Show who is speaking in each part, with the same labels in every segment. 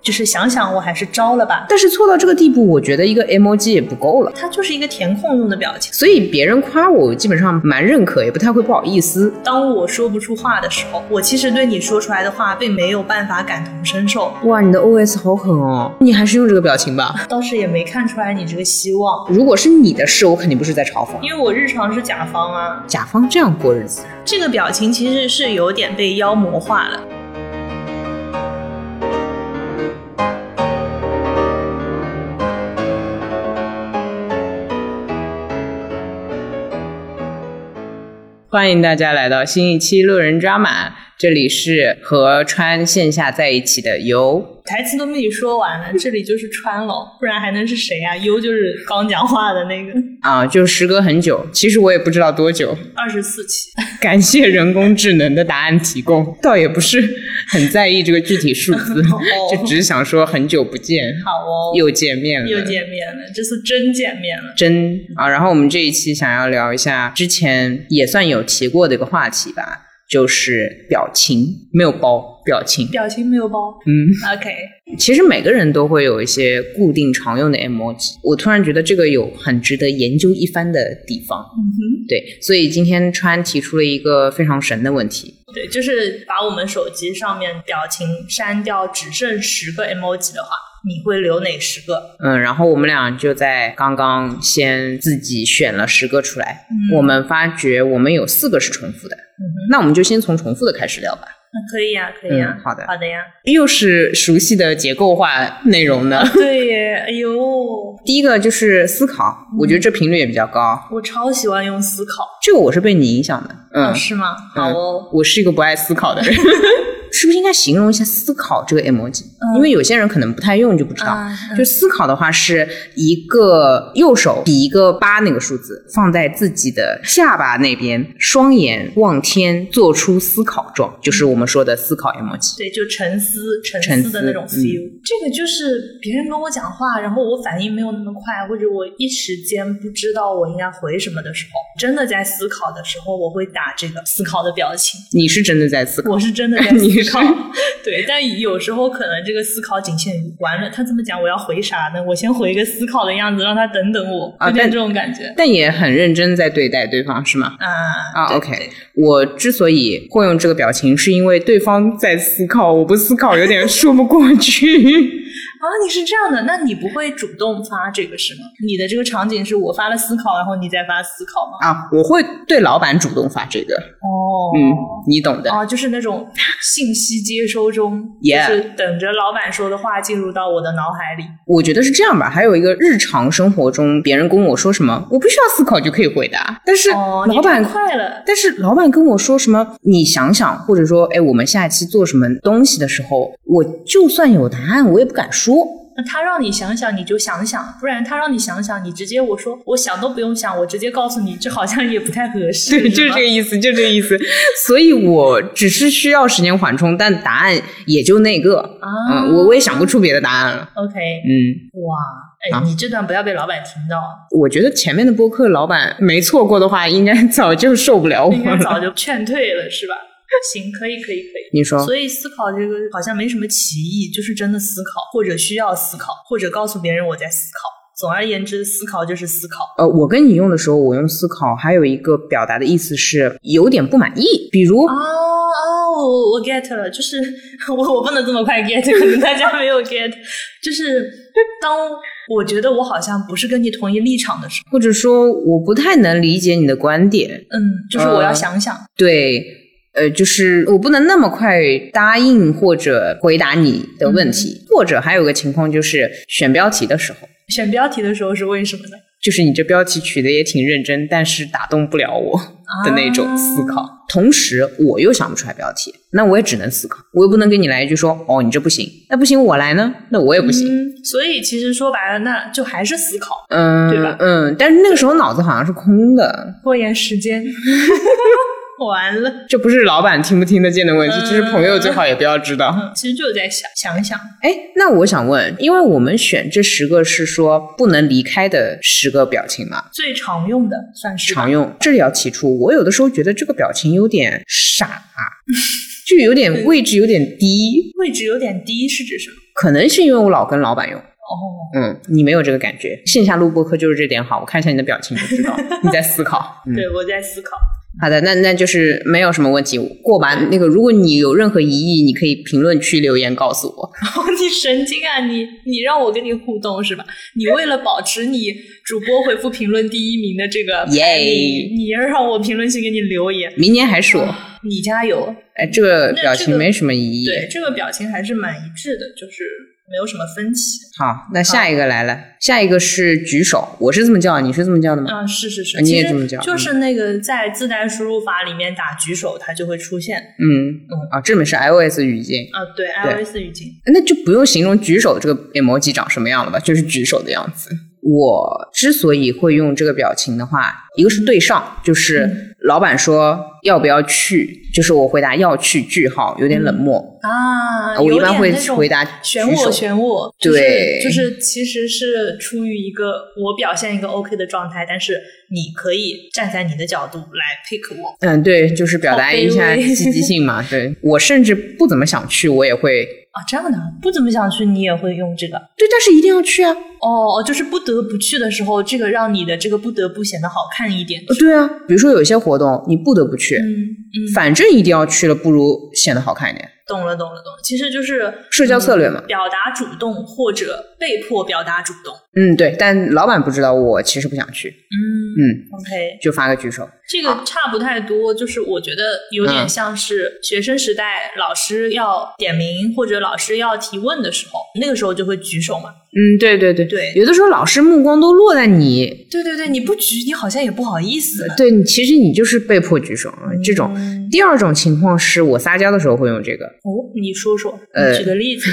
Speaker 1: 就是想想我还是招了吧。
Speaker 2: 但是错到这个地步，我觉得一个 emoji 也不够了。
Speaker 1: 它就是一个填空用的表情。
Speaker 2: 所以别人夸我，基本上蛮认可，也不太会不好意思。
Speaker 1: 当我说不出话的时候，我其实对你说出来的话并没有办法感同身受，
Speaker 2: 哇，你的 OS 好狠哦！你还是用这个表情吧。
Speaker 1: 倒是也没看出来你这个希望，
Speaker 2: 如果是你的事，我肯定不是在嘲讽。
Speaker 1: 因为我日常是甲方啊。
Speaker 2: 甲方这样过日子，
Speaker 1: 这个表情其实是有点被妖魔化了。
Speaker 2: 欢迎大家来到新一期《路人抓马》，这里是和川线下在一起的由。
Speaker 1: 台词都被你说完了，这里就是川了，不然还能是谁啊？优就是刚讲话的那个，
Speaker 2: 啊，就时隔很久，其实我也不知道多久。
Speaker 1: 二十四期。
Speaker 2: 感谢人工智能的答案提供，倒也不是很在意这个具体数字
Speaker 1: 哦，
Speaker 2: 就只是想说很久不见，
Speaker 1: 好哦，
Speaker 2: 又见面了，
Speaker 1: 又见面了，这次真见面了。
Speaker 2: 真啊！然后我们这一期想要聊一下之前也算有提过的一个话题吧，就是表情，没有包表情。
Speaker 1: 表情没有包
Speaker 2: 嗯，
Speaker 1: ，OK，
Speaker 2: 其实每个人都会有一些固定常用的 emoji，我突然觉得这个有很值得研究一番的地方。
Speaker 1: 嗯哼，
Speaker 2: 对，所以今天川提出了一个非常神的问题，
Speaker 1: 对，就是把我们手机上面表情删掉，只剩十个 emoji 的话，你会留哪十个？
Speaker 2: 嗯，然后我们俩就在刚刚先自己选了十个出来，
Speaker 1: 嗯
Speaker 2: 我们发觉我们有四个是重复的，
Speaker 1: 哼
Speaker 2: 那我们就先从重复的开始聊吧。
Speaker 1: 那嗯可以呀、可以呀、
Speaker 2: 嗯好的
Speaker 1: 好的呀。
Speaker 2: 又是熟悉的结构化内容呢。
Speaker 1: 对耶，哎呦，
Speaker 2: 第一个就是思考，我觉得这频率也比较高。
Speaker 1: 我超喜欢用思考，
Speaker 2: 这个我是被你影响的，嗯
Speaker 1: 哦，是吗？好哦，
Speaker 2: 我是一个不爱思考 的人。是不是应该形容一下思考这个 emoji？、因为有些人可能不太用就不知道。
Speaker 1: 啊嗯
Speaker 2: 就思考的话，是一个右手比一个八那个数字放在自己的下巴那边，双眼望天，做出思考状，就是我们说的思考 emoji。
Speaker 1: 对，就沉思、沉
Speaker 2: 沉
Speaker 1: 思的
Speaker 2: 思
Speaker 1: 那种
Speaker 2: 嗯
Speaker 1: feel。这个就是别人跟我讲话，然后我反应没有那么快，或者我一时间不知道我应该回什么的时候，真的在思考的时候，我会打这个思考的表情。
Speaker 2: 你是真的在思考？
Speaker 1: 我是真的在
Speaker 2: 你
Speaker 1: 思
Speaker 2: 是
Speaker 1: 考，对，但有时候可能这个思考仅限于完了，他这么讲，我要回啥呢？我先回一个思考的样子，让他等等我，
Speaker 2: 啊
Speaker 1: 有点
Speaker 2: 但
Speaker 1: 这种感觉
Speaker 2: 但也很认真在对待对方，是吗？
Speaker 1: 啊。
Speaker 2: 啊
Speaker 1: 对
Speaker 2: ，OK，我之所以会用这个表情，是因为对方在思考，我不思考有点说不过 去。
Speaker 1: 啊，你是这样的，那你不会主动发这个是吗？你的这个场景是我发了思考，然后你再发思考吗？
Speaker 2: 啊，我会对老板主动发这个，
Speaker 1: 哦，
Speaker 2: 嗯，你懂的。
Speaker 1: 哦，就是那种信息接收中
Speaker 2: Yeah
Speaker 1: 就是等着老板说的话进入到我的脑海里。
Speaker 2: 我觉得是这样吧。还有一个日常生活中，别人跟我说什么，我不需要思考就可以回答，但是
Speaker 1: 哦，
Speaker 2: 老板。
Speaker 1: 你太快了，
Speaker 2: 但是老板跟我说什么，你想想，或者说，哎，我们下一期做什么东西的时候，我就算有答案，我也不敢说。
Speaker 1: 那他让你想想，你就想想，不然他让你想想，你直接我说我想都不用想，我直接告诉你，这好像也不太合适。
Speaker 2: 对，就是这
Speaker 1: 个。
Speaker 2: 个意思，就这个意思。所以我只是需要时间缓冲，但答案也就那个。
Speaker 1: 啊，
Speaker 2: 嗯，我我也想不出别的答案了。
Speaker 1: OK，
Speaker 2: 嗯，
Speaker 1: 哇，哎，
Speaker 2: 啊
Speaker 1: 你这段不要被老板听 到，
Speaker 2: 我觉得前面的播客老板没错过的话，应该早就受不了我
Speaker 1: 应该
Speaker 2: 了。
Speaker 1: 早就劝退了，是吧？行，可以，可以，可以。
Speaker 2: 你说
Speaker 1: 所以思考这个好像没什么歧义，就是真的思考，或者需要思考，或者告诉别人我在思考。总而言之，思考就是思考。
Speaker 2: 呃，我跟你用的时候，我用思考，还有一个表达的意思是有点不满意，比如
Speaker 1: 哦哦，我我 get 了，就是 我我不能这么快 get，可能大家没有 get，就是当我觉得我好像不是跟你同一立场的时
Speaker 2: 或者说我不太能理解你的观点，
Speaker 1: 候，嗯，就是我要
Speaker 2: 嗯
Speaker 1: 想想，
Speaker 2: 对。呃，就是我不能那么快答应或者回答你的问
Speaker 1: 嗯
Speaker 2: 题，或者还有个情况就是选标题的时候，
Speaker 1: 选标题的时候是为什么呢？
Speaker 2: 就是你这标题取得也挺认真，但是打动不了我的那种思考。
Speaker 1: 啊
Speaker 2: 同时，我又想不出来标题，那我也只能思考，我又不能跟你来一句说哦你这不行，那不行我来呢，那我也不行，
Speaker 1: 嗯，所以其实说白了，那就还是思考，
Speaker 2: 嗯，
Speaker 1: 对吧
Speaker 2: 嗯，但是那个时候脑子好像是空的，
Speaker 1: 拖延时 间。完了，
Speaker 2: 这不是老板听不听得见的问题，
Speaker 1: 嗯
Speaker 2: 就是朋友最好也不要知道。
Speaker 1: 嗯，其实就是在想想一想，
Speaker 2: 哎，那我想问，因为我们选这十个是说不能离开的十个表情嘛，
Speaker 1: 最常用的算是吧
Speaker 2: 常用。这里要提出，我有的时候觉得这个表情有点啊傻，就有点位置有点低，
Speaker 1: 位置有点低是指什么？
Speaker 2: 可能是因为我老跟老板用。
Speaker 1: 哦，
Speaker 2: 嗯，你没有这个感觉，线下录播课就是这点好，我看一下你的表情就 知道你在思考。嗯，
Speaker 1: 对我在思考。
Speaker 2: 好的，那那就是没有什么问题，过完那个，如果你有任何疑义，你可以评论区留言告诉我。
Speaker 1: 你神经啊！你你让我跟你互动是吧？你为了保持你主播回复评论第一名的这个
Speaker 2: 耶
Speaker 1: 排名，你要让我评论区给你留言，
Speaker 2: 明年还说，
Speaker 1: 你加油！
Speaker 2: 哎，这个表
Speaker 1: 那这
Speaker 2: 情
Speaker 1: 个
Speaker 2: 没什么意义。
Speaker 1: 对，这个表情还是蛮一致的，就是没有什么分歧。
Speaker 2: 好，那下一个来了，下一个是举手，我是这么叫的，你是这么叫的吗？
Speaker 1: 嗯，是是是，
Speaker 2: 啊你
Speaker 1: 其
Speaker 2: 也
Speaker 1: 实
Speaker 2: 这么嗯叫
Speaker 1: 就是那个在自带输入法里面打举手，它就会出现
Speaker 2: 嗯，啊，这里面是 iOS 语境，
Speaker 1: 啊。对
Speaker 2: 对
Speaker 1: ，iOS 语境，
Speaker 2: 那就不用形容举手这个 emoji 长什么样了吧，就是举手的样子。我之所以会用这个表情的话，一个是对上，
Speaker 1: 嗯
Speaker 2: 就是老板说要不要去，就是我回答要去，句号有点冷漠，
Speaker 1: 啊，
Speaker 2: 我
Speaker 1: 有
Speaker 2: 一般
Speaker 1: 点
Speaker 2: 会
Speaker 1: 那种
Speaker 2: 回答
Speaker 1: 选
Speaker 2: 举手
Speaker 1: 我选我，
Speaker 2: 对
Speaker 1: 就是，就是其实是出于一个我表现一个 OK 的状态，但是你可以站在你的角度来 pick 我，
Speaker 2: 嗯，对，就是表达一
Speaker 1: 好
Speaker 2: 下
Speaker 1: 卑微
Speaker 2: 积极性嘛。对我甚至不怎么想去，我也会
Speaker 1: 啊，这样的不怎么想去，你也会用这个
Speaker 2: 对，但是一定要去啊，
Speaker 1: 哦，就是不得不去的时候，这个让你的这个不得不显得好看一点。
Speaker 2: 对啊。比如说有些活动你不得不去，
Speaker 1: 嗯嗯，
Speaker 2: 反正一定要去了，不如显得好看一点。
Speaker 1: 懂了懂了懂了，其实就是
Speaker 2: 社交策略嘛
Speaker 1: 嗯表达主动或者被迫表达主动。
Speaker 2: 嗯，对，但老板不知道我其实不想去，
Speaker 1: 嗯
Speaker 2: 嗯，
Speaker 1: ，OK，
Speaker 2: 就发个举手。
Speaker 1: 这个差不太多，就是我觉得有点像是学生时代老师要点名或者老师要提问的时候，那个时候就会举手嘛。
Speaker 2: 嗯，对对对
Speaker 1: 对
Speaker 2: 有的时候老师目光都落在你，呃
Speaker 1: 对对对，你不举你好像也不好意思。
Speaker 2: 对你其实你就是被迫举手啊
Speaker 1: 嗯
Speaker 2: 这种。第二种情况是我撒娇的时候会用这个。
Speaker 1: 哦，你说说，
Speaker 2: 呃
Speaker 1: 你举个例 子。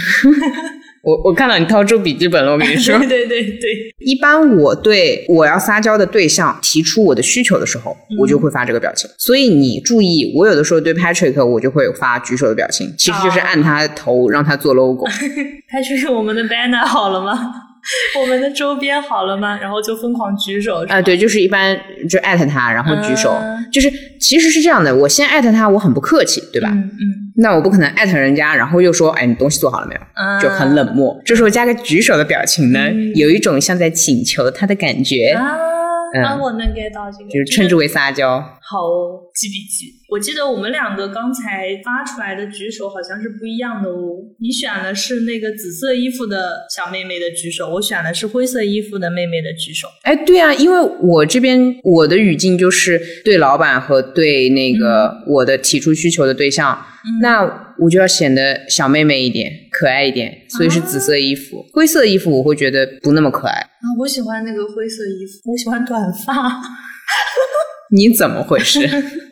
Speaker 2: 我我看到你掏出笔记本了，我跟你说，
Speaker 1: 对对对对，
Speaker 2: 一般我对我要撒娇的对象提出我的需求的时候，我
Speaker 1: 嗯
Speaker 2: 就会发这个表情。所以你注意，我有的时候对 Patrick 我就会发举手的表情，其实就是
Speaker 1: 啊
Speaker 2: 按他头让他 做 logo。
Speaker 1: 拍出我们的 banner 好了吗？ 我们的周边好了吗？然后就疯狂举手。
Speaker 2: 啊、对，就是一般就艾特他，然后举手，
Speaker 1: 嗯
Speaker 2: 就是其实是这样的，我先艾特他，我很不客气，对吧？
Speaker 1: 嗯嗯
Speaker 2: 那我不可能艾特人家，然后又说，哎，你东西做好了没有？
Speaker 1: 啊，
Speaker 2: 就很冷漠。这时候加个举手的表情呢，
Speaker 1: 嗯
Speaker 2: 有一种像在请求他的感觉，
Speaker 1: 啊。
Speaker 2: 嗯
Speaker 1: 啊，我能 get 到这个，
Speaker 2: 就是称之为撒娇。
Speaker 1: 好哦，记笔记。我记得我们两个刚才发出来的举手好像是不一样的哦。你选的是那个紫色衣服的小妹妹的举手，我选的是灰色衣服的妹妹的举手。
Speaker 2: 哎，对啊，因为我这边我的语境就是对老板和对那个我的提出需求的对象，
Speaker 1: 嗯
Speaker 2: 那我就要显得小妹妹一点，可爱一点，所以是紫色衣服，灰色衣服我会觉得不那么可爱。
Speaker 1: 啊，我喜欢那个灰色衣服，我喜欢短发
Speaker 2: 你怎么回事？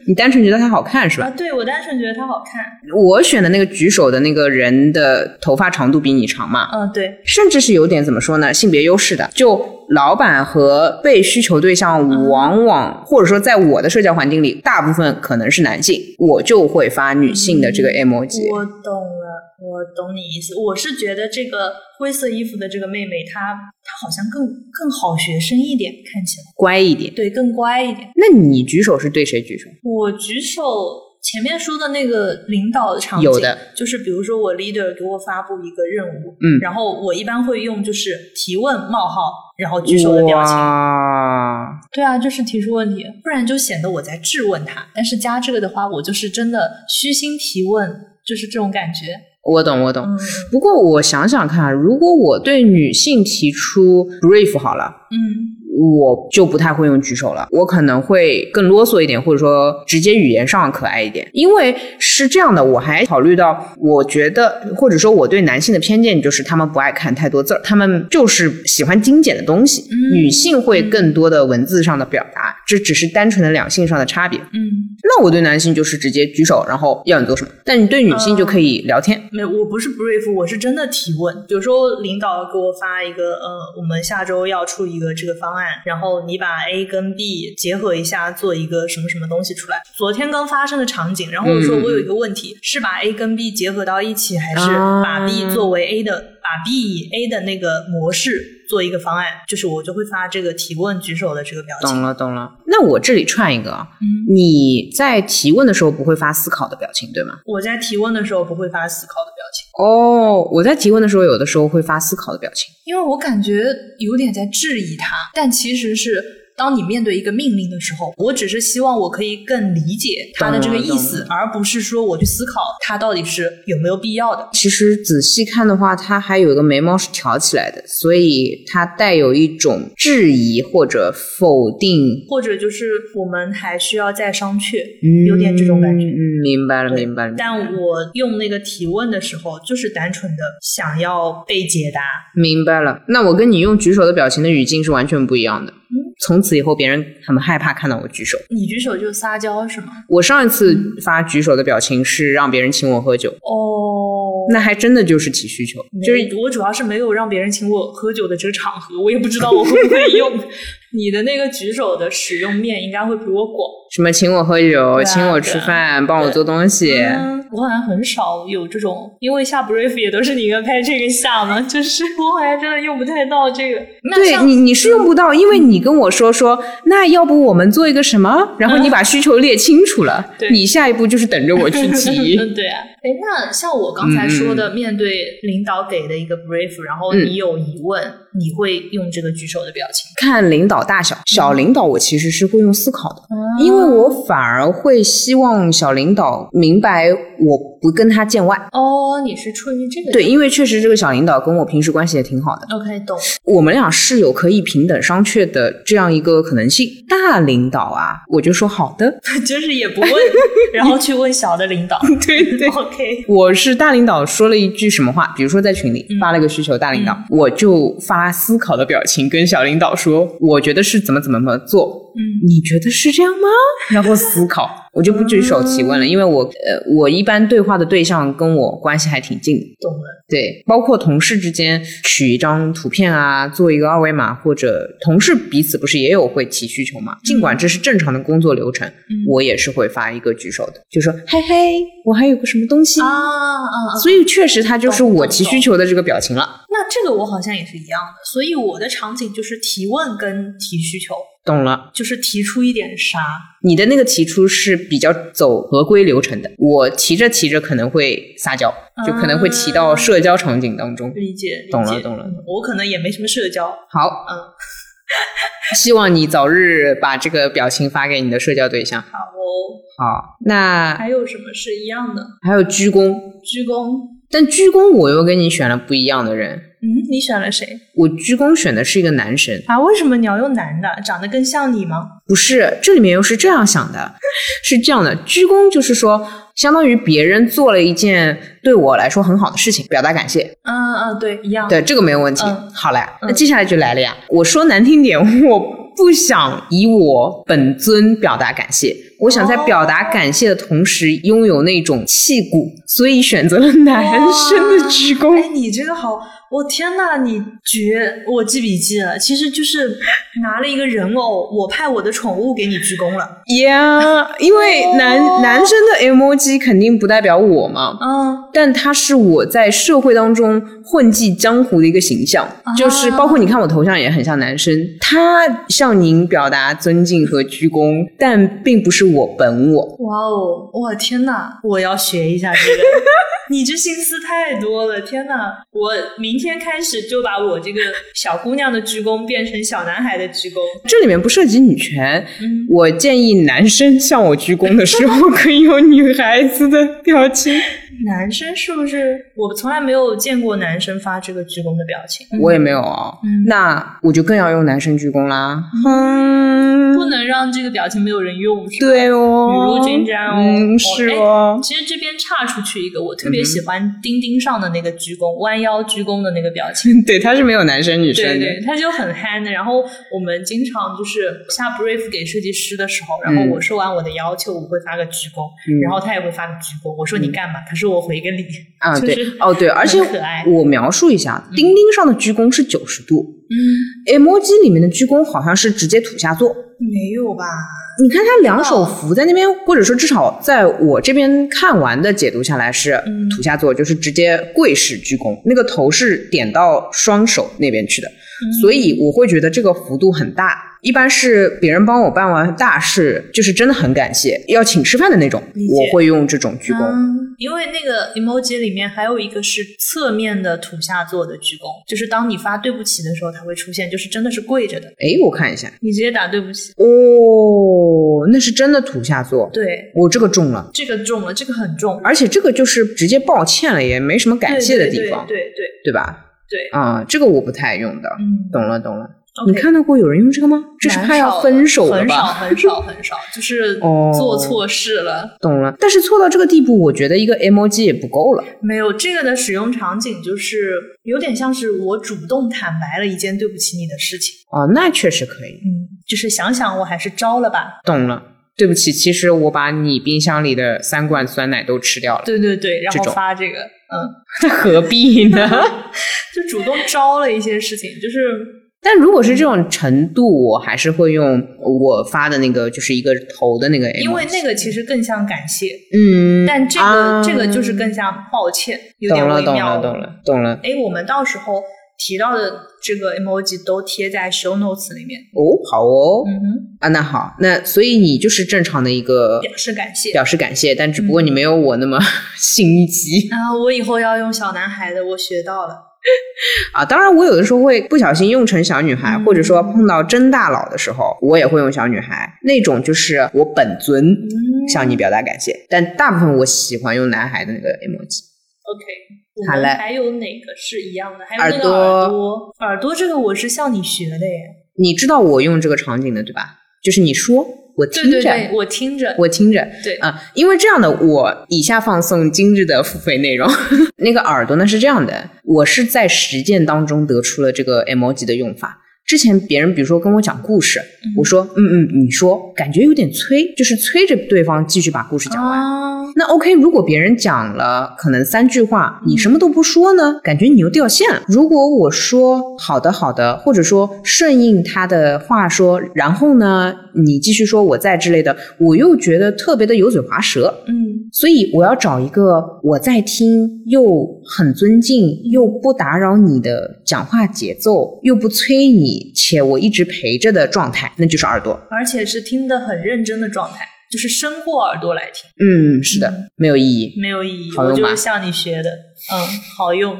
Speaker 2: 你单纯觉得它好看是
Speaker 1: 啊。
Speaker 2: 吧？
Speaker 1: 对，我单纯觉得它好看。
Speaker 2: 我选的那个举手的那个人的头发长度比你长嘛，
Speaker 1: 嗯，对，
Speaker 2: 甚至是有点怎么说呢，性别优势的。就老板和被需求对象，
Speaker 1: 嗯
Speaker 2: 往往或者说在我的社交环境里，大部分可能是男性，我就会发女性的
Speaker 1: 嗯
Speaker 2: 这个 emoji。
Speaker 1: 我懂了，我懂你意思。我是觉得这个灰色衣服的这个妹妹，她她好像更更好学生一点，看起来
Speaker 2: 乖一点。
Speaker 1: 对更乖一点。
Speaker 2: 那你举手是对谁举手？
Speaker 1: 我举手前面说的那个领导场景，
Speaker 2: 有的
Speaker 1: 就是比如说我 leader 给我发布一个任务，
Speaker 2: 嗯
Speaker 1: 然后我一般会用就是提问冒号，然后举手的表情。
Speaker 2: 哇，
Speaker 1: 对啊，就是提出问题，不然就显得我在质问他。但是加这个的话，我就是真的虚心提问，就是这种感觉。
Speaker 2: 我懂，我懂。
Speaker 1: 嗯
Speaker 2: 不过我想想看，啊如果我对女性提出 brief 好了。
Speaker 1: 嗯
Speaker 2: 我就不太会用举手了，我可能会更啰嗦一点，或者说直接语言上可爱一点。因为是这样的，我还考虑到，我觉得或者说我对男性的偏见就是他们不爱看太多字儿，他们就是喜欢精简的东西。
Speaker 1: 嗯
Speaker 2: 女性会更多的文字上的表达，这只是单纯的两性上的差别。
Speaker 1: 嗯，
Speaker 2: 那我对男性就是直接举手，然后要你做什么，但你对女性就可以聊天。
Speaker 1: 没有，我不是 brief，我是真的提问。比如说，领导给我发一个，呃，我们下周要出一个这个方案，然后你把 A 跟 B 结合一下，做一个什么什么东西出来。昨天刚发生的场景，然后我说
Speaker 2: 嗯嗯嗯
Speaker 1: 我有一个问题，是把 A 跟 B 结合到一起，还是
Speaker 2: 啊
Speaker 1: 把 B 作为 A 的，把把 B 以 A 的那个模式做一个方案，就是我就会发这个提问举手的这个表情
Speaker 2: 懂。了懂了。那我这里串一个啊，
Speaker 1: 嗯，
Speaker 2: 你在提问的时候不会发思考的表情，对吗？
Speaker 1: 我在提问的时候不会发思考的表情，
Speaker 2: 哦，我在提问的时候，有的时候会发思考的表情。
Speaker 3: 因为我感觉有点在质疑他，但其实是。当你面对一个命令的时候，
Speaker 1: 我只是希望我可以更理解他的这个意思
Speaker 2: 懂了懂，
Speaker 1: 而不是说我去思考它到底是有没有必要的。
Speaker 2: 其实仔细看的话，它还有一个眉毛是挑起来的，所以它带有一种质疑或者否定，
Speaker 1: 或者就是我们还需要再商榷，
Speaker 2: 嗯
Speaker 1: 有点这种感觉
Speaker 2: 嗯，明白了，
Speaker 1: 对
Speaker 2: 明白了，
Speaker 1: 但我用那个提问的时候，就是单纯的想要被解答。
Speaker 2: 明白了。那我跟你用举手的表情的语境是完全不一样的。
Speaker 1: 嗯
Speaker 2: 从此以后，别人很害怕看到我举手。
Speaker 3: 你举手就撒娇是吗？
Speaker 2: 我上一次发举手的表情是让别人请我喝酒，
Speaker 1: 哦
Speaker 2: 那还真的就是提需求，
Speaker 1: 就
Speaker 2: 就是
Speaker 1: 是我主要是没有让别人请我喝酒的这个场合，我也不知道我会不会用。 你的那个举手的使用面应该会比我广。
Speaker 2: 什么请我喝酒、
Speaker 1: 对啊
Speaker 2: 请我吃饭、帮我做东西。
Speaker 1: 嗯，我好像很少有这种，因为下 brief 也都是你跟 Patrick 下嘛，就是我好像真的用不太到这个。那
Speaker 2: 对
Speaker 1: 像嗯
Speaker 2: 你，你是用不到，因为你跟我说说，那要不我们做一个什么？然后你把需求列清楚了，
Speaker 1: 嗯 对
Speaker 2: 你下一步就是等着我去 提。
Speaker 1: 嗯，对啊。
Speaker 3: 哎，那像我刚
Speaker 1: 刚才说
Speaker 2: 嗯
Speaker 1: 的，面对领导给的一个 brief，然后你有疑问，你会用这个举手的表情。
Speaker 2: 看领导大小，小领导我其实是会用思考的，
Speaker 1: 哦
Speaker 2: 因为我反而会希望小领导明白我不跟他见外。
Speaker 3: 哦，你是出于这个
Speaker 2: 对，因为确实这个小领导跟我平时关系也挺好的，
Speaker 3: OK 懂
Speaker 2: 我们俩是有可以平等商榷的这样一个可能性。大领导啊，我就说好的，
Speaker 1: 就是也不问，然后去问小的领导。
Speaker 2: 对对
Speaker 1: OK，
Speaker 2: 我是大领导说了一句什么话，比如说在群
Speaker 1: 嗯
Speaker 2: 里发了个需求，大领导、我就发思考的表情跟小领导说，我觉得是怎么怎么怎么做，
Speaker 1: 嗯，
Speaker 2: 你觉得是这样 吗？然后思考，我就不举手提问
Speaker 1: 嗯
Speaker 2: 了，因为我呃，我一般对话的对象跟我关系还挺近的，
Speaker 1: 懂了。
Speaker 2: 对，包括同事之间取一张图片啊，做一个二维码，或者同事彼此不是也有会提需求
Speaker 1: 嗯
Speaker 2: 嘛？尽管这是正常的工作流程，我也是会发一个举手的，就说嘿嘿，我还有个什么东西。
Speaker 1: 嗯
Speaker 3: 啊啊啊！
Speaker 2: 所以确实，它就是
Speaker 3: 懂
Speaker 2: 我
Speaker 3: 懂
Speaker 2: 提需求的这个表情了。
Speaker 1: 那这个我好像也是一样的，所以我的场景就是提问跟提需求，
Speaker 2: 懂了，
Speaker 1: 就是提出一点啥。
Speaker 2: 你的那个提出是比较走合规流程的，我提着提着可能会撒娇，
Speaker 3: 啊
Speaker 2: 就可能会提到社交场景当中。
Speaker 1: 理解，理解
Speaker 2: 懂了懂了。
Speaker 1: 嗯我可能也没什么社交，
Speaker 2: 好，
Speaker 1: 嗯，
Speaker 2: 希望你早日把这个表情发给你的社交对象。
Speaker 1: 好哦。
Speaker 2: 好，那
Speaker 1: 还有什么是一样的？
Speaker 2: 还有鞠躬，
Speaker 1: 鞠躬。
Speaker 2: 但鞠躬我又跟你选了不一样的人。
Speaker 1: 嗯，你选了谁
Speaker 2: 我鞠躬选的是一个男神，
Speaker 1: 啊？为什么你要用男的？长得更像你吗？
Speaker 2: 不是这里面又是这样想 的，是这样的，鞠躬就是说，相当于别人做了一件对我来说很好的事情，表达感谢，
Speaker 1: 嗯嗯，对，一样。
Speaker 2: 对这个没有问题。
Speaker 1: 嗯
Speaker 2: 好嘞，那
Speaker 1: 嗯
Speaker 2: 接下来就来了呀。我说难听点，我不想以我本尊表达感谢，我想在
Speaker 1: 哦
Speaker 2: 表达感谢的同时拥有那种气骨，所以选择了男生的鞠躬。
Speaker 1: 哎，你这个好，我天呐，你绝！我记笔记了，其实就是拿了一个人偶，我派我的宠物给你鞠躬了。
Speaker 2: 呀，因为男、
Speaker 1: 哦
Speaker 2: 男生的 emoji 肯定不代表我嘛，
Speaker 1: 嗯，
Speaker 2: 但他是我在社会当中混迹江湖的一个形象，
Speaker 1: 啊
Speaker 2: 就是包括你看我头像也很像男生，他向您表达尊敬和鞠躬，但并不是我本我。
Speaker 1: 哇哦，我天呐，我要学一下这 个。你这心思太多了，天呐，我明天开始就把我这个小姑娘的鞠躬变成小男孩的鞠躬。
Speaker 2: 这里面不涉及女权，
Speaker 1: 嗯，
Speaker 2: 我建议男生向我鞠躬的时候可以有女孩子的表情。
Speaker 1: 男生是不是？我从来没有见过男生发这个鞠躬的表情。
Speaker 2: 我也没有啊、
Speaker 1: 嗯
Speaker 2: 那我就更要用男生鞠躬啦。嗯
Speaker 1: 不能让这个表情没有人用，是吧
Speaker 2: 对哦，
Speaker 1: 雨露均沾哦
Speaker 2: 嗯，
Speaker 1: 哦
Speaker 2: 是
Speaker 1: 哎
Speaker 2: 哦。
Speaker 1: 其实这边岔出去一个，我特
Speaker 2: 嗯
Speaker 1: 别喜欢钉钉上的那个鞠躬、弯腰鞠躬的那个表情。
Speaker 2: 对，他是没有男生女生
Speaker 1: 哎对
Speaker 2: 的，嗯
Speaker 1: 对，他就很憨的。然后我们经常就是下 brief 给设计师的时候，然后
Speaker 2: 嗯
Speaker 1: 我说完我的要求，我会发个鞠躬，
Speaker 2: 嗯
Speaker 1: 然后他也会发个鞠躬。我说你干嘛？他说我回个礼。
Speaker 2: 啊，
Speaker 1: 就
Speaker 2: 对
Speaker 1: 是，
Speaker 2: 哦对，而且
Speaker 1: 很可爱
Speaker 2: 我描述一下，钉钉上的鞠躬是九十度
Speaker 1: 嗯，
Speaker 2: ，emoji 里面的鞠躬好像是直接土下坐，
Speaker 1: 没有吧？
Speaker 2: 你看他两
Speaker 1: 哦
Speaker 2: 手扶在那边，或者说至少在我这边看完的解读下来是
Speaker 1: 嗯
Speaker 2: 土下座，就是直接跪式鞠躬，那个头是点到双手那边去的，
Speaker 1: 嗯
Speaker 2: 所以我会觉得这个幅度很大。一般是别人帮我办完大事，就是真的很感谢，要请吃饭的那种，
Speaker 1: 理解
Speaker 2: 我会用这种鞠躬。
Speaker 3: 嗯
Speaker 1: 因为那个 emoji 里面还有一个是侧面的土下座的鞠躬，就是当你发对不起的时候，它会出现，就是真的是跪着的，
Speaker 2: 诶，我看一下，
Speaker 1: 你直接打对不起。
Speaker 2: 哦，那是真的土下座，
Speaker 1: 对，
Speaker 2: 我这个中了。
Speaker 1: 这个中了，这个很重，
Speaker 2: 而且这个就是直接抱歉了，也没什么感谢的地方，
Speaker 1: 对对对对
Speaker 2: 对吧？
Speaker 1: 对
Speaker 2: 啊、这个我不太用的。
Speaker 1: 嗯，
Speaker 2: 懂了，懂了。
Speaker 1: OK
Speaker 2: 你看到过有人用这个吗？这是怕要分手了
Speaker 1: 很少
Speaker 2: 吧？
Speaker 1: 很少很少，就是
Speaker 2: 哦
Speaker 1: 做错事了。
Speaker 2: 懂了。但是错到这个地步，我觉得一个 emoji 也不够了。
Speaker 1: 没有这个的使用场景，就是有点像是我主动坦白了一件对不起你的事情。
Speaker 2: 哦，那确实可以。
Speaker 1: 嗯，就是想想我还是招了吧。
Speaker 2: 懂了。对不起，其实我把你冰箱里的三罐酸奶都吃掉了，
Speaker 1: 对对对，然
Speaker 2: 这
Speaker 1: 后
Speaker 2: 种
Speaker 1: 发这个，嗯，
Speaker 2: 那何 必呢？
Speaker 1: 就主动招了一些事情，就是
Speaker 2: 但如果是这种程度，我还是会用我发的那个，就是一个头的那个 emoji。
Speaker 1: 因为那个其实更像感谢，
Speaker 2: 嗯，
Speaker 1: 但这个、
Speaker 2: 啊
Speaker 1: 这个就是更像抱歉，有点
Speaker 2: 懂了，
Speaker 1: 微
Speaker 2: 懂
Speaker 1: 妙
Speaker 2: 了，懂了，懂了。
Speaker 1: 哎，我们到时候提到的这个 emoji 都贴在 show notes 里面。
Speaker 2: 哦，好哦，
Speaker 1: 嗯哼，
Speaker 2: 啊，那好，那所以你就是正常的一个
Speaker 1: 表示感谢。
Speaker 2: 表示感谢，但只不过
Speaker 1: 嗯
Speaker 2: 你没有我那么 心机
Speaker 1: 啊，我以后要用小男孩的，我学到了。
Speaker 2: 啊。当然，我有的时候会不小心用成小女孩，
Speaker 1: 嗯
Speaker 2: 或者说碰到真大佬的时候，我也会用小女孩那种，就是我本尊
Speaker 1: 嗯
Speaker 2: 向你表达感谢。但大部分我喜欢用男孩的那个 emoji。
Speaker 1: OK，
Speaker 2: 好
Speaker 1: 我们
Speaker 2: 嘞
Speaker 1: 还有哪个是一样的？还有
Speaker 2: 耳
Speaker 1: 那个耳朵，耳朵这个我是向你学的耶。
Speaker 2: 你知道我用这个场景的对吧？就是你说，我听
Speaker 1: 对
Speaker 2: 着，
Speaker 1: 对对，我听着。
Speaker 2: 我听着。
Speaker 1: 对
Speaker 2: 啊、因为这样的，我以下放送今日的付费内容。 那个耳朵呢是这样的，我是在实践当中得出了这个 emoji 的用法。之前别人比如说跟我讲故事，我说嗯嗯，你说，感觉有点催，就是催着对方继续把故事讲完。
Speaker 1: 啊，
Speaker 2: 那 OK，如果别人讲了可能三句话，你什么都不说呢，感觉你又掉线了。如果我说好的好的，或者说顺应他的话说，然后呢你继续说我在之类的，我又觉得特别的油嘴滑舌。
Speaker 1: 嗯，
Speaker 2: 所以我要找一个我在听又很尊敬又不打扰你的讲话节奏，又不催你，且我一直陪着的状态，那就是耳朵。
Speaker 1: 而且是听得很认真的状态，就是伸过耳朵来听，
Speaker 2: 嗯，是的，没有意义。
Speaker 1: 没有意义。
Speaker 2: 好用
Speaker 1: 我就
Speaker 2: 吧
Speaker 1: 是向你学的，嗯，好用。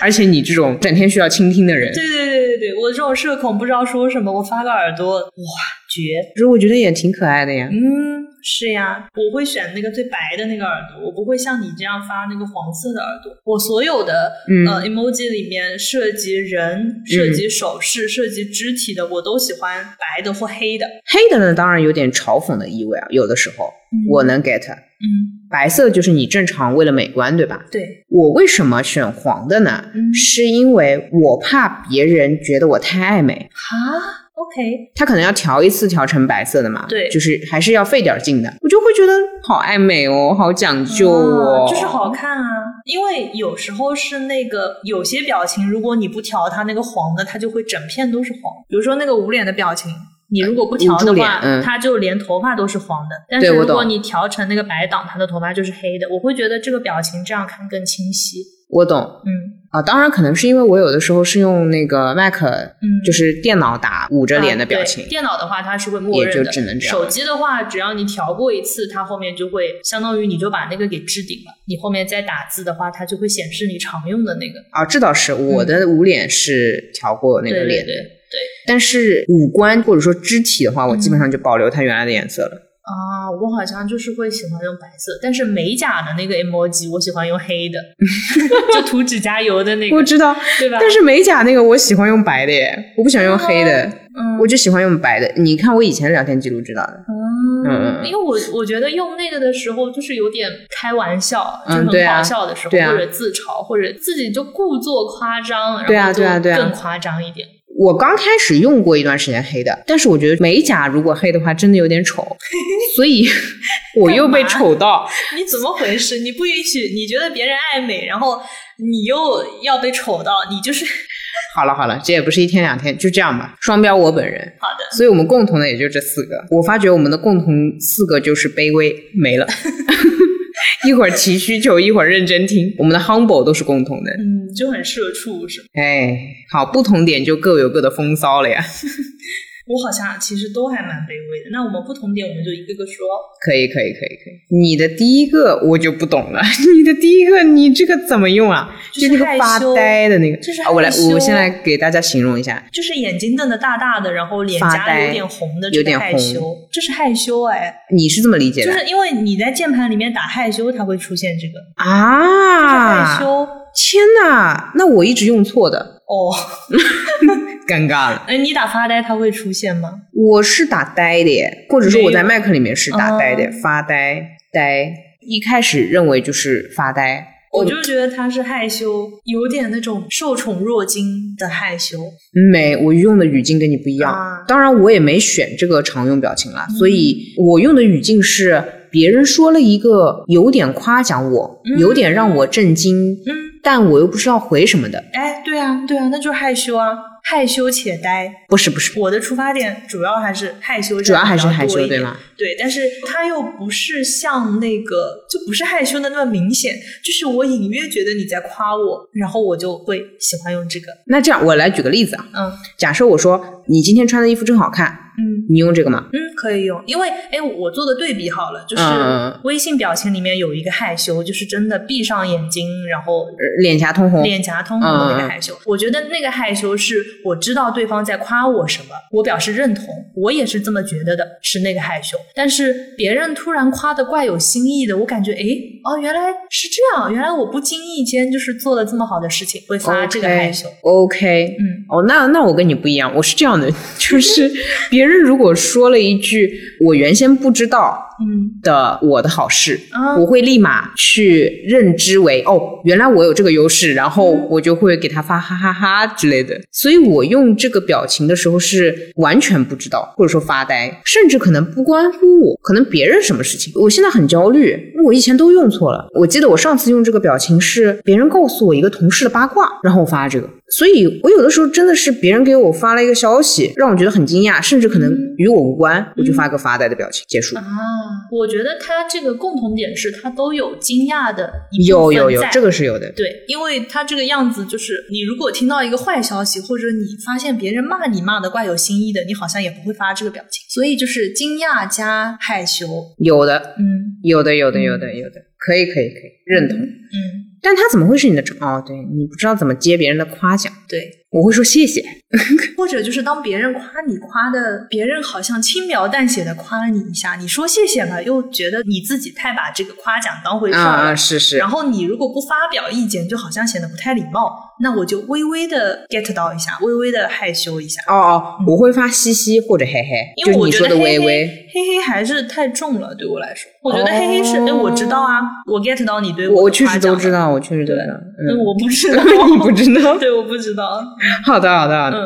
Speaker 2: 而且你这种整天需要倾听的人，
Speaker 1: 对对对对对，我这种社恐不知道说什么，我发个耳朵，哇，绝！
Speaker 2: 可是我觉得也挺可爱的呀。
Speaker 1: 嗯，是呀，我会选那个最白的那个耳朵，我不会像你这样发那个黄色的耳朵。我所有的、
Speaker 2: 嗯
Speaker 1: 呃 emoji 里面涉及人、涉及手势、涉及肢体的，我都喜欢白的或黑的。
Speaker 2: 黑的呢，当然有点嘲讽的意味啊，有的时候我能 get。
Speaker 1: 嗯，
Speaker 2: 白色就是你正常为了美观，对吧？
Speaker 1: 对，
Speaker 2: 我为什么选黄的呢？
Speaker 1: 嗯
Speaker 2: 是因为我怕别人觉得我太爱美，
Speaker 1: 哈，OK，
Speaker 2: 他可能要调一次调成白色的嘛，
Speaker 1: 对
Speaker 2: 就是还是要费点劲的。我就会觉得好爱美哦，好讲究哦，
Speaker 1: 啊就是好看啊。因为有时候是那个有些表情，如果你不调它那个黄的，它就会整片都是黄。比如说那个捂脸的表情。你如果不调
Speaker 2: 捂住
Speaker 1: 的
Speaker 2: 脸
Speaker 1: 话，
Speaker 2: 嗯
Speaker 1: 它就连头发都是黄的。但
Speaker 2: 对
Speaker 1: 是
Speaker 2: 我
Speaker 1: 如
Speaker 2: 懂
Speaker 1: 果你调成那个白档，它的头发就是黑的。我会觉得这个表情这样看更清晰。
Speaker 2: 我懂
Speaker 1: 嗯
Speaker 2: 啊。当然，可能是因为我有的时候是用那个 Mac，
Speaker 1: 嗯，
Speaker 2: 就是电脑打捂着脸的表情
Speaker 1: 啊对，电脑的话，它是会默认的，
Speaker 2: 也就只能这样
Speaker 1: 手机的话，只要你调过一次，它后面就会相当于你就把那个给置顶了。你后面再打字的话，它就会显示你常用的那个
Speaker 2: 啊，这倒是，我的捂脸是调过那个
Speaker 1: 嗯对
Speaker 2: 脸的，
Speaker 1: 对对
Speaker 2: 但是五官或者说肢体的话，我基本上
Speaker 1: 嗯
Speaker 2: 就保留它原来的颜色了。
Speaker 1: 啊，我好像就是会喜欢用白色，但是美甲的那个 emoji 我喜欢用黑 的，就涂指甲油的那个
Speaker 2: 我，知道，
Speaker 1: 对吧？
Speaker 2: 但是美甲那个我喜欢用白的耶，我不喜欢用黑的，
Speaker 1: 嗯
Speaker 2: 我就喜欢用白的。你看我以前聊天记录知道的，嗯嗯
Speaker 1: 因为我我觉得用那个的时候，就是有点开玩笑，
Speaker 2: 嗯
Speaker 1: 就
Speaker 2: 对
Speaker 1: 很
Speaker 2: 啊
Speaker 1: 好笑的时候，
Speaker 2: 对啊
Speaker 1: 或者自嘲，或者自己就故作夸张，
Speaker 2: 对
Speaker 1: 然
Speaker 2: 啊
Speaker 1: 后就
Speaker 2: 对啊对啊
Speaker 1: 更夸张一点。
Speaker 2: 我刚开始用过一段时间黑的，但是我觉得美甲如果黑的话真的有 点丑，所以 我又
Speaker 1: 干
Speaker 2: 被
Speaker 1: 嘛
Speaker 2: 丑到。
Speaker 1: 你怎么回事？你不允许，你觉得别人爱美，然后你又要被丑到，你就是
Speaker 2: 好了好了，这也不是一天两天，就这样吧。双标我本人，
Speaker 1: 好的，
Speaker 2: 所以我们共同的也就这四个。我发觉我们的共同四个就是卑微没了， 一会儿提需求，一会儿认真听。我们的 humble 都是共同的。
Speaker 1: 嗯，就很社畜是吗？
Speaker 2: 哎，好，不同点就各有各的风骚了呀。
Speaker 1: 我好像其实都还蛮卑微的。那我们不同点，我们就一个个说。
Speaker 2: 可以，可以，可以，可以。你的第一个我就不懂了， 你的第一个你这个怎么用啊？
Speaker 1: 就是
Speaker 2: 那个
Speaker 1: 害
Speaker 2: 发
Speaker 1: 羞
Speaker 2: 呆的那个。
Speaker 1: 就是
Speaker 2: 啊我来
Speaker 1: 害羞，
Speaker 2: 我先来给大家形容一下，
Speaker 1: 就是眼睛瞪得大大的，然后脸
Speaker 2: 发
Speaker 1: 颊
Speaker 2: 呆
Speaker 1: 有点红的，
Speaker 2: 有
Speaker 1: 这
Speaker 2: 点
Speaker 1: 个害羞，这是害羞哎，
Speaker 2: 你是这么理解
Speaker 1: 就
Speaker 2: 的？
Speaker 1: 是因为你在键盘里面打害羞，它会出现这个
Speaker 2: 啊，
Speaker 1: 害羞
Speaker 2: 天哪，那我一直用错的，
Speaker 1: 哦。
Speaker 2: 尴尬了。
Speaker 1: 哎，你打发呆它会出现吗？
Speaker 2: 我是打呆的耶，或者说我在
Speaker 1: 没
Speaker 2: Mac 里面是打呆的，
Speaker 1: 哦
Speaker 2: 发呆呆。一开始认为就是发呆，
Speaker 1: 我就觉得他是害羞，有点那种受宠若惊的害羞。
Speaker 2: 没，我用的语境跟你不一样。
Speaker 1: 啊
Speaker 2: 当然，我也没选这个常用表情啦，
Speaker 1: 嗯
Speaker 2: 所以我用的语境是别人说了一个有点夸奖我，
Speaker 1: 嗯
Speaker 2: 有点让我震惊，
Speaker 1: 嗯，
Speaker 2: 但我又不知道回什么的。
Speaker 1: 哎，对啊，对啊，那就是害羞啊，害羞且呆。
Speaker 2: 不是不是，
Speaker 1: 我的出发点主要还是害羞，
Speaker 2: 主要还是害羞，对
Speaker 1: 对
Speaker 2: 吗？
Speaker 1: 对，但是他又不是像那个，就不是害羞的那么明显，就是我隐约觉得你在夸我，然后我就会喜欢用这个。
Speaker 2: 那这样我来举个例子啊，
Speaker 1: 嗯
Speaker 2: 假设我说你今天穿的衣服真好看，
Speaker 1: 嗯
Speaker 2: 你用这个吗？
Speaker 1: 嗯，可以用，因为哎，我做的对比好了，就是
Speaker 2: 嗯
Speaker 1: 微信表情里面有一个害羞，就是真的闭上眼睛，然后
Speaker 2: 呃脸颊通红，
Speaker 1: 脸颊通红的那个害
Speaker 2: 嗯
Speaker 1: 羞。我觉得那个害羞是我知道对方在夸我什么，我表示认同，我也是这么觉得的，是那个害羞。但是别人突然夸的怪有新意的，我感觉诶，哦，原来是这样，原来我不经意间就是做了这么好的事情，会发这个害羞。
Speaker 2: OK，
Speaker 1: 嗯，
Speaker 2: 哦，那那我跟你不一样，我是这样的，就是别人如果说了一句我原先不知道
Speaker 1: 嗯
Speaker 2: 的我的好事，
Speaker 1: 啊
Speaker 2: 我会立马去认知为哦，原来我有这个优势，然后我就会给他发哈哈哈之类的。所以我用这个表情的时候是完全不知道，或者说发呆，甚至可能不关乎我，可能别人什么事情，我现在很焦虑，我以前都用错了。我记得我上次用这个表情是别人告诉我一个同事的八卦，然后我发了这个。所以我有的时候真的是别人给我发了一个消息，让我觉得很惊讶，甚至可能
Speaker 1: 嗯
Speaker 2: 与我无关，我就发个发呆的表情，结束。
Speaker 1: 啊，我觉得他这个共同点是他都有惊讶的一部
Speaker 2: 有
Speaker 1: 分
Speaker 2: 有有
Speaker 1: 在，
Speaker 2: 这个是有的。
Speaker 1: 对，因为他这个样子就是，你如果听到一个坏消息，或者你发现别人骂你骂的怪有新意的，你好像也不会发这个表情。所以就是惊讶加害羞，
Speaker 2: 有的，
Speaker 1: 嗯
Speaker 2: 有的，有的，有的，有的，可以，可以，可以，认同。
Speaker 1: 嗯，
Speaker 2: 但他怎么会是你的常？哦，对你不知道怎么接别人的夸奖，
Speaker 1: 对。
Speaker 2: 我会说谢谢。
Speaker 1: 或者就是当别人夸你夸的，别人好像轻描淡写的夸了你一下，你说谢谢吧，又觉得你自己太把这个夸奖当回事
Speaker 2: 啊
Speaker 1: 儿了。
Speaker 2: 啊，是是
Speaker 1: 然，后你如果不发表意见，就好像显得不太礼貌。那我就微微的 get 到一下，微微的害羞一下。
Speaker 2: 哦哦
Speaker 1: 嗯，
Speaker 2: 我会发嘻嘻或者嘿嘿，
Speaker 1: 因为
Speaker 2: 就是
Speaker 1: 我
Speaker 2: 你
Speaker 1: 觉
Speaker 2: 说
Speaker 1: 得
Speaker 2: 的
Speaker 1: 嘿
Speaker 2: 微
Speaker 1: 嘿
Speaker 2: 微，
Speaker 1: 嘿嘿还是太重了，对我来说，我觉得嘿嘿是，哎、我知道啊，我 get 到你对
Speaker 2: 哦我
Speaker 1: 我
Speaker 2: 我
Speaker 1: 的
Speaker 2: 确
Speaker 1: 夸
Speaker 2: 实
Speaker 1: 奖
Speaker 2: 都知
Speaker 1: 了，
Speaker 2: 道，我确实都知道。
Speaker 1: 嗯，
Speaker 2: 嗯，
Speaker 1: 我不
Speaker 2: ，
Speaker 1: 知道？
Speaker 2: 你不知道
Speaker 1: 对，我不知道，
Speaker 2: 好的，好的，好的。
Speaker 1: 嗯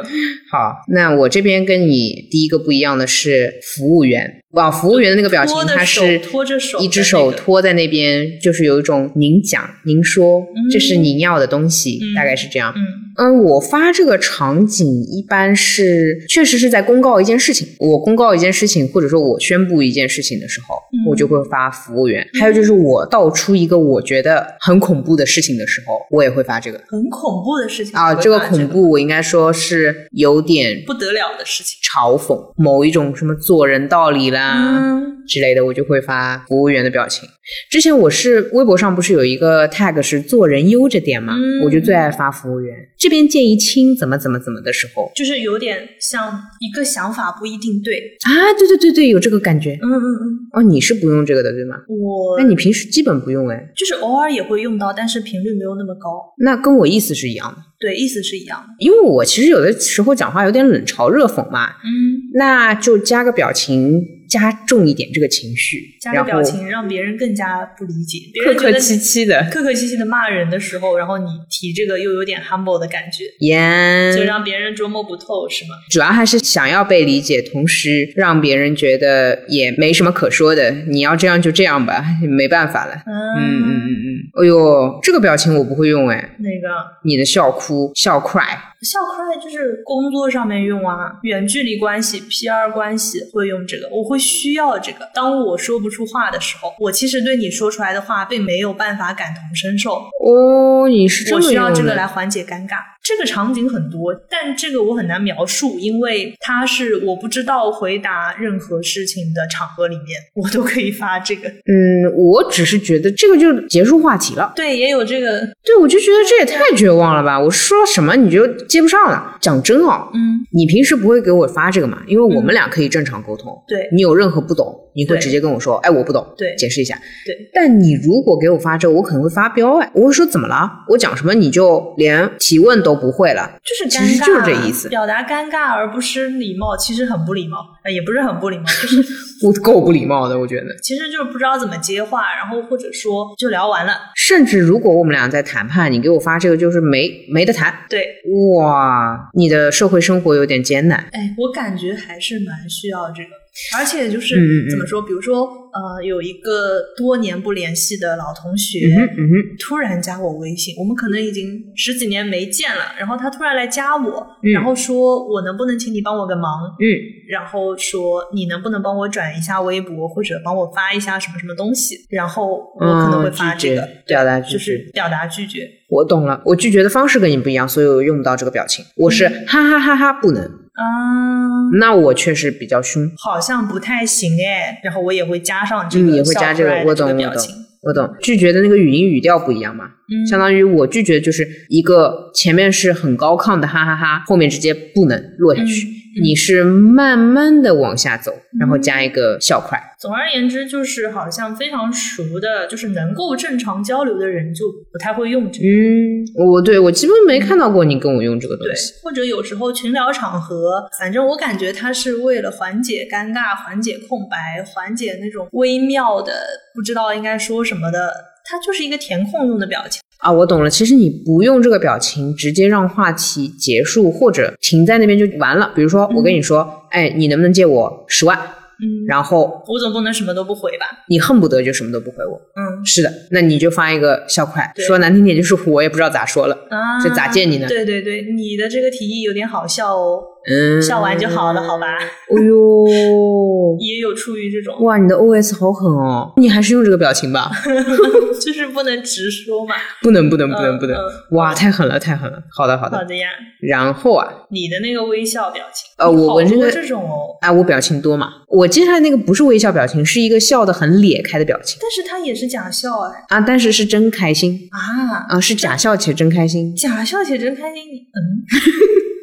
Speaker 2: 好，那我这边跟你第一个不一样的是服务员，哇，服务员的那个表情
Speaker 1: 托，着
Speaker 2: 他
Speaker 1: 手
Speaker 2: 是
Speaker 1: 托着手
Speaker 2: 一
Speaker 1: 的
Speaker 2: 只
Speaker 1: 那
Speaker 2: 手
Speaker 1: 个
Speaker 2: 托在那边，就是有一种您讲您说，这是
Speaker 1: 嗯
Speaker 2: 您要的东西，大概是这样。
Speaker 1: 嗯
Speaker 2: 嗯，我发这个场景一般是确实是在公告一件事情，我公告一件事情，或者说我宣布一件事情的时候，
Speaker 1: 嗯
Speaker 2: 我就会发服务员。还有就是我道出一个我觉得很恐怖的事情的时候，我也会发这个。
Speaker 1: 很恐怖的事情
Speaker 2: 啊，
Speaker 1: 不会
Speaker 2: 这个
Speaker 1: 发
Speaker 2: 恐怖我应该说是有点
Speaker 1: 不得了的事情，
Speaker 2: 嘲讽某一种什么做人道理啦。
Speaker 1: 嗯
Speaker 2: 之类的，我就会发服务员的表情。之前我是微博上不是有一个 tag 是“做人悠着点”嘛，
Speaker 1: 嗯
Speaker 2: 我就最爱发服务员。这边建议亲怎么怎么怎么的时候
Speaker 1: 就是有点像一个想法不一定对，
Speaker 2: 啊，对对对对，有这个感觉
Speaker 1: 嗯嗯嗯，
Speaker 2: 哦。你是不用这个的对吗？
Speaker 1: 我
Speaker 2: 那你平时基本不用哎，
Speaker 1: 就是偶尔也会用到，但是频率没有那么高，
Speaker 2: 那跟我意思是一样的，
Speaker 1: 对，意思是一样的，
Speaker 2: 因为我其实有的时候讲话有点冷嘲热讽嘛，
Speaker 1: 嗯，
Speaker 2: 那就加个表情，加重一点这个情绪，
Speaker 1: 加个表
Speaker 2: 然后
Speaker 1: 情让别人更加不理解，别
Speaker 2: 客
Speaker 1: 人觉
Speaker 2: 客
Speaker 1: 得
Speaker 2: 气
Speaker 1: 你
Speaker 2: 气的，
Speaker 1: 客客气气的骂人的时候，然后你提这个又有点 humble 的感觉，
Speaker 2: 耶，
Speaker 1: 就让别人琢磨不透，是吗？
Speaker 2: 主要还是想要被理解，同时让别人觉
Speaker 1: 啊
Speaker 2: 得也没什么可说的。你要这样就这样吧，没办法了。嗯嗯嗯嗯，哎呦，这个表情我不会用哎，
Speaker 1: 那个
Speaker 2: 你的笑哭、笑 cry，
Speaker 1: 笑 cry 就是工作上面用啊，远距离关系、PR 关系会用这个，我会需要这个。当我说不出话的时候，我其实对你说出来的话并没有办法感同身受，
Speaker 2: 哦，你是这
Speaker 1: 我
Speaker 2: 么
Speaker 1: 需要
Speaker 2: 用
Speaker 1: 这个
Speaker 2: 的
Speaker 1: 来缓解尴尬。这个场景很多，但这个我很难描述，因为它是我不知道回答任何事情的场合里面，我都可以发这个。
Speaker 2: 嗯，我只是觉得这个就结束话题了。
Speaker 1: 对，也有这个，
Speaker 2: 对，我就觉得这也太绝望了吧！我说什么你就接不上了。讲真哦，
Speaker 1: 嗯，
Speaker 2: 你平时不会给我发这个嘛？因为我们俩可以正常沟通。
Speaker 1: 对
Speaker 2: 你有任何不懂，你会
Speaker 1: 对
Speaker 2: 直接跟我说，哎，我不懂，
Speaker 1: 对
Speaker 2: 解释一下。
Speaker 1: 对，
Speaker 2: 但你如果给我发这个，我可能会发飙哎，我会说怎么了？我讲什么你就连提问都不会了？
Speaker 1: 就是
Speaker 2: 其
Speaker 1: 尴
Speaker 2: 实
Speaker 1: 尬，
Speaker 2: 就是这意思
Speaker 1: 表达尴尬而不失礼貌，其实很不礼貌，呃也不是很不礼貌，就是
Speaker 2: 不够不礼貌的，我觉得。
Speaker 1: 其实就是不知道怎么接话，然后或者说就聊完了。
Speaker 2: 甚至如果我们俩在谈判，你给我发这个就是没没得谈。
Speaker 1: 对，
Speaker 2: 哇，你的社会生活有点艰难。
Speaker 1: 哎，我感觉还是蛮需要这个，而且就是、
Speaker 2: 嗯嗯嗯
Speaker 1: 怎么说，比如说呃，有一个多年不联系的老同学。
Speaker 2: 嗯哼嗯哼。
Speaker 1: 突然加我微信，我们可能已经十几年没见了，然后他突然来加我，
Speaker 2: 嗯
Speaker 1: 然后说我能不能请你帮我个忙？
Speaker 2: 嗯，
Speaker 1: 然后说你能不能帮我转一下微博，或者帮我发一下什么什么东西，然后我可能会发
Speaker 2: 嗯拒
Speaker 1: 这
Speaker 2: 绝
Speaker 1: 个，
Speaker 2: 表达拒绝
Speaker 1: 就是表达拒绝。
Speaker 2: 我懂了，我拒绝的方式跟你不一样，所以我用不到这个表情。我是
Speaker 1: 嗯
Speaker 2: 哈哈哈哈不能，
Speaker 1: 嗯，
Speaker 2: 那我确实比较凶。
Speaker 1: 好像不太行哎，然后我也会加上这
Speaker 2: 嗯
Speaker 1: 个，
Speaker 2: 也会加这
Speaker 1: 这
Speaker 2: 个我
Speaker 1: 这
Speaker 2: 懂我
Speaker 1: 个表
Speaker 2: 懂
Speaker 1: 情，
Speaker 2: 我懂，拒绝的那个语音语调不一样嘛，
Speaker 1: 嗯，
Speaker 2: 相当于我拒绝就是一个前面是很高亢的哈哈哈，后面直接不能落下去。
Speaker 1: 嗯
Speaker 2: 你是慢慢的往下走，然后加一个笑快。
Speaker 1: 总而言之，就是好像非常熟的，就是能够正常交流的人就不太会用这个。
Speaker 2: 嗯，我对我基本没看到过你跟我用这个东
Speaker 1: 对
Speaker 2: 西。，
Speaker 1: 或者有时候群聊场合，反正我感觉它是为了缓解尴尬、缓解空白、缓解那种微妙的不知道应该说什么的，它就是一个填空用的表情。
Speaker 2: 啊，我懂了。其实你不用这个表情，直接让话题结束或者停在那边就完了。比如说，我跟你说，哎，你能不能借我十万？
Speaker 1: 嗯，
Speaker 2: 然后
Speaker 1: 我总不能什么都不回吧？
Speaker 2: 你恨不得就什么都不回我。
Speaker 1: 嗯
Speaker 2: 是的，那你就发一个笑快，
Speaker 1: 对
Speaker 2: 说难听点就是我也不知道咋说了，
Speaker 1: 啊，
Speaker 2: 这咋见你呢？
Speaker 1: 对对对，你的这个提议有点好笑哦，
Speaker 2: 嗯，
Speaker 1: 笑完就好了，好吧？
Speaker 2: 哎呦，
Speaker 1: 也有出于这种，
Speaker 2: 哇，你的 OS 好狠哦！你还是用这个表情吧？
Speaker 1: 就是不能直说嘛。
Speaker 2: 不能，不能，不能，不能
Speaker 1: 嗯！
Speaker 2: 哇，太狠了，太狠了！好的，好
Speaker 1: 好
Speaker 2: 的。
Speaker 1: 的呀，
Speaker 2: 然后啊，
Speaker 1: 你的那个微笑表情，
Speaker 2: 呃我纹身
Speaker 1: 好多
Speaker 2: 的
Speaker 1: 这种哦，
Speaker 2: 啊，我表情多嘛？我接下来那个不是微笑表情，是一个笑得很咧开的表情
Speaker 1: 但是它也是假笑哎
Speaker 2: 啊，但是是真开心
Speaker 1: 啊，
Speaker 2: 啊，是假笑且真开心。
Speaker 1: 假笑且真开心， 嗯，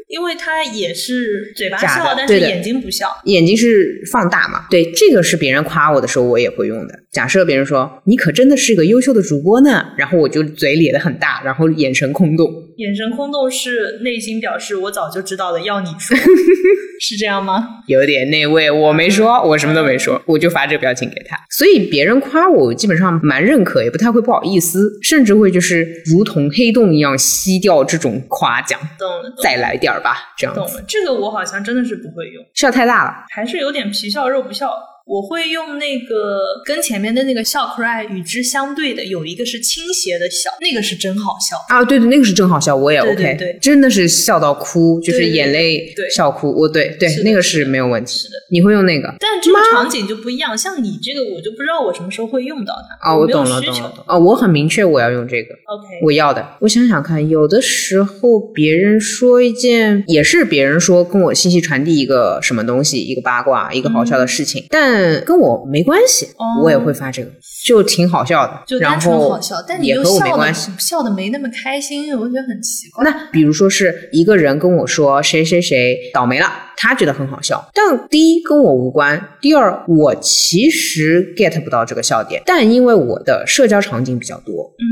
Speaker 1: 因为它也是嘴巴
Speaker 2: 假
Speaker 1: 笑，
Speaker 2: 的
Speaker 1: 但是
Speaker 2: 对的
Speaker 1: 眼睛不笑，
Speaker 2: 眼睛是放大嘛？对，这个是别人夸我的时候我也会用的。假设别人说你可真的是个优秀的主播呢，然后我就嘴咧得很大，然后眼神空洞。
Speaker 1: 眼神空洞是内心表示我早就知道的，要你说， 是这样吗？
Speaker 2: 有点那味，我没说，我什么都没说，我就发这个表情给他。所以别人夸我，我基本上蛮认可，也不太会不好意思，甚至会就是如同黑洞一样吸掉这种夸奖。
Speaker 1: 懂了，懂
Speaker 2: 再来点儿吧，这样
Speaker 1: 了，
Speaker 2: 子
Speaker 1: 懂了，这个我好像真的是不会用，
Speaker 2: 笑太大了。
Speaker 1: 还是有点皮笑肉不笑。我会用那个跟前面的那个笑 cry 与之相对的，有一个是倾斜的笑，那个是真好笑。
Speaker 2: 啊，对对，那个是正好笑，我也
Speaker 1: 对
Speaker 2: OK，
Speaker 1: 对对
Speaker 2: 真的是笑到哭，就
Speaker 1: 对
Speaker 2: 是
Speaker 1: 对
Speaker 2: 眼泪
Speaker 1: 对
Speaker 2: 笑哭。我对对
Speaker 1: 是的
Speaker 2: 那个
Speaker 1: 是
Speaker 2: 是
Speaker 1: 的
Speaker 2: 没有问题。
Speaker 1: 是的
Speaker 2: 你会用那个？
Speaker 1: 但这个场景就不一样，像你这个，我就不知道我什么时候会用到它。
Speaker 2: 哦，我
Speaker 1: 没有
Speaker 2: 懂了，
Speaker 1: 需
Speaker 2: 懂
Speaker 1: 求
Speaker 2: 了，懂了。哦，我很明确我要用这个，
Speaker 1: OK，
Speaker 2: 我要的。我想想看，有的时候别人说一件，也是别人说跟我信息传递一个什么东西，一个八卦，一个好笑的事情，但跟我没关系，
Speaker 1: 嗯哦
Speaker 2: 我也会发这个，就挺好笑的。
Speaker 1: 就单
Speaker 2: 然
Speaker 1: 纯
Speaker 2: 后
Speaker 1: 好笑，但你
Speaker 2: 也
Speaker 1: 又
Speaker 2: 和我
Speaker 1: 笑
Speaker 2: 没
Speaker 1: 的
Speaker 2: 关系。
Speaker 1: 笑的没那么开心，我觉得很奇怪。
Speaker 2: 那比如说是一个人跟我说谁谁谁倒霉了，他觉得很好笑，但第一跟我无关，第二我其实 get 不到这个笑点，但因为我的社交场景比较多，
Speaker 1: 嗯，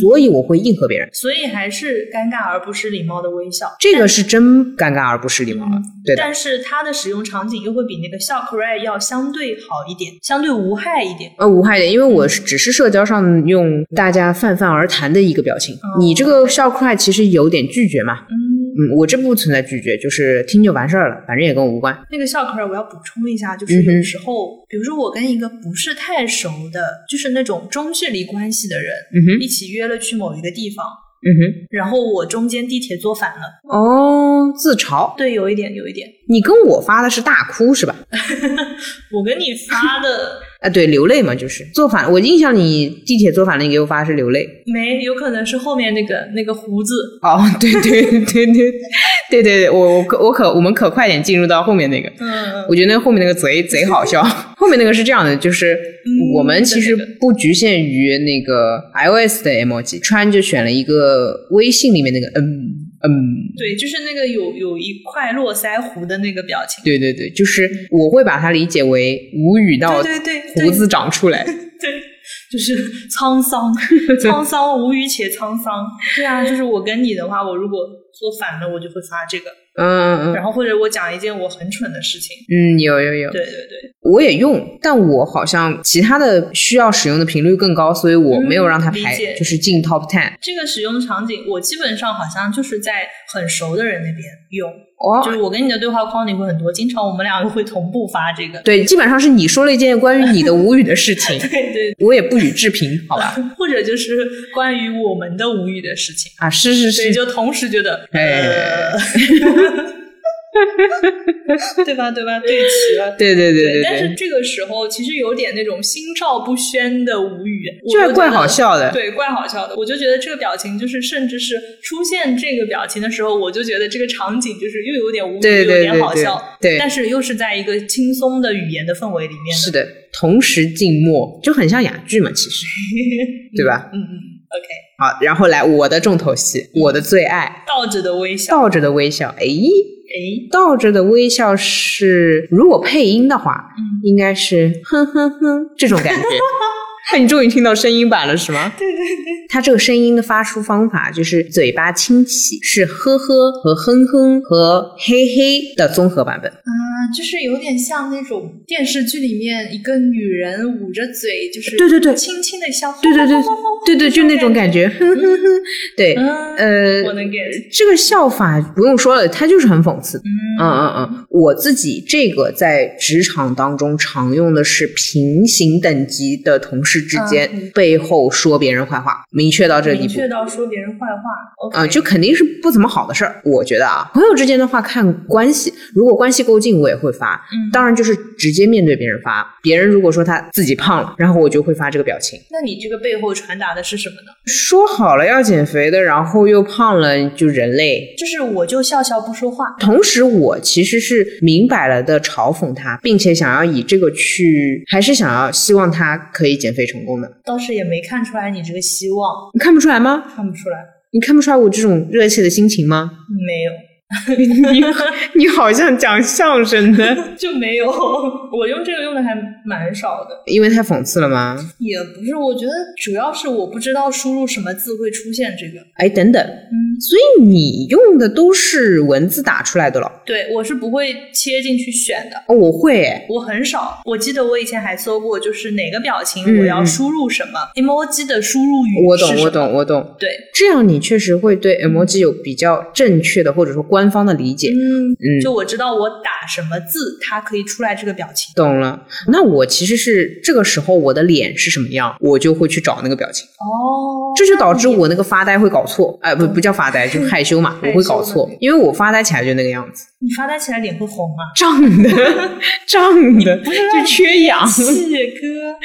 Speaker 2: 所以我会应和别人。
Speaker 1: 所以还是尴尬而不失礼貌的微笑。
Speaker 2: 这个是真尴尬而不失礼貌了，对的。
Speaker 1: 但是它的使用场景又会比那个笑 cry 要相对好一点，相对无害一点。
Speaker 2: 呃，无害的，因为我是只是社交上用大家泛泛而谈的一个表情，
Speaker 1: 哦
Speaker 2: 你这个笑 cry 其实有点拒绝嘛，
Speaker 1: 嗯，
Speaker 2: 嗯，我这不存在拒绝，就是听就完事儿了，反正也跟我无关。
Speaker 1: 那个笑口儿，我要补充一下，就是
Speaker 2: 嗯哼
Speaker 1: 有时候，比如说我跟一个不是太熟的，就是那种中距离关系的人，
Speaker 2: 嗯哼，
Speaker 1: 一起约了去某一个地方，
Speaker 2: 嗯哼，
Speaker 1: 然后我中间地铁坐反了，
Speaker 2: 哦，自嘲，
Speaker 1: 对，有一点，有一点。
Speaker 2: 你跟我发的是大哭是吧？
Speaker 1: 我跟你发的
Speaker 2: 啊，对，流泪嘛，就是坐反。我印象里地铁坐反了，你给我发的是流泪。
Speaker 1: 没，有可能是后面那个那个胡子，
Speaker 2: 哦，对对对对对对对，我我可我可我们可快点进入到后面那个。
Speaker 1: 嗯，
Speaker 2: 我觉得那后面那个贼贼好笑。后面那个是这样的，就是
Speaker 1: 嗯
Speaker 2: 我们其实
Speaker 1: 对对
Speaker 2: 不局限于那个 iOS 的 emoji，川就选了一个微信里面那个嗯嗯。
Speaker 1: 对，就是那个有有一块络腮胡的那个表情，
Speaker 2: 对对对，就是我会把它理解为无语到
Speaker 1: 对对对对
Speaker 2: 哦胡子长出来，
Speaker 1: 对，就是沧 桑，沧桑无语且沧桑。对啊，就是我跟你的话，我如果做反了，我就会发这个，
Speaker 2: 嗯嗯嗯
Speaker 1: 然后或者我讲一件我很蠢的事情。
Speaker 2: 嗯，有有有，
Speaker 1: 对对对，
Speaker 2: 我也用，但我好像其他的需要使用的频率更高，所以我没有让它
Speaker 1: 嗯
Speaker 2: 排
Speaker 1: 理，解
Speaker 2: 就是进 top ten。
Speaker 1: 这个使用场景，我基本上好像就是在很熟的人那边用，就
Speaker 2: 哦，
Speaker 1: 是我跟你的对话框里会很多，经常我们两个会同步发这个。，
Speaker 2: 对，基本上是你说了一件关于你的无语的事情
Speaker 1: 对对，
Speaker 2: 我也不予置评，好吧？
Speaker 1: 或者就是关于我们的无语的事 情，
Speaker 2: 啊，是是
Speaker 1: 所以
Speaker 2: 是，
Speaker 1: 就同时觉得，
Speaker 2: 哎
Speaker 1: 呃， 对吧？对吧？对齐了。
Speaker 2: 对对对
Speaker 1: 但是
Speaker 2: 对，
Speaker 1: 这个时候其实有点那种心照不宣的无语，我就觉
Speaker 2: 这还
Speaker 1: 得
Speaker 2: 怪好。笑的。
Speaker 1: 对，怪好笑的。我就觉得这个表情，就是甚至是出现这个表情的时候，我就觉得这个场景就是又有点无语，
Speaker 2: 对
Speaker 1: 又
Speaker 2: 对
Speaker 1: 有
Speaker 2: 对
Speaker 1: 点好
Speaker 2: 对
Speaker 1: 笑，
Speaker 2: 对，
Speaker 1: 但是又是在一个轻松的语言的氛围里面
Speaker 2: 是
Speaker 1: 的。
Speaker 2: 的，同时静默就很像哑剧嘛，其实对吧？
Speaker 1: 嗯嗯，OK，
Speaker 2: 好，然后来我的重头戏，我的最爱，
Speaker 1: 倒着的微笑，
Speaker 2: 倒着的微笑。哎，
Speaker 1: 哎，
Speaker 2: 倒着的微笑是如果配音的话，
Speaker 1: 嗯
Speaker 2: 应该是哼哼哼这 种感觉。那你终于听到声音版了是吗？对对对，它这个声音的发出方法就是嘴巴轻启，是呵呵和哼哼和嘿嘿的综合版本。
Speaker 1: 嗯
Speaker 3: 啊，就是有点像那种电视剧里面一个女人捂着嘴，就是
Speaker 2: 对对对
Speaker 3: 轻轻的笑，
Speaker 2: 对对对
Speaker 3: 轰轰轰轰
Speaker 2: 对对，就那种感觉，哼哼哼。对，
Speaker 1: 嗯，
Speaker 2: 呃，
Speaker 1: 我能 get，
Speaker 2: 这个笑法不用说了，它就是很讽刺的。嗯嗯嗯，我自己这个在职场当中常用的是平行等级的同事之间、
Speaker 1: 嗯
Speaker 2: 背后说别人坏话，明确到这个地
Speaker 1: 明
Speaker 2: 步。
Speaker 1: 确到说别人坏话，OK，
Speaker 2: 啊、就肯定是不怎么好的事儿，我觉得啊，朋友之间的话看关系，如果关系够近，我也会发，
Speaker 1: 嗯
Speaker 2: 当然就是直接面对别人发。别人如果说他自己胖了，然后我就会发这个表情。
Speaker 1: 那你这个背后传达的是什么呢？
Speaker 2: 说好了要减肥的，然后又胖了，就人类
Speaker 1: 就是我就笑笑不说话，
Speaker 2: 同时，我其实是明摆了的嘲讽他，并且想要以这个去，还是想要希望他可以减肥成功的。
Speaker 1: 倒是也没看出来你这个希望，
Speaker 2: 你看不出来吗？
Speaker 1: 看不出来，
Speaker 2: 你看不出来我这种热切的心情吗？
Speaker 1: 没有。
Speaker 2: 你好像讲相声 的，
Speaker 1: 就没有。我用这个用的还蛮少的，
Speaker 2: 因为太讽刺了吗？
Speaker 1: 也不是。我觉得主要是我不知道输入什么字会出现这个。
Speaker 2: 哎，等等，
Speaker 1: 嗯，
Speaker 2: 所以你用的都是文字打出来的了？
Speaker 1: 对，我是不会切进去选的。
Speaker 2: 哦，我会哎，
Speaker 1: 我很少，我记得我以前还搜过，就是哪个表情
Speaker 2: 嗯
Speaker 1: 我要输入什么、emoji 的输入语
Speaker 2: 我
Speaker 1: 是什
Speaker 2: 懂，
Speaker 1: 么
Speaker 2: 我懂，我懂。
Speaker 1: 对，
Speaker 2: 这样你确实会对 emoji 有比较正确的或者说官方的理解。
Speaker 1: 嗯，
Speaker 2: 嗯
Speaker 1: 就我知道我打什么字，它可以出来这个表情。
Speaker 2: 懂了，那我其实是这个时候我的脸是什么样，我就会去找那个表情，
Speaker 1: 哦
Speaker 2: 这就导致我那个发呆会搞错，哎、不不叫发呆， 就是害羞嘛，
Speaker 1: 害
Speaker 2: 我
Speaker 1: 羞
Speaker 2: 会搞错，因为我发呆起来就那个样子，？
Speaker 1: 你发呆起来脸会红啊
Speaker 2: 胀的胀的，就缺氧，
Speaker 1: 谢哥，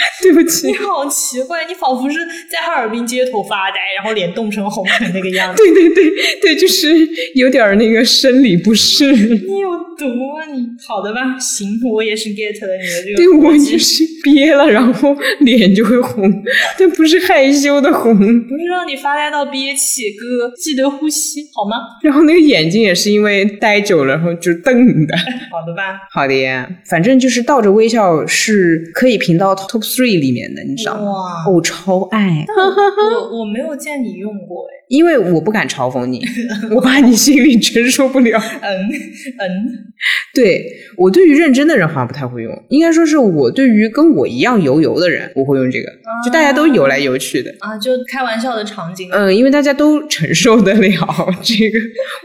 Speaker 2: 对不
Speaker 1: 你
Speaker 2: 起，
Speaker 1: 好奇怪，你仿佛是在哈尔滨街头发呆，然后脸冻成红的那个样子。
Speaker 2: 对对对对，就是有点儿那个生理不适，
Speaker 1: 你有毒啊你！好的吧，行，我也是 get 了你的这个。
Speaker 2: 对我就是憋了，然后脸就会红，但不是害羞的红，
Speaker 1: 不是让你发呆到憋气，哥，记得呼吸好吗？
Speaker 2: 然后那个眼睛也是因为呆久了，然后就瞪的。
Speaker 1: 好的吧，
Speaker 2: 好的呀，反正就是倒着微笑是可以评到 top three 里面的，你知道吗？
Speaker 1: 哇，
Speaker 2: 哦，超爱，
Speaker 1: 我我没有见你用过哎，
Speaker 2: 因为我不敢嘲讽你，我怕你心里承受不了。
Speaker 1: 嗯嗯，
Speaker 2: 对我对于认真的人好像不太会用，应该说是我对于跟我一样油油的人，我会用这个，就大家都游来游去的。
Speaker 1: 啊，就开玩笑的场景，
Speaker 2: 嗯，因为大家都承受得了这个，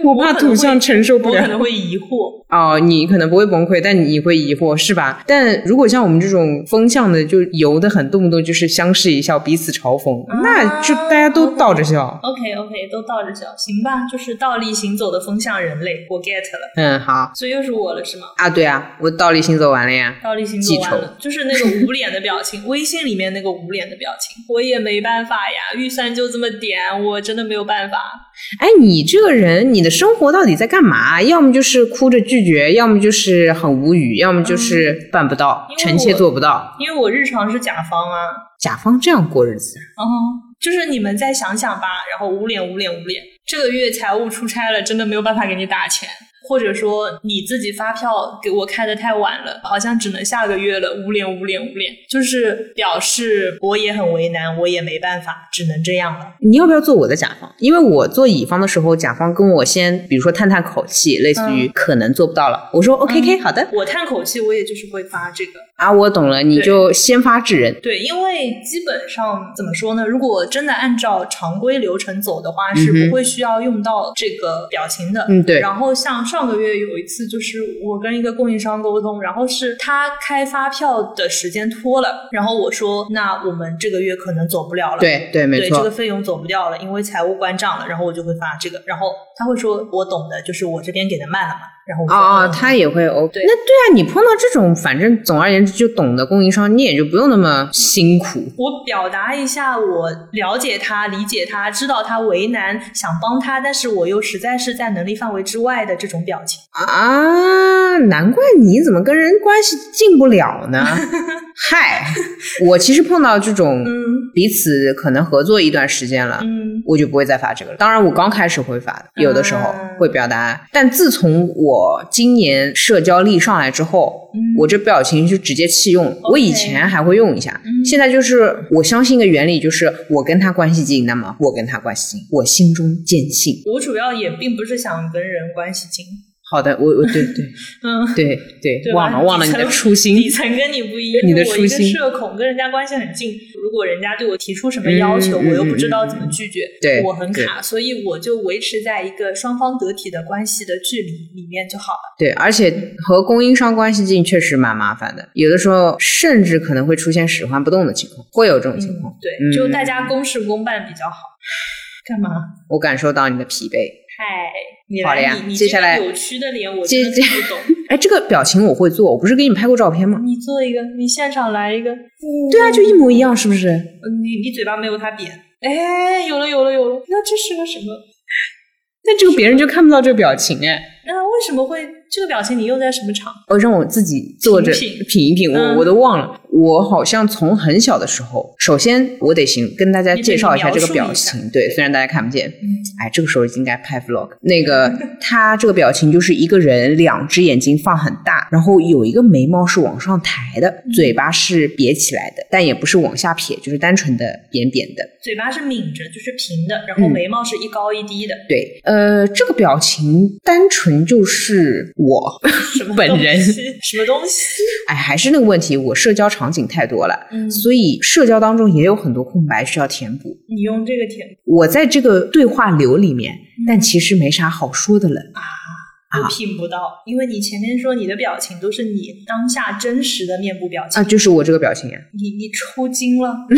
Speaker 2: 我怕
Speaker 1: 可能
Speaker 2: 土象
Speaker 1: 会
Speaker 2: 承受不
Speaker 1: 我可
Speaker 2: 了。
Speaker 1: 能会疑 惑，
Speaker 2: 哦，你可能不会崩溃，但你会疑惑，是吧？但如果像我们这种风向的，就游的很，动不动就是相视一笑，彼此嘲讽，那就大家都倒着笑。
Speaker 1: OK OK，都倒着笑，行吧，就是倒立行走的风向人类，我 get 了，
Speaker 2: 嗯，好
Speaker 1: 所以又是我了是吗？
Speaker 2: 啊，对啊，我倒立行走完了呀。
Speaker 1: 倒立行走完了，就是那个捂脸的表情， 微信里面那个捂脸的表情，我也没办法呀，预算就这么点，我真的没有办法。
Speaker 2: 哎，你这个人，你的生活到底在干嘛？要么就是哭着拒绝，要么就是很无语，要么就是办不到，
Speaker 1: 因为
Speaker 2: 臣妾
Speaker 1: 我
Speaker 2: 做不到。
Speaker 1: 因为我日常是甲方啊，
Speaker 2: 甲方这样过日子，
Speaker 1: 哦，就是你们再想想吧，然后捂脸捂脸捂脸，这个月财务出差了，真的没有办法给你打钱。或者说你自己发票给我开的太晚了，好像只能下个月了，捂脸捂脸捂脸，就是表示我也很为难，我也没办法，只能这样了。
Speaker 2: 你要不要做我的甲方？因为我做乙方的时候，甲方跟我先，比如说探探口气，类似
Speaker 1: 嗯
Speaker 2: 于可能做不到了，我说 OK K，、好的
Speaker 1: 我叹口气，我也就是会发这个，
Speaker 2: 啊，我懂了，你
Speaker 1: 对
Speaker 2: 就先发制人。
Speaker 1: 对，因为基本上怎么说呢？如果真的按照常规流程走的话，是
Speaker 2: 嗯哼
Speaker 1: 不会需要用到这个表情的。
Speaker 2: 嗯，对，
Speaker 1: 然后像上个月有一次，就是我跟一个供应商沟通，然后是他开发票的时间拖了，然后我说那我们这个月可能走不了了。
Speaker 2: 对对，没
Speaker 1: 对这个
Speaker 2: 错，
Speaker 1: 费用走不掉了，因为财务关账了，然后我就会发这个，然后他会说我懂的，就是我这边给的慢了嘛，然后我说
Speaker 2: 哦哦，
Speaker 1: 嗯
Speaker 2: 他也会 OK。
Speaker 1: 对
Speaker 2: 那对啊，你碰到这种反正总而言之就懂的供应商，你也就不用那么辛苦。
Speaker 1: 我表达一下，我了解他、理解他、知道他为难，想帮他，但是我又实在是在能力范围之外的这种表情。
Speaker 2: 啊，难怪你怎么跟人关系进不了 呢？嗨，我其实碰到这种
Speaker 1: 嗯
Speaker 2: 彼此可能合作一段时间了。
Speaker 1: 嗯，
Speaker 2: 我就不会再发这个了。当然，我刚开始会发的，有的时候
Speaker 1: 嗯
Speaker 2: 会表达。但自从我今年社交力上来之后，
Speaker 1: 嗯
Speaker 2: 我这表情就直接弃用了。我以前还会用一下，
Speaker 1: 嗯
Speaker 2: 现在就是我相信一个原理，就是我跟他关系近，那么我跟他关系近，我心中坚信。
Speaker 1: 我主要也并不是想跟人关系近，
Speaker 2: 好的，我我对对
Speaker 1: 嗯，
Speaker 2: 对对，
Speaker 1: 对吧
Speaker 2: 忘了忘了你的
Speaker 1: 底层
Speaker 2: 初心，
Speaker 1: 底层跟你不一样，
Speaker 2: 你的
Speaker 1: 我
Speaker 2: 初
Speaker 1: 一个
Speaker 2: 心
Speaker 1: 社恐，跟人家关系很近。如果人家对我提出什么要求，
Speaker 2: 嗯
Speaker 1: 我又不知道怎么拒绝，
Speaker 2: 对
Speaker 1: 我很
Speaker 2: 对
Speaker 1: 卡，所以我就维持在一个双方得体的关系的距离里面就好了。
Speaker 2: 对，而且和供应商关系近确实蛮麻烦的，有的时候甚至可能会出现使唤不动的情况，会有这种情况。
Speaker 1: 嗯，对，
Speaker 2: 嗯
Speaker 1: 就大家公事公办比较好。干嘛？
Speaker 2: 我感受到你的疲惫。
Speaker 1: 嗨，你
Speaker 2: 好了呀
Speaker 1: 来，你你
Speaker 2: 接下来
Speaker 1: 这个扭曲的脸，我
Speaker 2: 接
Speaker 1: 真的看 不懂。
Speaker 2: 哎，这个表情我会做，我不是给你拍过照片吗？
Speaker 1: 你做一个，你现场来一个。对
Speaker 2: 对啊，就一模一样，是不是？
Speaker 1: 你你嘴巴没有他扁。哎，有了有了有了，那这是个什么？
Speaker 2: 但这个别人就看不到这个表情哎。
Speaker 1: 那为什么会这个表情？你用在什么场？
Speaker 2: 我让我自己坐着
Speaker 1: 品一品
Speaker 2: 品一品，我
Speaker 1: 嗯
Speaker 2: 我都忘了。我好像从很小的时候，首先我得行跟大家
Speaker 1: 你得
Speaker 2: 介绍一下
Speaker 1: 描
Speaker 2: 这个
Speaker 1: 述
Speaker 2: 表
Speaker 1: 一下
Speaker 2: 情，对，虽然大家看不见，
Speaker 1: 嗯
Speaker 2: 哎，这个时候应该拍 vlog。那 个他这个表情就是一个人两只眼睛放很大，然后有一个眉毛是往上抬的，
Speaker 1: 嗯
Speaker 2: 嘴巴是瘪起来的，但也不是往下撇，就是单纯的扁扁的。
Speaker 1: 嘴巴是抿着，就是平的，然后
Speaker 2: 嗯
Speaker 1: 眉毛是一高一低的。
Speaker 2: 对，呃，这个表情单纯就是我，
Speaker 1: 什么
Speaker 2: 本人
Speaker 1: 东西 什么东西？
Speaker 2: 哎，还是那个问题，我社交场景太多了，
Speaker 1: 嗯
Speaker 2: 所以社交当中也有很多空白需要填补。
Speaker 1: 你用这个填
Speaker 2: 我在这个对话流里面，但其实没啥好说的了。啊
Speaker 1: 我品不到，因为你前面说你的表情都是你当下真实的面部表情，
Speaker 2: 啊，就是我这个表情呀、
Speaker 1: 你你抽筋了。嗯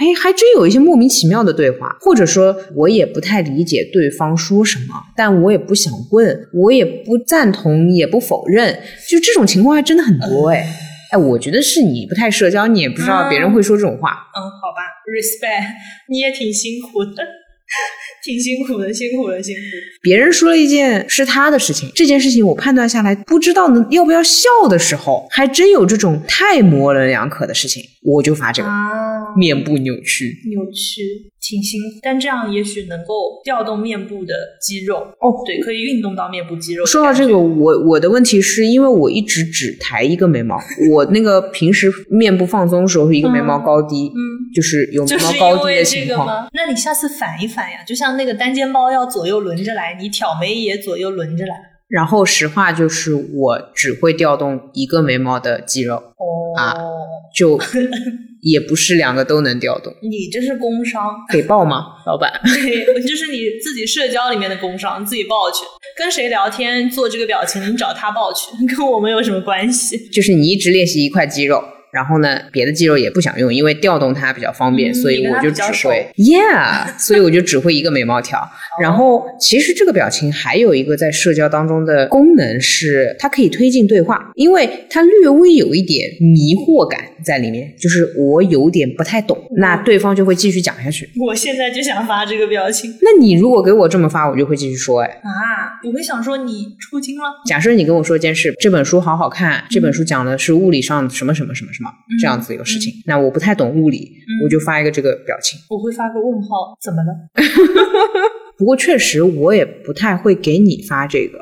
Speaker 2: 哎，还真有一些莫名其妙的对话，或者说我也不太理解对方说什么，但我也不想问，我也不赞同，也不否认，就这种情况还真的很多哎。哎，我觉得是你不太社交，你也不知道别人会说这种话。
Speaker 1: 嗯，好吧，respect，你也挺辛苦的， 挺辛苦的，辛苦了，辛苦了。
Speaker 2: 别人说了一件是他的事情，这件事情我判断下来不知道能要不要笑的时候，还真有这种太模棱两可的事情，我就发这个、
Speaker 1: 啊，
Speaker 2: 面部扭曲。
Speaker 1: 扭曲，挺辛苦，但这样也许能够调动面部的肌肉，
Speaker 2: 哦
Speaker 1: 对，可以运动到面部肌肉。
Speaker 2: 说到这个，，我我的问题是因为我一直只抬一个眉毛，我那个平时面部放松的时候是一个眉毛高低，
Speaker 1: 嗯，
Speaker 2: 就是有眉
Speaker 1: 就
Speaker 2: 毛
Speaker 1: 是因
Speaker 2: 高低
Speaker 1: 为
Speaker 2: 的
Speaker 1: 这
Speaker 2: 情
Speaker 1: 个
Speaker 2: 况。
Speaker 1: 吗？那你下次反一反呀，就像那个单肩包要左右轮着来，你挑眉也左右轮着来。
Speaker 2: 然后实话就是，我只会调动一个眉毛的肌肉，
Speaker 1: 哦，
Speaker 2: 啊 就也不是两个都能调动。
Speaker 1: 你这是工伤，
Speaker 2: 给报吗，老板？
Speaker 1: 对， 就是你自己社交里面的工伤，你自己报去。跟谁聊天做这个表情，你找他报去，跟我们有什么关系？
Speaker 2: 就是你一直练习一块肌肉，然后呢，别的肌肉也不想用，因为调动它比较方便，
Speaker 1: 嗯
Speaker 2: 所以
Speaker 1: 你跟
Speaker 2: 我
Speaker 1: 它
Speaker 2: 就
Speaker 1: 比
Speaker 2: 只
Speaker 1: 较
Speaker 2: 会 yeah，所以 我就只会一个眉 毛条。然后其实这个表情还有一个在社交当中的功能是，它可以推进对话，因为它略微有一点迷惑感在里面，就是我有点不太懂，那对方就会继续讲下去。
Speaker 1: 我现在就想发这个表情
Speaker 2: 那你如果给我这么发，我就会继续说，哎。
Speaker 1: 啊！我会想说你抽筋了，
Speaker 2: 假设你跟我说一件事，这本书好好看，这
Speaker 1: 嗯
Speaker 2: 本书讲的是物理上什么什么什么什么这样子一个事情，那我不太懂物理，
Speaker 1: 嗯
Speaker 2: 我就发一个这个表情。
Speaker 1: 我会发个问号，怎么了？
Speaker 2: 不过确实我也不太会给你发这个，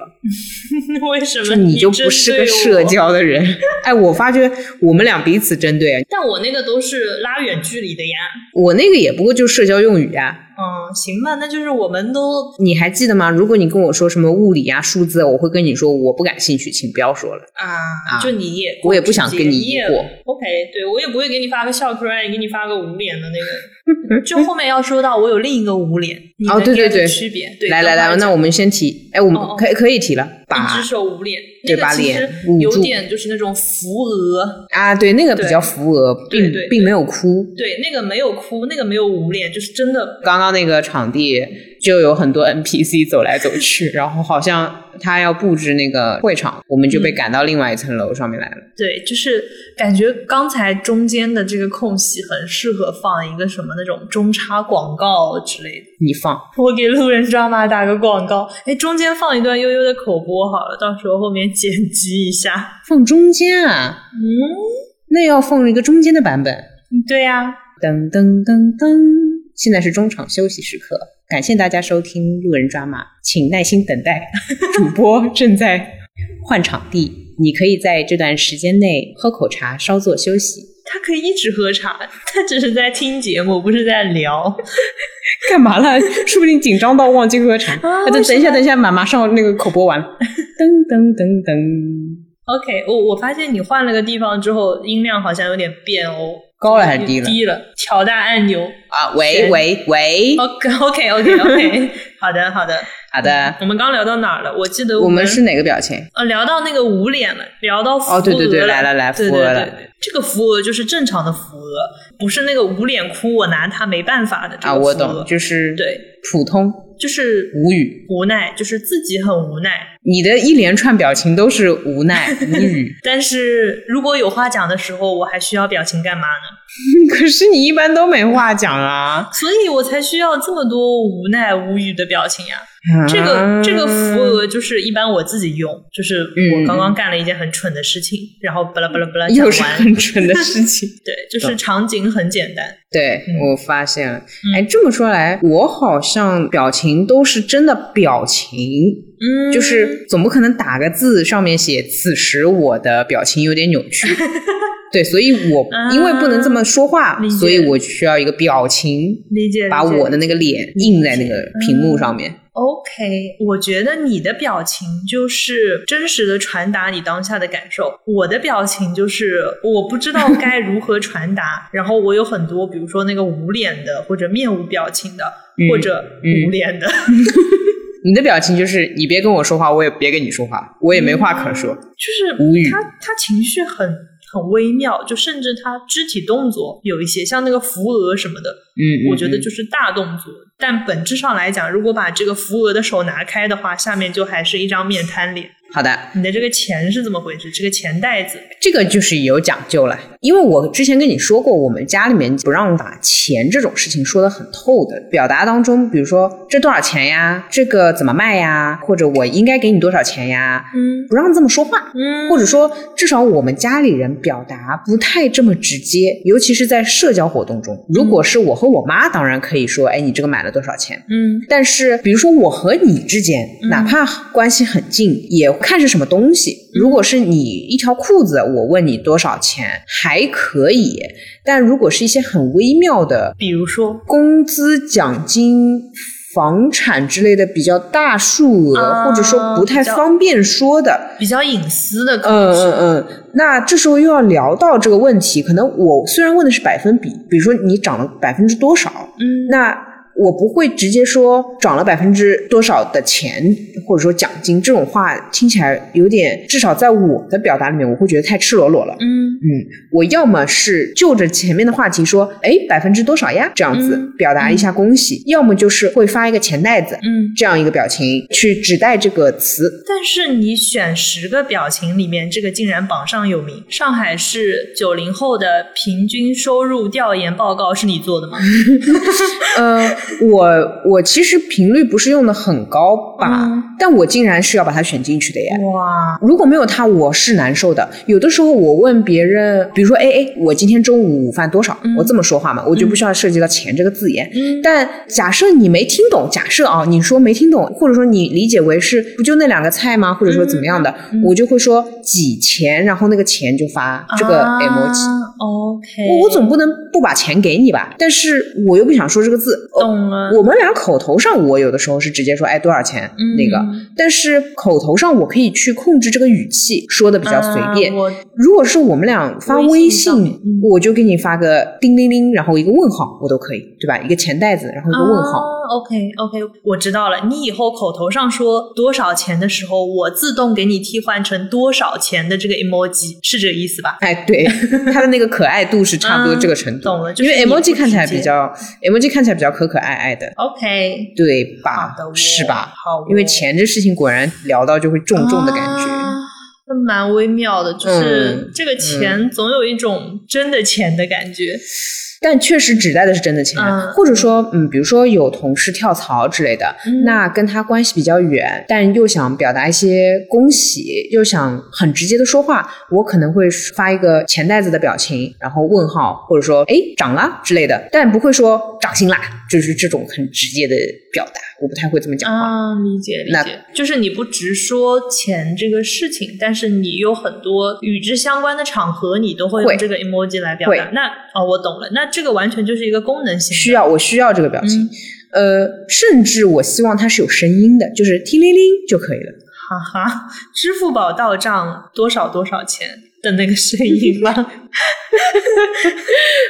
Speaker 1: 为什
Speaker 2: 就
Speaker 1: 么
Speaker 2: 你就不
Speaker 1: 针
Speaker 2: 是
Speaker 1: 对
Speaker 2: 个社
Speaker 1: 我？
Speaker 2: 交的 人。哎，我发觉我们俩彼此针对啊，
Speaker 1: 但我那个都是拉远距离的呀。
Speaker 2: 我那个也不过就是社交用语啊。
Speaker 1: 嗯，行吧，那就是我们都
Speaker 2: 你还记得吗？如果你跟我说什么物理啊、数字啊，我会跟你说我不感兴趣，请不要说了。
Speaker 1: 啊
Speaker 2: 啊
Speaker 1: 就你也，
Speaker 2: 我也不想跟你
Speaker 1: 也
Speaker 2: 过
Speaker 1: OK，对我也不会给你发个笑 cry，给你发个捂脸的那个。就后面要说到我有另一个捂脸，你能
Speaker 2: 哦对对
Speaker 1: get
Speaker 2: 对
Speaker 1: 区别。对，
Speaker 2: 来来
Speaker 1: 等会
Speaker 2: 来，
Speaker 1: 儿
Speaker 2: 那我们先提，哎，我们
Speaker 1: 哦哦嗯
Speaker 2: 可以可以提了，
Speaker 1: 一
Speaker 2: 把
Speaker 1: 只手捂脸，
Speaker 2: 对
Speaker 1: 那
Speaker 2: 把
Speaker 1: 个其实
Speaker 2: 脸捂
Speaker 1: 有
Speaker 2: 住
Speaker 1: 点就是那种扶额，
Speaker 2: 啊，对，那个比
Speaker 1: 对
Speaker 2: 较扶额，
Speaker 1: 对
Speaker 2: 并
Speaker 1: 对对
Speaker 2: 并没有哭，
Speaker 1: 对，那个没有哭，那个没有捂脸，就是真的
Speaker 2: 刚刚那个场地就有很多 NPC 走来走 去，然后好像他要布置那个会场，我们就
Speaker 1: 嗯
Speaker 2: 被赶到另外一层楼上面来了。
Speaker 1: 对，就是感觉刚才中间的这个空隙很适合放一个什么那种中插广告之类的。
Speaker 2: 你放，
Speaker 1: 我给路人抓马打个广告，哎，中间放一段悠悠的口播好了，到时候后面剪辑一下。
Speaker 2: 放中间啊，
Speaker 1: 嗯，
Speaker 2: 那要放一个中间的版本。
Speaker 1: 对呀、
Speaker 2: 噔噔噔噔，现在是中场休息时刻，感谢大家收听路人抓马，请耐心等待， 主播正在换场地，你可以在这段时间内喝口茶，稍作休息。
Speaker 1: 他可以一直喝茶，他只是在听节目，不是在聊。
Speaker 2: 干嘛了？ 说不定紧张到忘记喝茶。啊等等一下，等一下，马马上那个口播 完了。噔噔噔噔，
Speaker 1: OK，我我发现你换了个地方之后，音量好像有点变哦，
Speaker 2: 高了还是低了？
Speaker 1: 低了，调大按钮。
Speaker 2: 啊，喂
Speaker 1: 选
Speaker 2: 喂喂，
Speaker 1: OK OK OK OK，好的好的。
Speaker 2: 好的，
Speaker 1: 我们刚聊到哪儿了？我记得
Speaker 2: 我
Speaker 1: 们
Speaker 2: 们是哪个表情？
Speaker 1: 呃，聊到那个捂脸了，聊到扶额
Speaker 2: 哦对对对
Speaker 1: 了
Speaker 2: 来了来
Speaker 1: 对
Speaker 2: 扶额
Speaker 1: 对
Speaker 2: 了
Speaker 1: 对对这个扶额就是正常的扶额，不是那个捂脸哭，我拿他没办法的这个
Speaker 2: 啊，我
Speaker 1: 扶额
Speaker 2: 懂，就是
Speaker 1: 对，
Speaker 2: 普通
Speaker 1: 就是
Speaker 2: 无语。
Speaker 1: 无奈，就是自己很无奈。，
Speaker 2: 你的一连串表情都是无奈、无语
Speaker 1: 但是如果有话讲的时候，我还需要表情干嘛呢？
Speaker 2: 可是你一般都没话讲啊。
Speaker 1: 所以我才需要这么多无奈无语的表情呀、这
Speaker 2: 啊嗯
Speaker 1: 个这个扶额就是一般我自己用，就是我刚刚干了一件很蠢的事情，然后巴拉巴拉巴拉讲
Speaker 2: 又是
Speaker 1: 完，
Speaker 2: 很蠢的事 情。
Speaker 1: 对，就是场景很简单。
Speaker 2: 对，
Speaker 1: 嗯
Speaker 2: 我发现了。哎，这么说来，我好像表情都是真的表情，
Speaker 1: 嗯，
Speaker 2: 就是总不可能打个字上面写“此时我的表情有点扭 曲” 。对，所以我
Speaker 1: 啊
Speaker 2: 因为不能这么说话
Speaker 1: 理，解
Speaker 2: 所以我需要一个表情，
Speaker 1: 理解，
Speaker 2: 把
Speaker 1: 理嗯解
Speaker 2: 我的那个脸印在那个屏幕上面。
Speaker 1: OK，我觉得你的表情就是真实的传达你当下的感受，我的表情就是我不知道 该如何传达，然后我有很多，比如说那个捂脸的，或者面无表情的，
Speaker 2: 嗯
Speaker 1: 或者捂脸的，
Speaker 2: 你的表情就是你别跟我说话，我也别跟你说话，我也没话可
Speaker 1: 嗯
Speaker 2: 说。嗯
Speaker 1: 就是
Speaker 2: 无语
Speaker 1: 他他情绪很很微妙，就甚至他肢体动作有一些像那个扶额什么的，
Speaker 2: 嗯，
Speaker 1: 我觉得
Speaker 2: 嗯
Speaker 1: 就是大动作，但本质上来讲，如果把这个扶额的手拿开的话，下面就还是一张面瘫脸。
Speaker 2: 好的，
Speaker 1: 你的这个钱是怎么回事？这个钱袋子
Speaker 2: 这个就是有讲究了。因为我之前跟你说过，我们家里面不让把钱这种事情说得很透的，表达当中，比如说这多少钱呀，这个怎么卖呀，或者我应该给你多少钱呀，
Speaker 1: 嗯
Speaker 2: 不让这么说话。
Speaker 1: 嗯，
Speaker 2: 或者说，至少我们家里人表达不太这么直接，尤其是在社交活动中。如果是我和我妈，当然可以说，哎，你这个买了多少钱？
Speaker 1: 嗯
Speaker 2: 但是，比如说我和你之间，哪怕关系很近，也看是什么东西。
Speaker 1: 嗯
Speaker 2: 如果是你一条裤子，我问你多少钱，还可以；但如果是一些很微妙的
Speaker 1: 比如说
Speaker 2: 工资、奖金、房产之类的比较大数额，
Speaker 1: 啊
Speaker 2: 或者说不太
Speaker 1: 比较
Speaker 2: 方便说的，
Speaker 1: 比较隐私的可
Speaker 2: 嗯
Speaker 1: 能是，
Speaker 2: 嗯嗯，那这时候又要聊到这个问题，可能我虽然问的是百分比，比如说你涨了百分之多少，
Speaker 1: 嗯
Speaker 2: 那我不会直接说涨了百分之多少的钱，或者说奖金这种话，听起来有点，至少在我的表达里面，我会觉得太赤裸裸了。
Speaker 1: 嗯
Speaker 2: 嗯，我要么是就着前面的话题说，哎，百分之多少呀，这样子
Speaker 1: 嗯
Speaker 2: 表达一下恭喜，要么就是会发一个钱袋子
Speaker 1: 嗯。
Speaker 2: 这样一个表情去指代这个词，
Speaker 1: 但是你选十个表情里面，这个竟然榜上有名。上海市九零后的平均收入调研报告是你做的吗？
Speaker 2: 呃，我我其实频率不是用的很高吧，
Speaker 1: 嗯
Speaker 2: 但我竟然是要把它选进去的耶。
Speaker 1: 哇，
Speaker 2: 如果没有它，我是难受的。有的时候我问别人，比如说，哎哎，我今天中午午饭多少？
Speaker 1: 嗯
Speaker 2: 我这么说话嘛，我就不需要涉及到钱这个字眼。
Speaker 1: 嗯
Speaker 2: 但假设你没听懂，假设啊，你说没听懂，或者说你理解为是不就那两个菜吗？或者说怎么样的，
Speaker 1: 嗯嗯
Speaker 2: 我就会说几钱，然后那个钱就发这个 emoji。
Speaker 1: 啊 OK，
Speaker 2: 我我总不能不把钱给你吧？但是我又不想说这个字，呃
Speaker 1: 懂了。
Speaker 2: 我们俩口头上，我有的时候是直接说，哎，多少钱？
Speaker 1: 嗯
Speaker 2: 那个，但是口头上我可以去控制这个语气，说的比较随便。
Speaker 1: 啊我
Speaker 2: 如果是我们俩发微
Speaker 1: 微
Speaker 2: 信，
Speaker 1: 信上面嗯
Speaker 2: 我就给你发个叮铃铃，然后一个问号，我都可以，对吧？一个钱袋子，然后一个问号。
Speaker 1: 啊 OK OK，我知道了。你以后口头上说多少钱的时候，我自动给你替换成多少钱的这个 emoji，是这个意思吧？
Speaker 2: 哎，对，它的那个可爱度是差不多这个程度，
Speaker 1: 嗯懂了，就
Speaker 2: 因
Speaker 1: 是你
Speaker 2: 为
Speaker 1: 不
Speaker 2: emoji 看起来
Speaker 1: 直接
Speaker 2: 比较 emoji 看起来比较可可爱爱的，
Speaker 1: OK，
Speaker 2: 对
Speaker 1: 好
Speaker 2: 吧
Speaker 1: 的哦，？
Speaker 2: 啊是吧？
Speaker 1: 好哦，
Speaker 2: 因为钱这事情果然聊到就会重重的感觉。
Speaker 1: 啊那蛮微妙的，就是
Speaker 2: 嗯
Speaker 1: 这个钱总有一种真的钱的感觉。
Speaker 2: 但确实指代的是真的钱，
Speaker 1: 嗯
Speaker 2: 或者说，嗯，比如说有同事跳槽之类的，
Speaker 1: 嗯
Speaker 2: 那跟他关系比较远，但又想表达一些恭喜，又想很直接的说话，我可能会发一个钱袋子的表情，然后问号，或者说，哎，涨了之类的，但不会说涨薪啦，就是这种很直接的表达，我不太会这么讲话。
Speaker 1: 啊，理解理
Speaker 2: 那
Speaker 1: 解，就是你不直说钱这个事情，但是你有很多与之相关的场合，你都会
Speaker 2: 会
Speaker 1: 用这个 emoji 来表达
Speaker 2: 会。
Speaker 1: 那哦，我懂了，那这个完全就是一个功能性的
Speaker 2: 需要我需要这个表情，
Speaker 1: 嗯，
Speaker 2: 呃，甚至我希望它是有声音的，就是叮铃铃就可以了。
Speaker 1: 哈哈，支付宝到账多少多少钱的那个声音吗？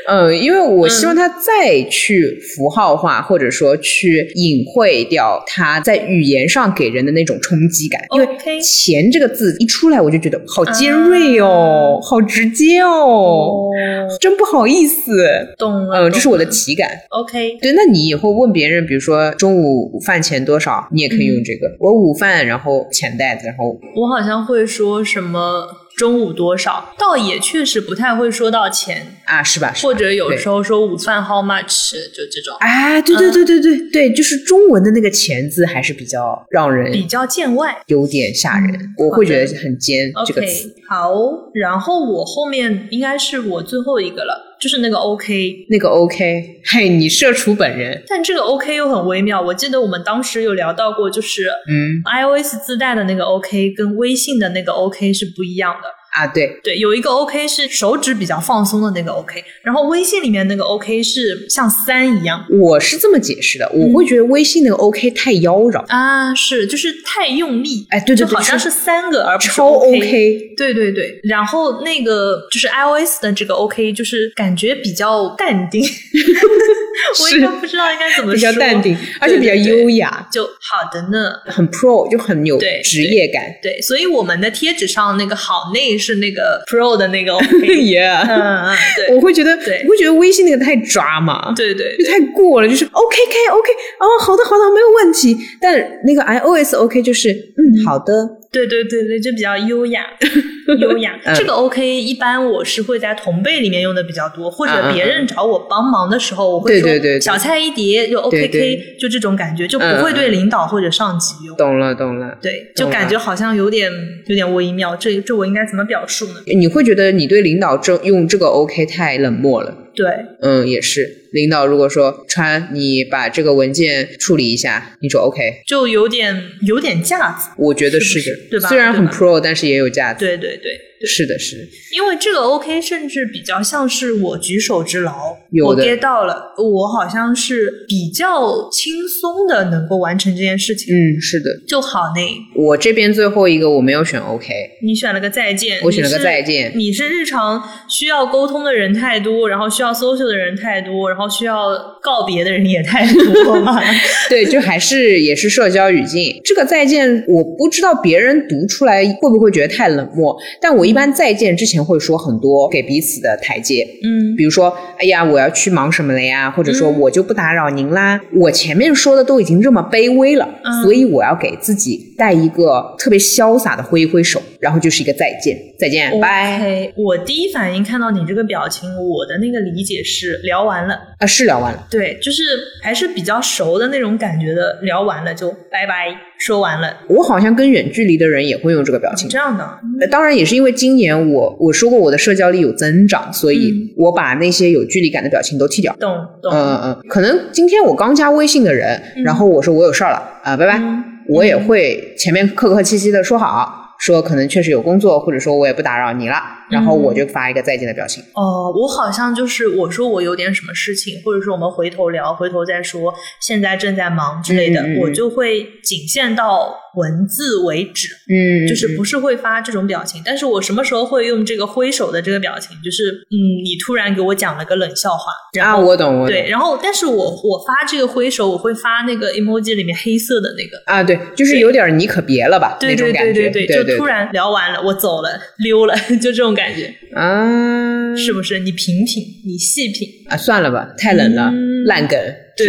Speaker 2: 嗯，因为我希望它再去符号化，或者说去隐晦掉它在语言上给人的那种冲击感。 因为哦
Speaker 1: OK
Speaker 2: 钱这个字一出来，我就觉得好尖锐哦，好直接哦，真不好意思。
Speaker 1: 懂了，
Speaker 2: 嗯，这是
Speaker 1: 懂
Speaker 2: 我的
Speaker 1: 了
Speaker 2: 体感。
Speaker 1: OK，
Speaker 2: 对，那你以后问别人，比如说中午午饭钱多少，你也可以用这个。我午饭，然后钱袋子，然后
Speaker 1: 我好像会说什么中午多少，倒也确实不太会说到钱，
Speaker 2: 啊，是吧？是吧
Speaker 1: 或者有
Speaker 2: 对
Speaker 1: 时候说午饭 how much 就这种。
Speaker 2: 啊，对对对对对对，就是中文的那个钱字还是比较让人
Speaker 1: 比较见外。
Speaker 2: 有点吓人
Speaker 1: 嗯，
Speaker 2: 我会觉得很尖这个
Speaker 1: OK，
Speaker 2: 词。
Speaker 1: 好，然后我后面应该是我最后一个了，就是那个 OK。
Speaker 2: 那个 OK，嘿，你社畜本人，
Speaker 1: 但这个 OK 又很微妙，我记得我们当时有聊到过，就是
Speaker 2: 嗯
Speaker 1: iOS 自带的那个 OK 跟微信的那个 OK 是不一样的。
Speaker 2: 啊，对，
Speaker 1: 对，有一个 OK 是手指比较放松的那个 OK，然后微信里面那个 OK 是像三一样
Speaker 2: 我是这么解释的，我
Speaker 1: 嗯
Speaker 2: 会觉得微信那个 OK 太妖娆，
Speaker 1: 啊，是就是太用力，
Speaker 2: 哎，对对
Speaker 1: 就
Speaker 2: 对，
Speaker 1: 好像是三个而不是
Speaker 2: 超 OK，
Speaker 1: 对对对，然后那个就是 iOS 的这个 OK，就是感觉比较淡定， 我
Speaker 2: 是
Speaker 1: 应该不知道应该怎么说，
Speaker 2: 比较淡，定，而且比较
Speaker 1: 对对
Speaker 2: 优雅，
Speaker 1: 就好的呢。
Speaker 2: 很 pro，就很有
Speaker 1: 对
Speaker 2: 职业感。
Speaker 1: 对，所以我们的贴纸上那个好内是那个 Pro 的那个 OK，嗯
Speaker 2: Yeah，
Speaker 1: 嗯，
Speaker 2: 我
Speaker 1: 对
Speaker 2: 会觉得，
Speaker 1: 对
Speaker 2: 我会觉得微信那个太抓嘛。
Speaker 1: 对对
Speaker 2: 就太过了，就是 OK K OK 哦，好的好的，没有问题。但那个 iOS OK 就是嗯，好的
Speaker 1: 对对对对，就比较优 雅，优雅。
Speaker 2: 嗯
Speaker 1: 这个 OK，一般我是会在同辈里面用的比较多，或者别人找我帮忙的时候，我会
Speaker 2: 嗯对对对
Speaker 1: 说
Speaker 2: 对
Speaker 1: 小菜一碟，就 OKK，
Speaker 2: 对对
Speaker 1: 就这种感觉，就不
Speaker 2: 嗯
Speaker 1: 会
Speaker 2: 嗯
Speaker 1: 对领导或者上级用。
Speaker 2: 懂了懂了。
Speaker 1: 对，就感觉好像有点有点微妙，这这我应该怎么表述呢？
Speaker 2: 你会觉得你对领导这用这个 OK 太冷漠了，
Speaker 1: 对，
Speaker 2: 嗯，也是。领导如果说川，你把这个文件处理一下，你说 OK，
Speaker 1: 就有点有点架子。
Speaker 2: 我觉得
Speaker 1: 是
Speaker 2: 是
Speaker 1: 不
Speaker 2: 的，
Speaker 1: 是对吧
Speaker 2: 虽然很
Speaker 1: 对吧
Speaker 2: pro，但是也有价值。
Speaker 1: 对对对，
Speaker 2: 是的，是的，
Speaker 1: 因为这个 OK，甚至比较像是我举手之劳，
Speaker 2: 有
Speaker 1: 我
Speaker 2: 的
Speaker 1: get 到了，我好像是比较轻松的能够完成这件事情。
Speaker 2: 嗯，是的。
Speaker 1: 就好呢，
Speaker 2: 我这边最后一个我没有选 OK，
Speaker 1: 你选了个再见，
Speaker 2: 我选了个
Speaker 1: 你是
Speaker 2: 再见
Speaker 1: 你是日常需要沟通的人太多，然后需要 social 的人太多，然后需要告别的人也太多嘛。
Speaker 2: 对，就还是也是社交语境。这个再见，我不知道别人读出来会不会觉得太冷漠，但我一般再见之前会说很多给彼此的台阶，
Speaker 1: 嗯，
Speaker 2: 比如说，哎呀，我要去忙什么了呀，或者说
Speaker 1: 嗯
Speaker 2: 我就不打扰您啦。我前面说的都已经这么卑微了，
Speaker 1: 嗯
Speaker 2: 所以我要给自己带一个特别潇洒的挥一挥手，然后就是一个再见，再见，拜、
Speaker 1: OK，我第一反应看到你这个表情，我的那个理解是聊完了，
Speaker 2: 啊，是聊完了，
Speaker 1: 对，就是还是比较熟的那种感觉的，聊完了就拜拜，说完了，
Speaker 2: 我好像跟远距离的人也会用这个表情
Speaker 1: 这样啊的，
Speaker 2: 呃当然也是因为今年我我说过我的社交力有增长，所
Speaker 1: 嗯
Speaker 2: 以我把那些有距离感的表情都剃掉。
Speaker 1: 懂
Speaker 2: 嗯
Speaker 1: 懂，
Speaker 2: 嗯嗯，可能今天我刚加微信的人，
Speaker 1: 嗯
Speaker 2: 然后我说我有事儿了啊、拜拜，
Speaker 1: 嗯
Speaker 2: 我也会前面客客气气的说好，说可能确实有工作，或者说我也不打扰你了，
Speaker 1: 嗯
Speaker 2: 然后我就发一个再见的表情。
Speaker 1: 哦，我好像就是我说我有点什么事情，或者说我们回头聊，回头再说，现在正在忙之类的，
Speaker 2: 嗯嗯嗯
Speaker 1: 我就会仅限到文字为止，
Speaker 2: 嗯，
Speaker 1: 就是不是会发这种表情。但是我什么时候会用这个挥手的这个表情？就是嗯，你突然给我讲了个冷笑话，然
Speaker 2: 啊，
Speaker 1: 后、
Speaker 2: 我懂我懂。
Speaker 1: 对，然后但是我我发这个挥手，我会发那个 emoji 里面黑色的那个。
Speaker 2: 啊，对，就是有点儿你可别了吧
Speaker 1: 对对
Speaker 2: 那种
Speaker 1: 对
Speaker 2: 感觉，
Speaker 1: 对
Speaker 2: 对
Speaker 1: 就突然聊完了，我走了，溜了， 就这种感觉，
Speaker 2: 啊，
Speaker 1: 是不是？你品品，你细品，
Speaker 2: 啊，算了吧，太冷了，
Speaker 1: 嗯
Speaker 2: 烂梗之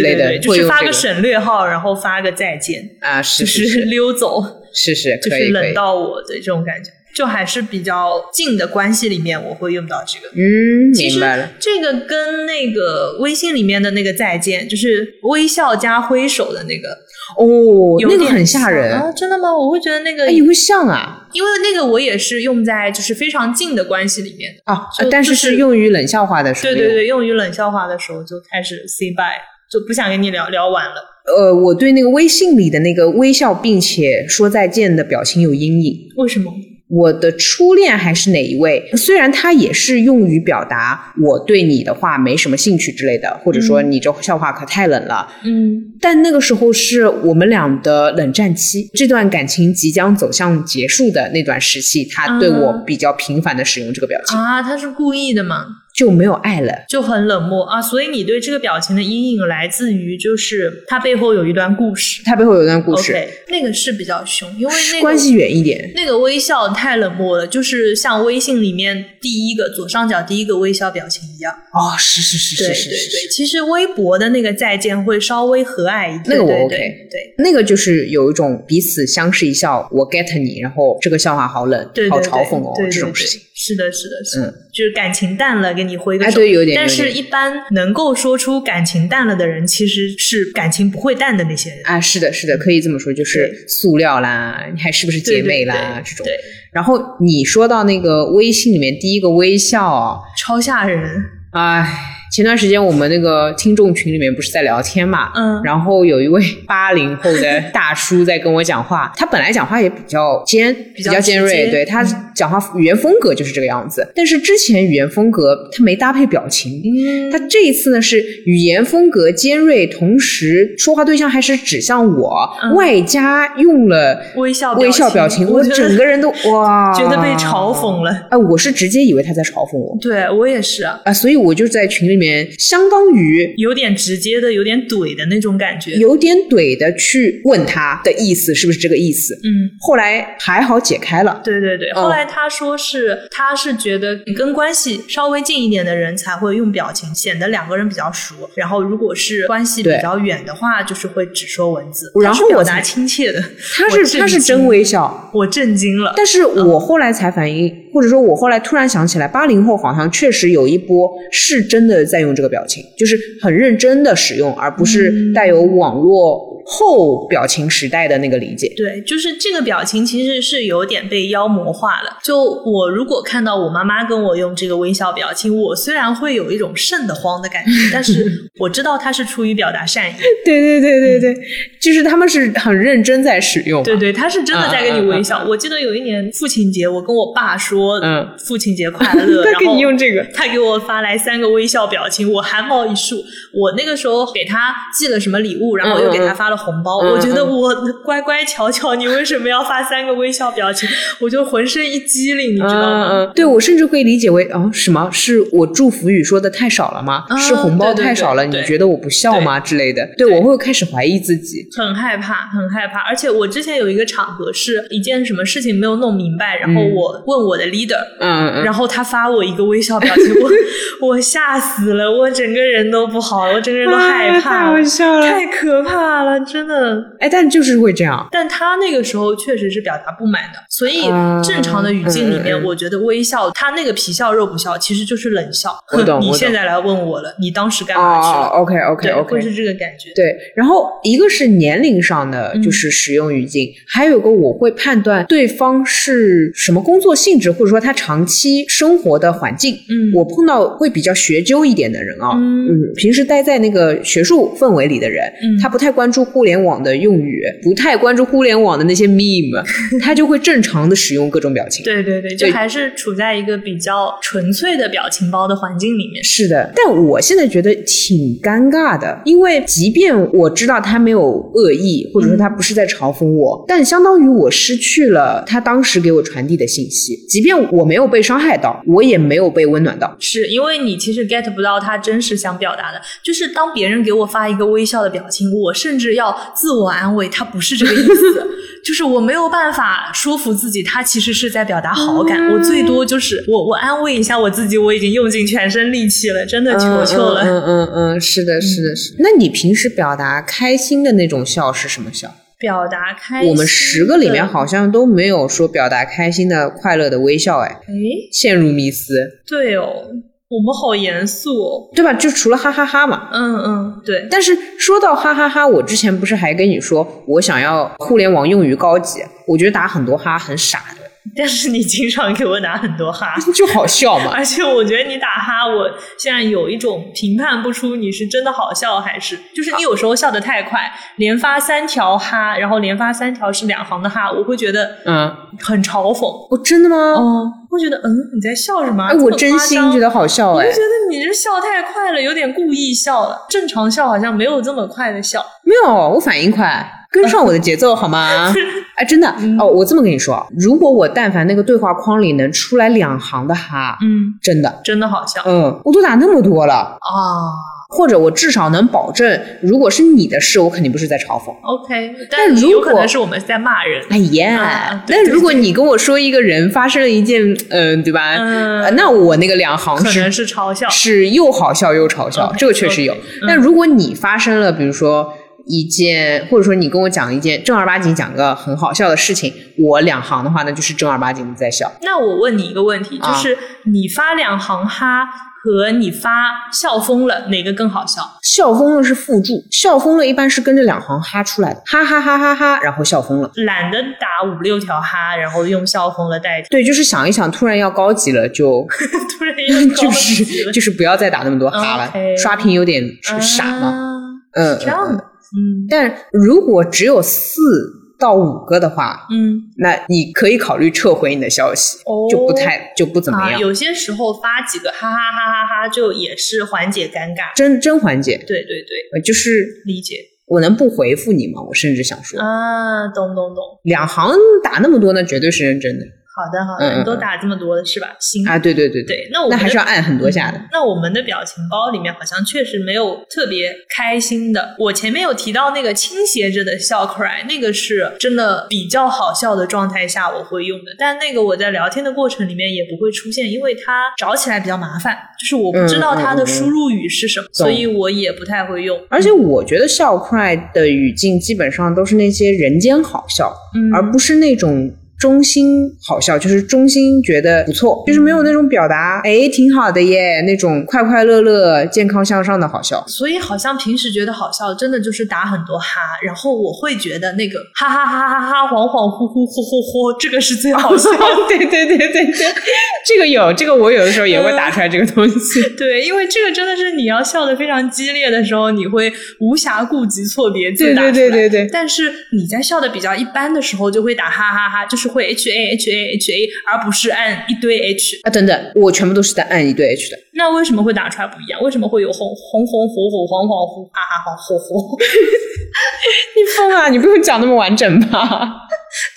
Speaker 1: 对
Speaker 2: 类
Speaker 1: 对
Speaker 2: 的，
Speaker 1: 对，就
Speaker 2: 会
Speaker 1: 是
Speaker 2: 用
Speaker 1: 发
Speaker 2: 这
Speaker 1: 个省略号，然后发个再见，
Speaker 2: 啊，是
Speaker 1: 就是是
Speaker 2: 是
Speaker 1: 溜走，
Speaker 2: 是是，
Speaker 1: 就
Speaker 2: 可
Speaker 1: 是
Speaker 2: 以可以
Speaker 1: 冷。到我对这种感觉，就还是比较近的关系里面我会用到这个。
Speaker 2: 嗯，
Speaker 1: 其
Speaker 2: 明
Speaker 1: 实
Speaker 2: 白了。
Speaker 1: 这个跟那个微信里面的那个再见，就是微笑加挥手的那个，
Speaker 2: 哦
Speaker 1: 有
Speaker 2: 那个
Speaker 1: 点
Speaker 2: 很吓
Speaker 1: 像
Speaker 2: 人
Speaker 1: 啊！。真的吗？我会觉得那个，
Speaker 2: 哎，你会像啊
Speaker 1: 因为那个我也是用在就是非常近的关系里面的。
Speaker 2: 啊
Speaker 1: 就！
Speaker 2: 但
Speaker 1: 就是是
Speaker 2: 是用于冷笑话的时候。
Speaker 1: 对对。对，用于冷笑话的时候就开始 say bye，就不想跟你聊聊完了。
Speaker 2: 呃，我对那个微信里的那个微笑并且说再见的表情有阴影。
Speaker 1: 为什么？
Speaker 2: 我的初恋还是哪一位？虽然它也是用于表达我对你的话没什么兴趣之类的，或者说
Speaker 1: 嗯
Speaker 2: 你这笑话可太冷了，
Speaker 1: 嗯
Speaker 2: 但那个时候是我们俩的冷战期，这段感情即将走向结束的那段时期，他对我比较频繁的使用这个表情，
Speaker 1: 啊，他是故意的吗？
Speaker 2: 就没有爱了。
Speaker 1: 就很冷漠啊，所以你对这个表情的阴影来自于，就是它背后有一段故事。
Speaker 2: 他背后有一段故事
Speaker 1: OK，那个是比较凶，因为那个
Speaker 2: 关系远一点。
Speaker 1: 那个微笑太冷漠了，就是像微信里面第一个左上角第一个微笑表情一样。
Speaker 2: 哦，是是是
Speaker 1: 对对对，其实微博的那个再见会稍微和蔼一点。
Speaker 2: 那个我
Speaker 1: 对对
Speaker 2: OK
Speaker 1: 对
Speaker 2: 那个就是有一种彼此相视一笑，我 get 你，然后这个笑话好冷，
Speaker 1: 对对对，
Speaker 2: 好嘲讽哦
Speaker 1: 对对
Speaker 2: 这种
Speaker 1: 对
Speaker 2: 事情。
Speaker 1: 是的，是的，是的，
Speaker 2: 嗯
Speaker 1: 就是感情淡了，给你挥个
Speaker 2: 哎，
Speaker 1: 手。
Speaker 2: 对，有点。
Speaker 1: 但
Speaker 2: 有
Speaker 1: 是，
Speaker 2: 点
Speaker 1: 一般能够说出感情淡了的人，其实是感情不会淡的那些人。
Speaker 2: 啊，是的，是的，可以这么说，就是
Speaker 1: 对
Speaker 2: 塑料啦，你还是不是姐妹啦
Speaker 1: 对对对
Speaker 2: 这种。
Speaker 1: 对，
Speaker 2: 然后你说到那个微信里面第一个微笑啊，
Speaker 1: 超吓人。
Speaker 2: 唉，前段时间我们那个听众群里面不是在聊天嘛，
Speaker 1: 嗯
Speaker 2: 然后有一位 八零后的大叔在跟我讲话，他本来讲话也比较尖，比
Speaker 1: 较
Speaker 2: 较尖
Speaker 1: 直
Speaker 2: 锐，
Speaker 1: 接
Speaker 2: 对他讲话语言风格就是这个样子，但是之前语言风格他没搭配表情。
Speaker 1: 嗯
Speaker 2: 他这一次呢是语言风格尖锐，同时说话对象还是指向我，
Speaker 1: 嗯
Speaker 2: 外加用了
Speaker 1: 微笑
Speaker 2: 微笑表
Speaker 1: 情，
Speaker 2: 情，我
Speaker 1: 觉得
Speaker 2: 整个 人都啊哇，啊
Speaker 1: 觉得被嘲讽。了。
Speaker 2: 哎、我是直接以为他在嘲讽我，
Speaker 1: 对我也是啊，
Speaker 2: 啊，所以我就在群里面，相当于
Speaker 1: 有点直接的，有点怼的那种感觉。
Speaker 2: 有点怼的去问他的意思是不是这个意思。
Speaker 1: 嗯，
Speaker 2: 后来还好解开了，
Speaker 1: 对对对。
Speaker 2: 哦
Speaker 1: 后来他说是，他是觉得跟关系稍微近一点的人才会用表情，显得两个人比较熟。然后如果是关系比
Speaker 2: 对
Speaker 1: 较远的话，就是会只说文字。
Speaker 2: 然后
Speaker 1: 他是表
Speaker 2: 我
Speaker 1: 达
Speaker 2: 才
Speaker 1: 亲切的，
Speaker 2: 他
Speaker 1: 我
Speaker 2: 是
Speaker 1: 震
Speaker 2: 他是真
Speaker 1: 惊
Speaker 2: 微笑，嗯
Speaker 1: 我震惊了。
Speaker 2: 但是我后来才反应，或者说我后来突然想起来，八零后好像确实有一波是真的在用这个表情，就是很认真的使用，而不是带有网络后表情时代的那个理解。
Speaker 1: 对，就是这个表情其实是有点被妖魔化了。就我如果看到我妈妈跟我用这个微笑表情，我虽然会有一种瘆得慌的感觉，但是 我知道她是出于表达善意。
Speaker 2: 对对对对对，嗯就是他们是很认真在使用嘛。
Speaker 1: 对对，她是真的在跟
Speaker 2: 嗯嗯
Speaker 1: 你
Speaker 2: 嗯
Speaker 1: 微笑。我记得有一年父亲节，我跟我爸说
Speaker 2: 嗯，
Speaker 1: 父亲节快 乐，
Speaker 2: 他
Speaker 1: 然
Speaker 2: 给
Speaker 1: 后
Speaker 2: 你用这个，
Speaker 1: 他给我发来三个微笑表情，我汗毛一竖。我那个时候给他寄了什么礼物，然后又给他发了红包。
Speaker 2: 嗯嗯嗯
Speaker 1: 我觉得我乖乖巧巧，你为什么要发三个微笑表情？ 我就浑身一激灵，你知道吗？
Speaker 2: 嗯嗯，对我甚至可以理解为，哦，什么是我祝福语说的太少了吗？
Speaker 1: 啊
Speaker 2: 是红包
Speaker 1: 对对
Speaker 2: 太少了，
Speaker 1: 对对
Speaker 2: 你觉得我不孝吗之类的？对我会开始怀疑自己。
Speaker 1: 很害怕，很害怕。而且我之前有一个场合是一件什么事情没有弄明白，然后
Speaker 2: 嗯
Speaker 1: 我问我的 leader，、
Speaker 2: 嗯嗯嗯，
Speaker 1: 然后他发我一个微笑表情，我我吓死了，我整个人都不好了，我整个人都害怕
Speaker 2: 哎太
Speaker 1: 了
Speaker 2: 好笑了。
Speaker 1: 太可怕了，真的。
Speaker 2: 哎，但就是会这样。
Speaker 1: 但他那个时候确实是表达不满的，所以
Speaker 2: 嗯
Speaker 1: 正常的语境里面，
Speaker 2: 嗯嗯嗯
Speaker 1: 我觉得微笑，他那个皮笑肉不笑，其实就是冷笑。
Speaker 2: 我
Speaker 1: 哼
Speaker 2: 懂我
Speaker 1: 你
Speaker 2: 懂
Speaker 1: 现在来问我了，你当时干嘛去
Speaker 2: 哦
Speaker 1: 了？
Speaker 2: ，OK OK
Speaker 1: 对，会是
Speaker 2: OK，
Speaker 1: 这个感觉。
Speaker 2: 对。然后一个是年龄上的，
Speaker 1: 嗯
Speaker 2: 就是使用语境，还有一个我会判断对方是什么工作性质，或者说他长期生活的环境。
Speaker 1: 嗯
Speaker 2: 我碰到会比较学究一点的人啊，
Speaker 1: 嗯
Speaker 2: 平时待在那个学术氛围里的人，
Speaker 1: 嗯
Speaker 2: 他不太关注互联网的用语，不太关注互联网的那 些 meme，他就会正常的使用各种表情。
Speaker 1: 对对对，就
Speaker 2: 对
Speaker 1: 还是处在一个比较纯粹的表情包的环境里面。
Speaker 2: 是的，但我现在觉得挺尴尬的，因为即便我知道他没有恶意，或者说他不是在嘲讽我，
Speaker 1: 嗯
Speaker 2: 但相当于我失去了他当时给我传递的信息。即便我没有被伤害到，我也没有被温暖到。
Speaker 1: 是因为你其实 get 不到他真实想表达的，就是当别人给我发一个微笑的表情，我甚至要自我安慰，他不是这个意思， 就是我没有办法说服自己，他其实是在表达好感，我最多就是我我安慰一下我自己，我已经用尽全身力气了，真的求求了。
Speaker 2: 嗯嗯嗯嗯，是的，是的，是的。那你平时表达开心的那种笑是什么笑？
Speaker 1: 表达开心的，
Speaker 2: 我们十个里面好像都没有说表达开心的、快乐的微笑，哎，
Speaker 1: 哎，
Speaker 2: 陷入迷思，
Speaker 1: 对哦，我们好严肃哦，
Speaker 2: 对吧？就除了哈哈哈嘛，
Speaker 1: 嗯嗯，对，
Speaker 2: 但是说到哈哈哈我之前不是还跟你说，我想要互联网用语高级，我觉得打很多哈很傻 的，
Speaker 1: 但是你经常给我打很多哈。
Speaker 2: 就好笑嘛。
Speaker 1: 而且我觉得你打哈，我现在有一种评判不出你是真的好笑还是，就是你有时候笑得太快，连发三条哈，然后连发三条是两行的哈，我会觉得
Speaker 2: 嗯，
Speaker 1: 很嘲讽。
Speaker 2: 我真的吗？
Speaker 1: 哦，会觉得嗯你在笑什么？
Speaker 2: 哎，我真心觉
Speaker 1: 得，
Speaker 2: 得好笑
Speaker 1: 我
Speaker 2: 哎
Speaker 1: 就，觉得你这笑太快了，有点故意笑了。正常笑好像没有这么快的笑。
Speaker 2: 没有，我反应快，跟上我的节奏 好吗？哎，真的
Speaker 1: 嗯
Speaker 2: 哦，我这么跟你说，如果我但凡那个对话框里能出来两行的哈，
Speaker 1: 嗯，
Speaker 2: 真的，
Speaker 1: 真的好笑
Speaker 2: 嗯，我都打那么多了，
Speaker 1: 啊。
Speaker 2: 或者我至少能保证，如果是你的事，我肯定不是在嘲讽。
Speaker 1: OK，
Speaker 2: 但
Speaker 1: 但
Speaker 2: 如
Speaker 1: 有可
Speaker 2: 果
Speaker 1: 能是我们在骂人。
Speaker 2: 哎
Speaker 1: 啊
Speaker 2: 呀，
Speaker 1: 对
Speaker 2: 那
Speaker 1: 对
Speaker 2: 如果你跟我说一个人发生了一件，嗯、对吧？
Speaker 1: 嗯
Speaker 2: 呃那我那个两行
Speaker 1: 可能
Speaker 2: 是
Speaker 1: 是哦嘲笑，
Speaker 2: 是又好笑又嘲笑
Speaker 1: OK，
Speaker 2: 这个确实有
Speaker 1: OK，。
Speaker 2: 但如果你发生了，比如说一件，或者说你跟我讲一件正儿八经讲个很好笑的事情，我两行的话，那就是正儿八经的在笑。
Speaker 1: 那我问你一个问题，就
Speaker 2: 啊
Speaker 1: 是你发两行哈和你发笑疯了，哪个更好笑？
Speaker 2: 笑疯了是附注，笑疯了一般是跟着两行哈出来的，哈哈哈哈哈，然后笑疯了。
Speaker 1: 懒得打五六条哈，然后用笑疯了代替，
Speaker 2: 对，就是想一想，突然要高级 了，就
Speaker 1: 突然又
Speaker 2: 就
Speaker 1: 高级
Speaker 2: 是
Speaker 1: 了
Speaker 2: 就是不要再打那么多哈了
Speaker 1: OK
Speaker 2: 刷屏有点傻嘛。嗯，
Speaker 1: 这样的
Speaker 2: 嗯。
Speaker 1: 嗯
Speaker 2: 但如果只有四到五个的话，
Speaker 1: 嗯，
Speaker 2: 那你可以考虑撤回你的消息，
Speaker 1: 哦
Speaker 2: 嗯就不太就不怎么
Speaker 1: 啊，
Speaker 2: 样，
Speaker 1: 有些时候发几个哈哈哈哈哈，就也是缓解尴尬。
Speaker 2: 真真缓解。
Speaker 1: 对对对，
Speaker 2: 呃就是
Speaker 1: 理解
Speaker 2: 我能不回复你吗？我甚至想说，
Speaker 1: 啊，懂懂懂。
Speaker 2: 两行打那么多，那绝对是认真的。
Speaker 1: 好的，好的，
Speaker 2: 嗯嗯
Speaker 1: 你都
Speaker 2: 嗯
Speaker 1: 打这么多了是吧？行
Speaker 2: 啊，对对对，
Speaker 1: 嗯对，嗯那我
Speaker 2: 那
Speaker 1: 们
Speaker 2: 还
Speaker 1: 的
Speaker 2: 是要按很多下的。
Speaker 1: 那我们的表情包里面好像确实没有特别开心的。我前面有提到那个倾斜着的笑 cry，那个是真的比较好笑的状态下我会用的，但那个我在聊天的过程里面也不会出现，因为它找起来比较麻烦，就是我不知道它的输入语是什么，所以我也不太会用。
Speaker 2: 嗯而且我觉得笑 cry 的语境基本上都是那些人间好笑，
Speaker 1: 嗯，
Speaker 2: 而不是那种中心好笑，就是中心觉得不错，就是没有那种表达哎挺好的耶那种快快乐乐、健康向上的好 笑。
Speaker 1: 所以好像平时觉得好笑，真的就是打很多哈，然后我会觉得那个哈哈哈哈哈恍恍惚惚嚯嚯嚯，这个是最好笑的。
Speaker 2: 对对对对对，这个有，这个我有的时候也会打出来这个东西。
Speaker 1: 对，因为这个真的是你要笑得非常激烈的时候，你会无暇顾及错别字
Speaker 2: 对
Speaker 1: 打出
Speaker 2: 对
Speaker 1: 来。
Speaker 2: 对对对，
Speaker 1: 但是你在笑的比较一般的时候，就会打哈哈哈，就是会 h a h a h a，而不是按一堆 h。
Speaker 2: 啊等等，我全部都是在按一对 H 的。
Speaker 1: 那为什么会打出来不一样？为什么会有红红红火火黄黄呼哈哈黄火火？
Speaker 2: 你疯啊了？你不用讲那么完整吧？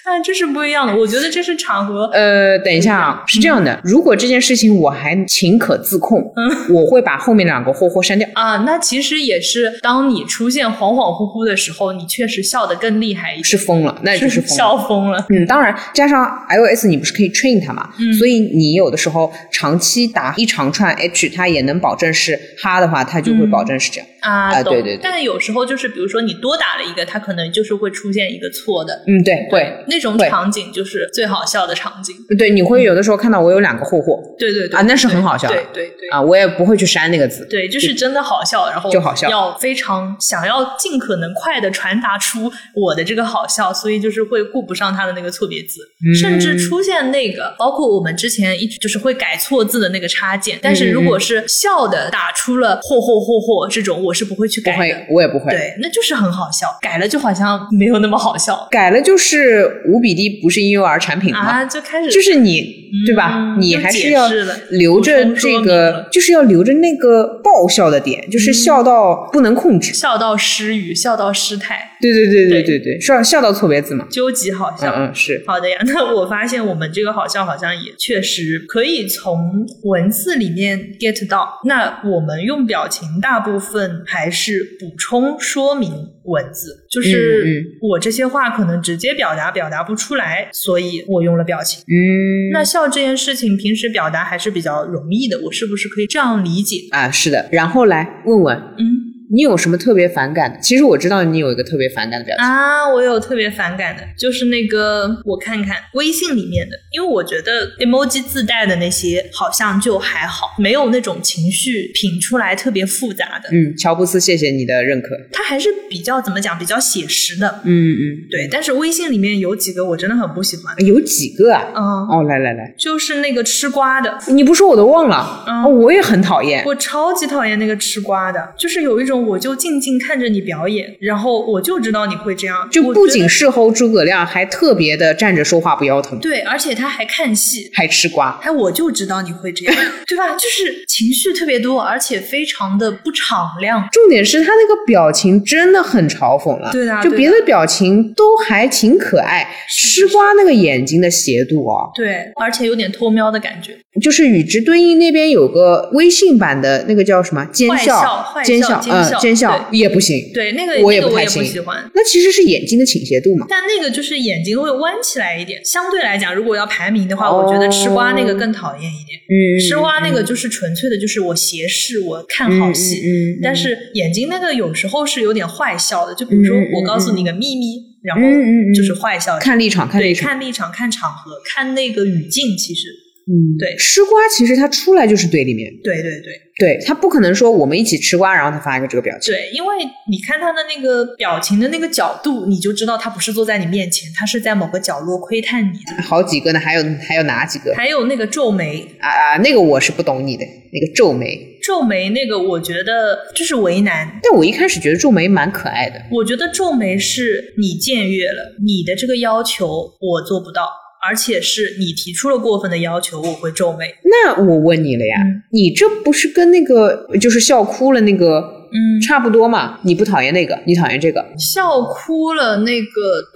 Speaker 1: 但这是不一样的，我觉得这是场合。
Speaker 2: 呃，等一下啊，是这样的，如果这件事情我还情可自控，我会把后面两个霍霍删掉。
Speaker 1: 啊，那其实也是，当你出现恍恍惚惚的时候，你确实笑得更厉害一
Speaker 2: 是
Speaker 1: 些，
Speaker 2: 疯了，那就是疯了。
Speaker 1: 笑疯了。
Speaker 2: 嗯，当然，加上 iOS 你不是可以 train 它嘛，
Speaker 1: 嗯
Speaker 2: 所以你有的时候长期打一长串 H，它也能保证是哈的话，它就会
Speaker 1: 嗯
Speaker 2: 保证是这样。
Speaker 1: 啊，
Speaker 2: 啊
Speaker 1: 懂
Speaker 2: 对对对
Speaker 1: 但有时候就是，比如说你多打了一个，它可能就是会出现一个错的
Speaker 2: 嗯，对，会，
Speaker 1: 那种
Speaker 2: 会
Speaker 1: 场景，就是最好笑的场景。
Speaker 2: 对，你会有的时候看到我有两个霍霍
Speaker 1: 对对对，
Speaker 2: 啊，那是很好笑的
Speaker 1: 对对对。
Speaker 2: 啊，我也不会去删那个字。
Speaker 1: 对，就是真的好笑，然后
Speaker 2: 就好笑
Speaker 1: 要非常想要尽可能快的传达出我的这个好笑，所以就是会顾不上它的那个错别字，
Speaker 2: 嗯
Speaker 1: 甚至出现那个，包括我们之前一直就是会改错字的那个插件，但
Speaker 2: 嗯
Speaker 1: 是如果是笑的打出了嚯嚯嚯嚯这种，我是不会去
Speaker 2: 不
Speaker 1: 改的
Speaker 2: 会，，我也不会。
Speaker 1: 对，那就是很好笑，改了就好像没有那么好笑，
Speaker 2: 改了就是五比例不是婴幼儿产品了嘛，
Speaker 1: 啊，就开始
Speaker 2: 嗯就是你
Speaker 1: 嗯
Speaker 2: 对吧？你
Speaker 1: 又
Speaker 2: 还
Speaker 1: 解
Speaker 2: 是要
Speaker 1: 释了
Speaker 2: 留着
Speaker 1: 补充
Speaker 2: 这
Speaker 1: 说明嗯
Speaker 2: 个
Speaker 1: 了，
Speaker 2: 就是要留着那个爆笑的点，就是笑到不能控制。
Speaker 1: 笑到失语，笑到失态，
Speaker 2: 对对对对
Speaker 1: 对
Speaker 2: 对对，笑笑到错别字嘛。
Speaker 1: 究极好
Speaker 2: 嗯
Speaker 1: 笑。
Speaker 2: 嗯，是
Speaker 1: 好的呀，那我发现我们这个好笑好像也确实可以从文字里面 get 到。那我们用表情大部分还是补充说明文字，就
Speaker 2: 嗯
Speaker 1: 是我这些话可能直接表达表达不出来，所以我用了表情。
Speaker 2: 嗯，
Speaker 1: 那笑这件事情平时表达还是比较容易的，我是不是可以这样理解？
Speaker 2: 啊是的。然后来问问
Speaker 1: 嗯
Speaker 2: 你有什么特别反感的？其实我知道你有一个特别反感的表情，
Speaker 1: 啊，我有特别反感的，就是那个我看看微信里面的，因为我觉得 emoji 自带的那些好像就还好，没有那种情绪品出来特别复杂的，
Speaker 2: 嗯，乔布斯，谢谢你的认可。
Speaker 1: 它还是比较怎么讲，比较写实的。
Speaker 2: 嗯嗯，
Speaker 1: 对，但是微信里面有几个我真的很不喜欢，
Speaker 2: 有几个啊？
Speaker 1: 嗯，
Speaker 2: 哦，来来来，
Speaker 1: 就是那个吃瓜的，
Speaker 2: 你不说我都忘了。
Speaker 1: 嗯
Speaker 2: 哦，我也很讨厌。
Speaker 1: 我超级讨厌那个吃瓜的，就是有一种我就静静看着你表演，然后我就知道你会这样，
Speaker 2: 就
Speaker 1: 我
Speaker 2: 不
Speaker 1: 觉得
Speaker 2: 仅事后诸葛亮，还特别的站着说话不腰疼，
Speaker 1: 对，而且他还看戏，
Speaker 2: 还吃瓜。
Speaker 1: 哎，我就知道你会 这样，对吧？就是情绪特别多，而且非常的不敞亮。
Speaker 2: 重点是他那个表情真的很嘲讽了，
Speaker 1: 对的啊
Speaker 2: 就
Speaker 1: 对
Speaker 2: 别的表情都还挺可爱，吃瓜那个眼睛的斜度啊、
Speaker 1: 对，而且有点偷瞄的感觉，
Speaker 2: 就是与之对应那边有个微信版的那个叫什么奸
Speaker 1: 坏笑
Speaker 2: 笑
Speaker 1: 坏，
Speaker 2: 奸
Speaker 1: 笑
Speaker 2: 笑，
Speaker 1: 奸
Speaker 2: 嗯，
Speaker 1: 笑
Speaker 2: 奸笑也不行，
Speaker 1: 对那个
Speaker 2: 我也
Speaker 1: 那个
Speaker 2: 不
Speaker 1: 我
Speaker 2: 太
Speaker 1: 也不
Speaker 2: 行
Speaker 1: 喜欢。
Speaker 2: 那其实是眼睛的倾斜度嘛。
Speaker 1: 但那个就是眼睛会弯起来一点，相对来讲，如果要排名的话，我觉得吃瓜那个更讨厌一点。
Speaker 2: 嗯
Speaker 1: 吃瓜那个就是纯粹的，就是我斜视，我看好戏。
Speaker 2: 嗯嗯嗯
Speaker 1: 但是眼睛那个有时候是有点坏笑的，就比如说
Speaker 2: 嗯嗯嗯
Speaker 1: 我告诉你个秘密，然后
Speaker 2: 嗯嗯嗯
Speaker 1: 就是坏笑。
Speaker 2: 看立场，看立
Speaker 1: 对，
Speaker 2: 场，
Speaker 1: 看立场、看场合、看那个语境，其实
Speaker 2: 嗯
Speaker 1: 对
Speaker 2: 吃瓜其实他出来就是对立面，
Speaker 1: 对对对
Speaker 2: 对他不可能说我们一起吃瓜，然后他发一个这个表情。
Speaker 1: 对，因为你看他的那个表情的那个角度，你就知道他不是坐在你面前，他是在某个角落窥探你的。
Speaker 2: 好几个呢，还有还有哪几个
Speaker 1: 还有那个皱眉，
Speaker 2: 啊啊？那个我是不懂你的那个皱眉，
Speaker 1: 皱眉那个，我觉得就是为难。
Speaker 2: 但我一开始觉得皱眉蛮可爱的。
Speaker 1: 我觉得皱眉是你僭越了你的这个要求，我做不到，而且是你提出了过分的要求，我会皱眉。
Speaker 2: 那我问你了呀，
Speaker 1: 嗯
Speaker 2: 你这不是跟那个就是笑哭了那个
Speaker 1: 嗯，
Speaker 2: 差不多嘛。你不讨厌那个，你讨厌这个，
Speaker 1: 笑哭了那个，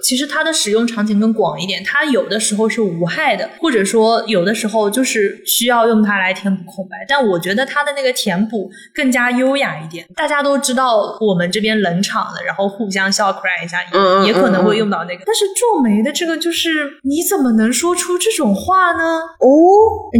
Speaker 1: 其实它的使用场景更广一点，它有的时候是无害的，或者说有的时候就是需要用它来填补空白。但我觉得它的那个填补更加优雅一点。大家都知道我们这边冷场了，然后互相笑 cry 一下，
Speaker 2: 嗯嗯
Speaker 1: 也可能
Speaker 2: 嗯
Speaker 1: 会
Speaker 2: 嗯
Speaker 1: 用到那个。但是皱眉的这个就是，你怎么能说出这种话呢？
Speaker 2: 哦，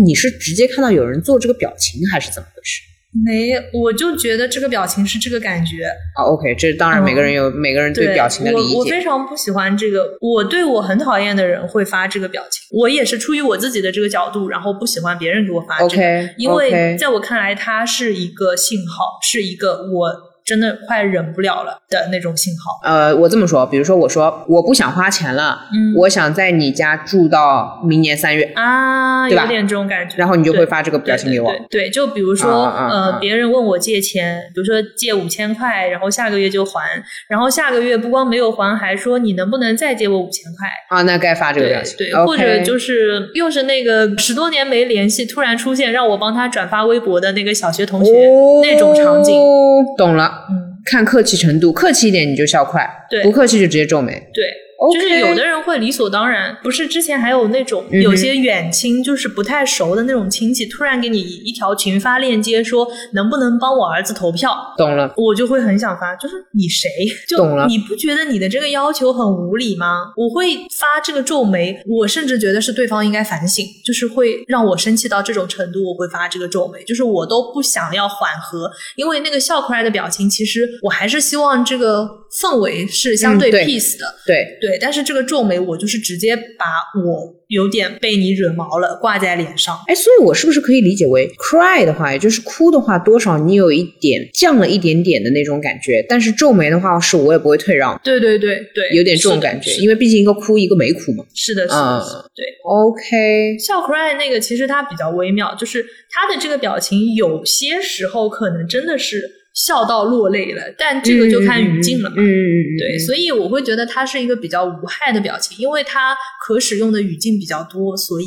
Speaker 2: 你是直接看到有人做这个表情，还是怎么回事？
Speaker 1: 没，我就觉得这个表情是这个感觉，
Speaker 2: 啊，OK，这当然每个人有、每个人对表情的理
Speaker 1: 嗯我我
Speaker 2: 解
Speaker 1: 非。常不喜欢这个，我对我很讨厌的人会发这个表情，我也是出于我自己的这个角度，然后不喜欢别人给我发这个
Speaker 2: OK，
Speaker 1: 因
Speaker 2: OK
Speaker 1: 为在我看来，它是一个信号，是一个我真的快忍不了了的那种信号。
Speaker 2: 呃，我这么说，比如说我说我不想花钱了，
Speaker 1: 嗯
Speaker 2: 我想在你家住到明年三月，
Speaker 1: 啊，
Speaker 2: 对吧
Speaker 1: 有点这种感觉。
Speaker 2: 然后你就会
Speaker 1: 对
Speaker 2: 发这个表情给我。
Speaker 1: 对对对，对就比如说、
Speaker 2: 啊啊啊啊
Speaker 1: 呃，别人问我借钱，比如说借五千块，然后下个月就还，然后下个月不光没有还，还说你能不能再借我五千块？
Speaker 2: 啊，那该发这个
Speaker 1: 对
Speaker 2: 表情。
Speaker 1: 对
Speaker 2: o k
Speaker 1: 或者就是又是那个十多年没联系，突然出现让我帮他转发微博的那个小学同学，那种场景
Speaker 2: 哦懂了。
Speaker 1: 嗯，
Speaker 2: 看客气程度，客气一点你就笑快，
Speaker 1: 对
Speaker 2: 不客气就直接皱眉。
Speaker 1: 对。
Speaker 2: OK，
Speaker 1: 就是有的人会理所当然，不是之前还有那种
Speaker 2: 嗯哼
Speaker 1: 有些远亲，就是不太熟的那种亲戚，突然给你一条群发链接，说能不能帮我儿子投票，
Speaker 2: 懂了，
Speaker 1: 我就会很想发，就是你谁？就
Speaker 2: 懂了
Speaker 1: 你不觉得你的这个要求很无理吗？我会发这个皱眉，我甚至觉得是对方应该反省，就是会让我生气到这种程度，我会发这个皱眉，就是我都不想要缓和，因为那个笑出来的表情，其实我还是希望这个氛围是相
Speaker 2: 嗯对
Speaker 1: peace 的。
Speaker 2: 对，
Speaker 1: 对，但是这个皱眉，我就是直接把我有点被你惹毛了挂在脸上。
Speaker 2: 哎，所以我是不是可以理解为 cry 的话，也就是哭的话，多少你有一点降了一点点的那种感觉，但是皱眉的话，是我也不会退让，
Speaker 1: 对对对对，
Speaker 2: 有点这种
Speaker 1: 是的
Speaker 2: 感觉，
Speaker 1: 是的
Speaker 2: 因为毕竟一个哭一个没哭嘛。
Speaker 1: 是的，是
Speaker 2: 嗯
Speaker 1: 的，是的对。
Speaker 2: OK，
Speaker 1: 笑 cry 那个其实它比较微妙，就是它的这个表情有些时候可能真的是笑到落泪了，但这个就看语境了嘛。
Speaker 2: 嗯嗯嗯，嗯
Speaker 1: 对，所以我会觉得它是一个比较无害的表情，因为它可使用的语境比较多，所以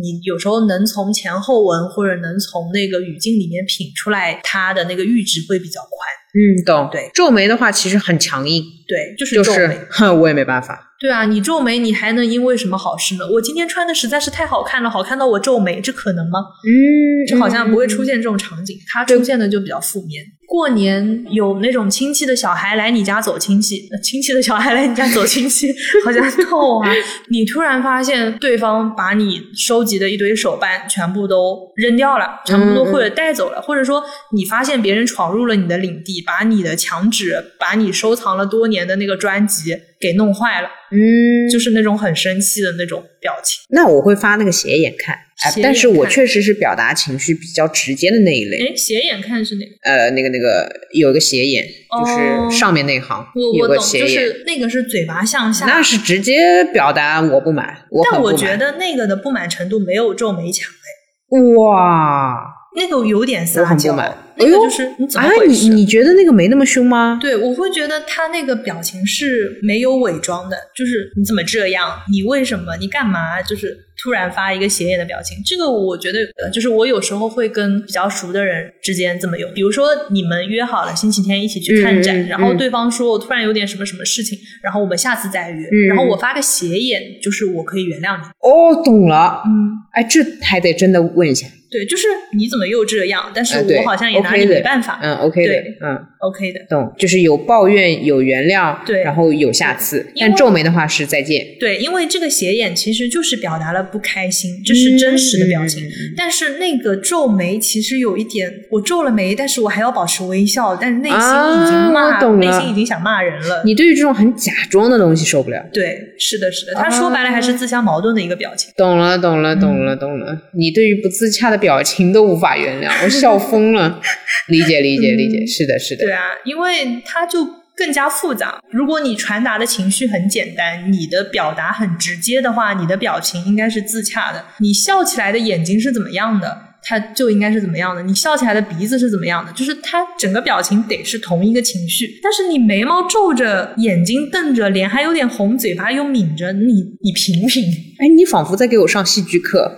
Speaker 1: 你有时候能从前后文或者能从那个语境里面品出来它的那个阈值会比较宽。
Speaker 2: 嗯懂。
Speaker 1: 对
Speaker 2: 皱眉的话其实很强硬，
Speaker 1: 对，就是
Speaker 2: 就
Speaker 1: 皱眉。
Speaker 2: 是哼，我也没办法。
Speaker 1: 对啊，你皱眉，你还能因为什么好事呢？我今天穿的实在是太好看了，好看到我皱眉，这可能吗？
Speaker 2: 嗯
Speaker 1: 就好像不会出现这种场景，它出现的就比较负面。过年有那种亲戚的小孩来你家走亲戚，呃亲戚的小孩来你家走亲戚， 好像逗啊！你突然发现对方把你收集的一堆手办全部都扔掉了，全
Speaker 2: 嗯
Speaker 1: 部都或者带走了，或者说你发现别人闯入了你的领地，把你的墙纸，把你收藏了多年的那个专辑给弄坏了，
Speaker 2: 嗯，
Speaker 1: 就是是那种很生气的那种表情。
Speaker 2: 那我会发那个斜眼看，哎
Speaker 1: 斜眼看
Speaker 2: 但是我确实是表达情绪比较直接的那一类。
Speaker 1: 哎，斜眼看是哪个？
Speaker 2: 呃，那个那个有一个斜眼，就是上面那一行
Speaker 1: 哦我
Speaker 2: 有
Speaker 1: 我
Speaker 2: 个
Speaker 1: 懂，
Speaker 2: 斜
Speaker 1: 就
Speaker 2: 眼，
Speaker 1: 是那个是嘴巴向下，
Speaker 2: 那是直接表达我不满，我很
Speaker 1: 但
Speaker 2: 不
Speaker 1: 我
Speaker 2: 满。
Speaker 1: 觉得那个的不满程度没有皱眉强哎，
Speaker 2: 哇，
Speaker 1: 那个有点
Speaker 2: 我
Speaker 1: 撒
Speaker 2: 很不
Speaker 1: 娇，
Speaker 2: 满
Speaker 1: 那个
Speaker 2: 哎呦
Speaker 1: 就是你怎么
Speaker 2: 啊，
Speaker 1: 回
Speaker 2: 你
Speaker 1: 事？
Speaker 2: 你觉得那个没那么凶吗？
Speaker 1: 对，我会觉得他那个表情是没有伪装的，就是你怎么这样？你为什么？你干嘛？就是突然发一个斜眼的表情，这个我觉得，呃就是我有时候会跟比较熟的人之间这么用。比如说你们约好了星期天一起去看展，
Speaker 2: 嗯嗯嗯
Speaker 1: 然后对方说我突然有点什么什么事情，然后我们下次再约，
Speaker 2: 嗯
Speaker 1: 然后我发个斜眼，就是我可以原谅你。
Speaker 2: 哦，懂了。
Speaker 1: 嗯，
Speaker 2: 哎，这还得真的问一下。
Speaker 1: 对，就是你怎么又这样？但是
Speaker 2: 哎对
Speaker 1: 我好像也拿
Speaker 2: OK
Speaker 1: 你
Speaker 2: 的
Speaker 1: 没办法。
Speaker 2: 嗯，OK
Speaker 1: 对
Speaker 2: 的，嗯，
Speaker 1: OK 的，
Speaker 2: 懂，就是有抱怨，有原谅，
Speaker 1: 对
Speaker 2: 然后有下次。
Speaker 1: 因为
Speaker 2: 但皱眉的话是再见，
Speaker 1: 对，因为这个斜眼其实就是表达了不开心，这是真实的表情。
Speaker 2: 嗯。嗯嗯嗯
Speaker 1: 但是那个皱眉其实有一点，我皱了眉，但是我还要保持微笑，但是内心已经
Speaker 2: 啊
Speaker 1: 骂，
Speaker 2: 我懂
Speaker 1: 内
Speaker 2: 了
Speaker 1: 心已经想骂人了。
Speaker 2: 你对于这种很假装的东西受不了。
Speaker 1: 对，是的，是的，
Speaker 2: 啊
Speaker 1: 他说白了还是自相矛盾的一个表情。
Speaker 2: 懂了，懂了，懂了，懂了。你对于不自洽的表情都无法原谅，我笑疯 了。理解，理解，
Speaker 1: 嗯
Speaker 2: 理解。是的，是的。
Speaker 1: 对啊，因为它就更加复杂。如果你传达的情绪很简单，你的表达很直接的话，你的表情应该是自洽的。你笑起来的眼睛是怎么样的，它就应该是怎么样的；你笑起来的鼻子是怎么样的，就是它整个表情得是同一个情绪。但是你眉毛皱着，眼睛瞪着，脸还有点红，嘴巴又抿着，你你品品。
Speaker 2: 哎，你仿佛在给我上戏剧 课，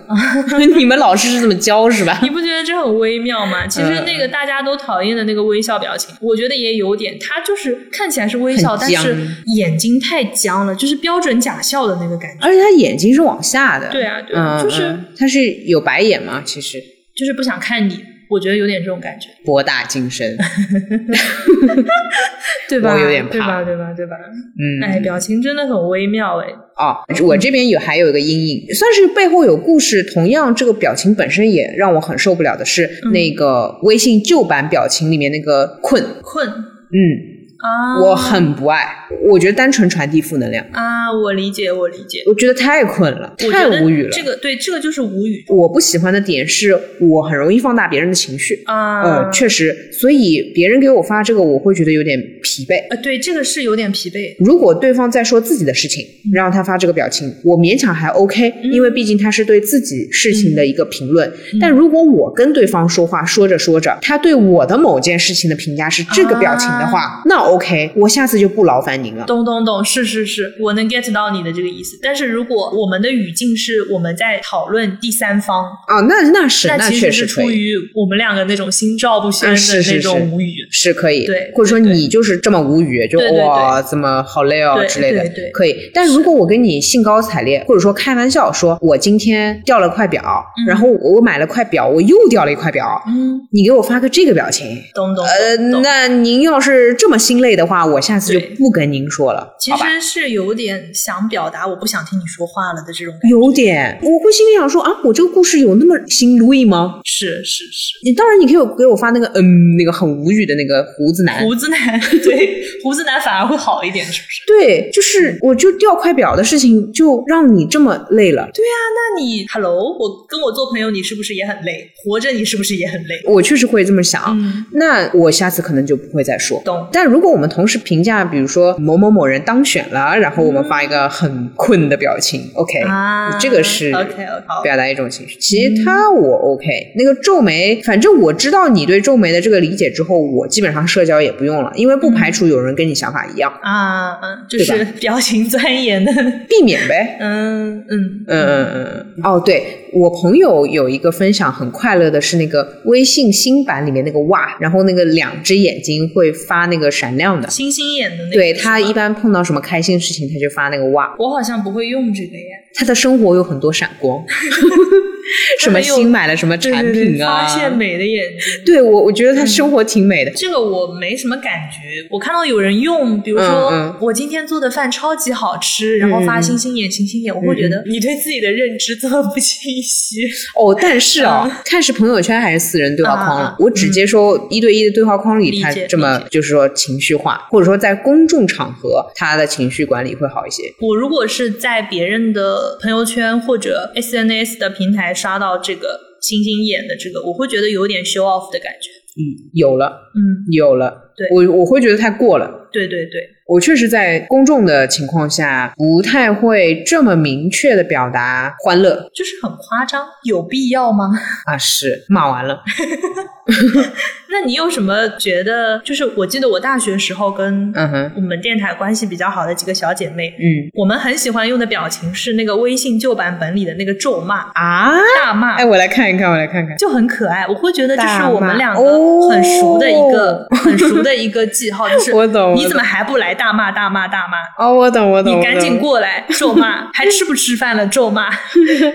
Speaker 2: 你们老师是这么教是吧？
Speaker 1: 你不觉得这很微妙吗？其实那个大家都讨厌的那个微笑表情，我觉得也有点，它就是看起来是微笑，
Speaker 2: 很
Speaker 1: 但
Speaker 2: 僵
Speaker 1: 是眼睛太僵了，就是标准假笑的那个感觉。
Speaker 2: 而且他眼睛是往下的，
Speaker 1: 对啊，对啊，
Speaker 2: 嗯，
Speaker 1: 就是
Speaker 2: 嗯他是有白眼吗？其实
Speaker 1: 就是不想看你，我觉得有点这种感觉，
Speaker 2: 博大精 深，
Speaker 1: 对吧？
Speaker 2: 我有点怕
Speaker 1: 对吧？对吧？对吧？
Speaker 2: 嗯，
Speaker 1: 哎，表情真的很微妙哎。
Speaker 2: 哦，我这边有还有一个阴影，算是背后有故事。同样，这个表情本身也让我很受不了的是、
Speaker 1: 嗯
Speaker 2: 那个微信旧版表情里面那个困，
Speaker 1: 困
Speaker 2: 嗯，
Speaker 1: 啊，
Speaker 2: 我很不爱，我觉得单纯传递负能量，
Speaker 1: 啊，我理解，我理解，
Speaker 2: 我觉得太困了，
Speaker 1: 我觉
Speaker 2: 太
Speaker 1: 得
Speaker 2: 无语了。
Speaker 1: 这个对，这个就是无语
Speaker 2: 我不喜欢的点是我很容易放大别人的情绪，
Speaker 1: 啊。
Speaker 2: 呃，确实，所以别人给我发这个，我会觉得有点疲惫。
Speaker 1: 呃，对，这个是有点疲惫。
Speaker 2: 如果对方在说自己的事情，让他发这个表情，我勉强还 OK，因
Speaker 1: 嗯
Speaker 2: 为毕竟他是对自己事情的一个评论。但如果我跟对方说话，说着说着，他对我的某件事情的评价是这个表情的话，
Speaker 1: 啊
Speaker 2: 那 OK，我下次就不劳烦您了。
Speaker 1: 懂懂懂，是是是，我能 get 到你的这个意思。但是如果我们的语境是我们在讨论第三方，
Speaker 2: 啊，那那是
Speaker 1: 那其
Speaker 2: 确
Speaker 1: 实
Speaker 2: 实
Speaker 1: 是
Speaker 2: 可
Speaker 1: 出
Speaker 2: 以，
Speaker 1: 于我们两个那种心照不宣
Speaker 2: 啊是
Speaker 1: 的
Speaker 2: 是
Speaker 1: 那
Speaker 2: 是
Speaker 1: 种无语。
Speaker 2: 是可以，
Speaker 1: 对
Speaker 2: 或者说
Speaker 1: 对对
Speaker 2: 你就是这么无语，就
Speaker 1: 对对对
Speaker 2: 哇，怎么好累哦
Speaker 1: 对
Speaker 2: 之类的，
Speaker 1: 对对
Speaker 2: 可以。但如果我跟你兴高采烈，或者说开玩笑说，我今天掉了块表，
Speaker 1: 嗯
Speaker 2: 然后我买了块表，我又掉了一块表，
Speaker 1: 嗯，
Speaker 2: 你给我发个这个表情。
Speaker 1: 懂懂
Speaker 2: 呃，
Speaker 1: 懂懂。
Speaker 2: 那您要是这么心累的话，我下次就
Speaker 1: 对
Speaker 2: 不跟您说了，
Speaker 1: 其
Speaker 2: 好吧？
Speaker 1: 实是有点想表达我不想听你说话了的这种感觉。
Speaker 2: 有点，我会心里想说啊，我这个故事有那么心累吗？
Speaker 1: 是是是，
Speaker 2: 你当然，你可以给我发那个嗯，那个很无语的那个胡子男。
Speaker 1: 胡子男对 胡子男反而会好一点，是不是？
Speaker 2: 对，就是我就掉块表的事情，就让你这么累了。
Speaker 1: 那你 Hello，我跟我做朋友，你是不是也很累？活着你是不是也很累？
Speaker 2: 我确实会这么想，
Speaker 1: 嗯，
Speaker 2: 那我下次可能就不会再说。
Speaker 1: 懂。
Speaker 2: 但如果我们同时评价，比如说某某某人当选了，然后我们
Speaker 1: 嗯
Speaker 2: 发一个很困的表情，OK，、
Speaker 1: 啊，
Speaker 2: 这个是
Speaker 1: OK 嗯 OK 好。
Speaker 2: 表达一种情绪。其他我 OK，、那个皱眉，反正我知道你对皱眉的这个理解之后，我基本上社交也不用了，因为不排
Speaker 1: 嗯
Speaker 2: 除有人跟你想法一样，
Speaker 1: 啊，嗯，就
Speaker 2: 对吧
Speaker 1: 是 表情钻研的，
Speaker 2: 避免呗。
Speaker 1: 嗯嗯
Speaker 2: 嗯嗯嗯嗯，哦，对我朋友有一个分享很快乐的是那个微信新版里面那个哇，然后那个两只眼睛会发那个闪亮的，
Speaker 1: 星星眼的那个。
Speaker 2: 对他
Speaker 1: 是吗
Speaker 2: 一，般碰到什么开心事情他就发那个哇，
Speaker 1: 我好像不会用这个耶。
Speaker 2: 他的生活有很多闪 光，什么新买了什么产
Speaker 1: 对对
Speaker 2: 品
Speaker 1: 对
Speaker 2: 啊，
Speaker 1: 发现美嗯的眼睛。
Speaker 2: 对我我觉得他生活挺美的，
Speaker 1: 这个我没什么感觉，我看到有人用，比如说、
Speaker 2: 嗯嗯
Speaker 1: 我今天做的饭超级好吃，然后发
Speaker 2: 嗯
Speaker 1: 星星眼、星星眼，我会觉得你对自己的认知这么不清晰。
Speaker 2: 哦，但是
Speaker 1: 嗯
Speaker 2: 哦，看是朋友圈还是私人对话框了，
Speaker 1: 啊
Speaker 2: 我只接收一对一的对话框里，
Speaker 1: 理
Speaker 2: 他
Speaker 1: 解
Speaker 2: 这么
Speaker 1: 理解
Speaker 2: 就是说情绪化，或者说在公众场合，他的情绪管理会好一些。
Speaker 1: 我如果是在别人的朋友圈或者 SNS 的平台刷到这个星星眼的这个，我会觉得有点 show off 的感觉。
Speaker 2: 嗯，有了，
Speaker 1: 嗯，
Speaker 2: 有了，
Speaker 1: 对
Speaker 2: 我我会觉得太过了。
Speaker 1: 对对对，
Speaker 2: 我确实在公众的情况下，不太会这么明确的表达欢乐
Speaker 1: 就是很夸张，有必要吗？
Speaker 2: 啊，是骂完了，
Speaker 1: 那你有什么觉得？就是我记得我大学时候跟
Speaker 2: 嗯哼，
Speaker 1: 我们电台关系比较好的几个小姐妹，
Speaker 2: 嗯
Speaker 1: 我们很喜欢用的表情是那个微信旧版本里的那个咒骂、
Speaker 2: 啊，
Speaker 1: 大骂
Speaker 2: 哎，。我来看一看，我来看看，
Speaker 1: 就很可爱，我会觉得这是我们两
Speaker 2: 大骂
Speaker 1: 个
Speaker 2: 哦
Speaker 1: 很熟的一个、很熟的一个记号，就是
Speaker 2: 我懂，
Speaker 1: 你
Speaker 2: 我
Speaker 1: 怎
Speaker 2: 懂
Speaker 1: 么还不来大骂大骂大骂？
Speaker 2: 哦，我懂，我懂，
Speaker 1: 你
Speaker 2: 我
Speaker 1: 赶
Speaker 2: 懂
Speaker 1: 紧过来咒骂， 还吃不吃饭了咒骂？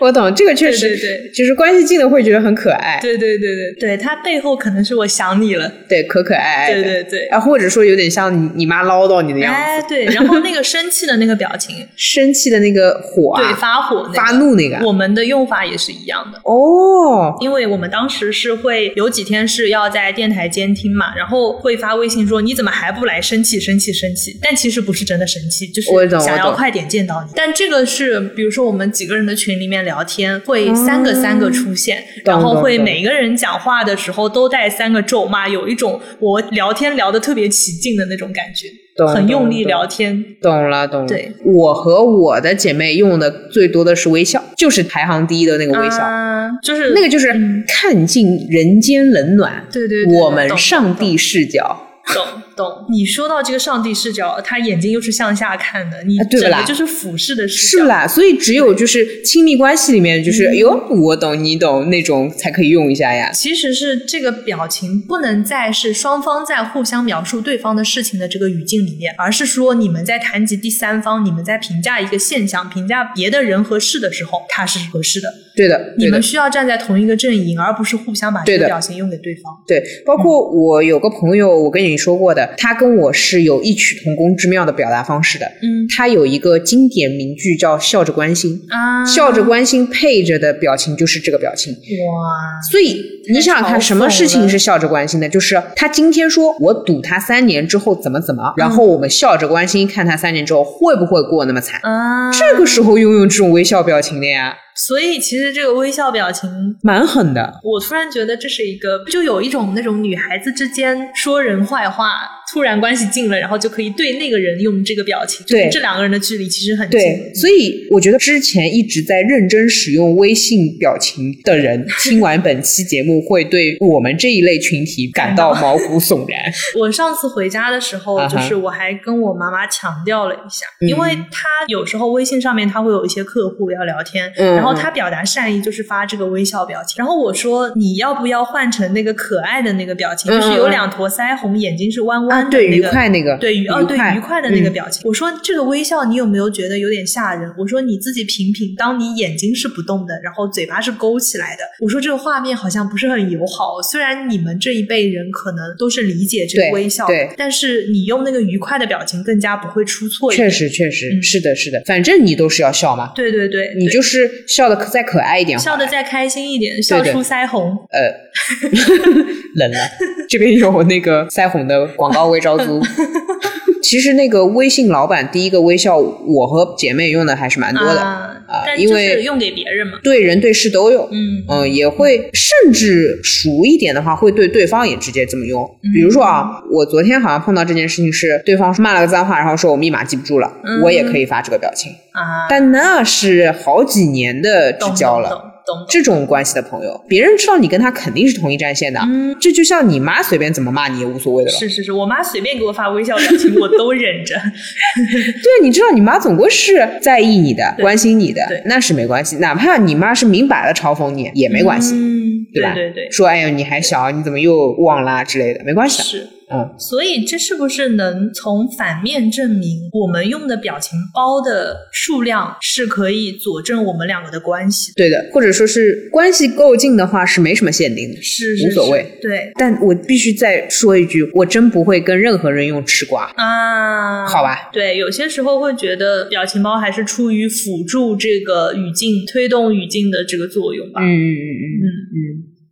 Speaker 2: 我懂，这个确
Speaker 1: 对
Speaker 2: 实
Speaker 1: 对对
Speaker 2: 就是关系近的会觉得很可爱，
Speaker 1: 对对对对，对他背后可能是我想你了，
Speaker 2: 对，可可爱爱的，
Speaker 1: 对对对。
Speaker 2: 啊，或者说有点像你你妈唠叨你的样子，
Speaker 1: 哎，对，然后那个生气的那个表 情，
Speaker 2: 生气的那个火、啊，
Speaker 1: 对，发火、那个、
Speaker 2: 发怒那个啊，
Speaker 1: 我们的用法也是一样的。
Speaker 2: 哦，
Speaker 1: 因为我们当时是会有几天是要在电台监听嘛，然后会发微信说你怎么还不来，生气生气生气。但其实不是真的生气，就是
Speaker 2: 我懂
Speaker 1: 想
Speaker 2: 我
Speaker 1: 要
Speaker 2: 懂
Speaker 1: 快点见到你。但这个是比如说我们几个人的群里面聊天，会三个
Speaker 2: 嗯
Speaker 1: 三个出现，
Speaker 2: 懂
Speaker 1: 然后
Speaker 2: 懂
Speaker 1: 会
Speaker 2: 懂
Speaker 1: 每个人讲话的时候都带三个咒骂，有一种我聊天聊得特别起劲的那种感觉，
Speaker 2: 懂
Speaker 1: 很用力
Speaker 2: 懂
Speaker 1: 聊天。
Speaker 2: 懂了懂了。
Speaker 1: 对，
Speaker 2: 我和我的姐妹用的最多的是微笑，就是排行第一的那个微笑，
Speaker 1: 啊就是
Speaker 2: 那个就是看尽人间冷暖，
Speaker 1: 对对对
Speaker 2: 我们
Speaker 1: 懂
Speaker 2: 上帝视角。
Speaker 1: 懂，懂。你说到这个上帝视角，他眼睛又是向下看的，你
Speaker 2: 啊对
Speaker 1: 整
Speaker 2: 啦
Speaker 1: 个就是俯视的视
Speaker 2: 是
Speaker 1: 角。
Speaker 2: 啦，所以只有就是亲密关系里面，
Speaker 1: 嗯
Speaker 2: 就是哟，我懂你懂那种才可以用一下呀。
Speaker 1: 其实是这个表情不能再是双方在互相描述对方的事情的这个语境里面，而是说你们在谈及第三方，你们在评价一个现象、评价别的人和事的时候，它是合适的。
Speaker 2: 对的，
Speaker 1: 你
Speaker 2: 对的
Speaker 1: 们。需要站在同一个阵营，而不是互相把这
Speaker 2: 对的
Speaker 1: 个表情用给对方。
Speaker 2: 对，包
Speaker 1: 嗯
Speaker 2: 括我有个朋友，我跟你说过的，他跟我是有异曲同工之妙的表达方式的。
Speaker 1: 嗯
Speaker 2: 他有一个经典名句叫“笑着关心”，
Speaker 1: 啊，
Speaker 2: 笑着关心配着的表情就是这个表情。
Speaker 1: 哇，
Speaker 2: 所以你想想
Speaker 1: 太嘲讽
Speaker 2: 看，
Speaker 1: 了
Speaker 2: 什么事情是笑着关心的？就是他今天说我赌他三年之后怎么怎么，
Speaker 1: 嗯
Speaker 2: 然后我们笑着关心，看他三年之后会不会过那么惨。
Speaker 1: 啊，
Speaker 2: 这个时候拥有这种微笑表情的呀，
Speaker 1: 所以其实这个微笑表情。
Speaker 2: 蛮狠的。
Speaker 1: 我突然觉得这是一个，就有一种那种女孩子之间说人坏话，突然关系近了，然后就可以对那个人用这个表情，就是
Speaker 2: 对
Speaker 1: 这两个人的距离其实很近。
Speaker 2: 对，所以我觉得之前一直在认真使用微信表情的 人，听完本期节目会对我们这一类群体感到毛骨悚 然。
Speaker 1: 我上次回家的时候，
Speaker 2: 啊哈
Speaker 1: 就是我还跟我妈妈强调了一下，
Speaker 2: 嗯
Speaker 1: 因为她有时候微信上面她会有一些客户要聊天，
Speaker 2: 嗯
Speaker 1: 然后她表达善意就是发这个微笑表情，然后我说你要不要换成那个可爱的那个表情，
Speaker 2: 嗯
Speaker 1: 就是有
Speaker 2: 嗯嗯
Speaker 1: 两坨腮红，眼睛是弯
Speaker 2: 啊，
Speaker 1: 弯的、那个
Speaker 2: 对，愉嗯快那个，
Speaker 1: 对愉哦对愉快的那个表情，我说这个微笑你有没有觉得有点吓人？我说你自己品品，当你眼睛是不动的，然后嘴巴是勾起来的，我说这个画面好像不是很友好。哦虽然你们这一辈人可能都是理解这
Speaker 2: 对
Speaker 1: 个微笑的
Speaker 2: 对，
Speaker 1: 但是你用那个愉快的表情更加不会出错一点。
Speaker 2: 确，实确实、
Speaker 1: 嗯
Speaker 2: 是的，是的，反正你都是要笑嘛，
Speaker 1: 对对对，
Speaker 2: 你
Speaker 1: 对
Speaker 2: 就是笑的再可爱一点好
Speaker 1: 笑
Speaker 2: 了，
Speaker 1: 得再开心一点，笑
Speaker 2: 对
Speaker 1: 出腮红。
Speaker 2: 呃， 冷了。这边有那个腮红的广告微招 租。其实那个微信老板第一个微笑，我和姐妹用的还是蛮多的，
Speaker 1: 啊
Speaker 2: 啊
Speaker 1: 但
Speaker 2: 因
Speaker 1: 就
Speaker 2: 为
Speaker 1: 是用给别人嘛，
Speaker 2: 对人对事都有。
Speaker 1: 嗯，
Speaker 2: 嗯，也会，甚至熟一点的话，会对对方也直接这么用。
Speaker 1: 嗯
Speaker 2: 比如说啊，我昨天好像碰到这件事情是，对方骂了个脏话，然后说我密码记不住了，
Speaker 1: 嗯
Speaker 2: 我也可以发这个表情。
Speaker 1: 啊，
Speaker 2: 但那是好几年的之
Speaker 1: 懂
Speaker 2: 交
Speaker 1: 懂
Speaker 2: 了，
Speaker 1: 懂懂懂，
Speaker 2: 这种关系的朋友，别人知道你跟他肯定是同一战线的，
Speaker 1: 嗯
Speaker 2: 这就像你妈随便怎么骂你也无所谓的了。
Speaker 1: 是是是，我妈随便给我发微笑表情，我都忍着。
Speaker 2: 对，你知道你妈总归是在意你的、
Speaker 1: 对
Speaker 2: 关心你的
Speaker 1: 对，
Speaker 2: 那是没关系。哪怕你妈是明摆的嘲讽你，也没关系，
Speaker 1: 嗯，对
Speaker 2: 对吧？
Speaker 1: 对对，
Speaker 2: 说哎呦你还小，你怎么又忘啦之类的，没关系的。
Speaker 1: 是。
Speaker 2: 嗯，
Speaker 1: 所以这是不是能从反面证明我们用的表情包的数量是可以佐证我们两个的关系的？
Speaker 2: 对的。或者说是关系够近的话是没什么限定的。
Speaker 1: 是是
Speaker 2: 无所
Speaker 1: 是
Speaker 2: 谓
Speaker 1: 对
Speaker 2: 但我必须再说一句，我真不会跟任何人用吃瓜。
Speaker 1: 啊，
Speaker 2: 好吧。
Speaker 1: 对，有些时候会觉得表情包还是出于辅助这个语境、推动语境的这个作用吧。
Speaker 2: 嗯嗯嗯嗯。
Speaker 1: 嗯
Speaker 2: 嗯，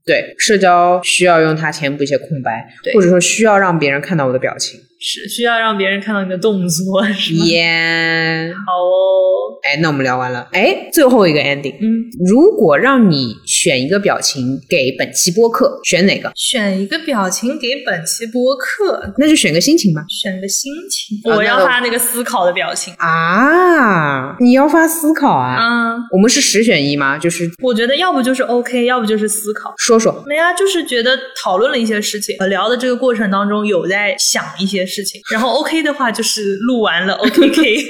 Speaker 2: 对，社交需要用它填补一些空白，
Speaker 1: 对
Speaker 2: 或者说需要让别人看到我的表情。
Speaker 1: 是需要让别人看到你的动作，是吗？
Speaker 2: 耶，
Speaker 1: 好哦，
Speaker 2: 哎，那我们聊完了，哎，最后一个 ending，
Speaker 1: 嗯，
Speaker 2: 如果让你选一个表情给本期播客，选哪个？
Speaker 1: 选一个表情给本期播客，
Speaker 2: 那就选个心情吧。
Speaker 1: 选个心情。
Speaker 2: 啊
Speaker 1: 我
Speaker 2: 那
Speaker 1: 要
Speaker 2: 个
Speaker 1: 发那个思考的表情。
Speaker 2: 啊，你要发思考啊？
Speaker 1: 啊，
Speaker 2: 我们是十选一吗？就是
Speaker 1: 我觉得要不就是 OK，要不就是思考。
Speaker 2: 说说，
Speaker 1: 没啊，就是觉得讨论了一些事情，呃聊的这个过程当中有在想一些事情，然后 OK 的话就是录完 了 OKK，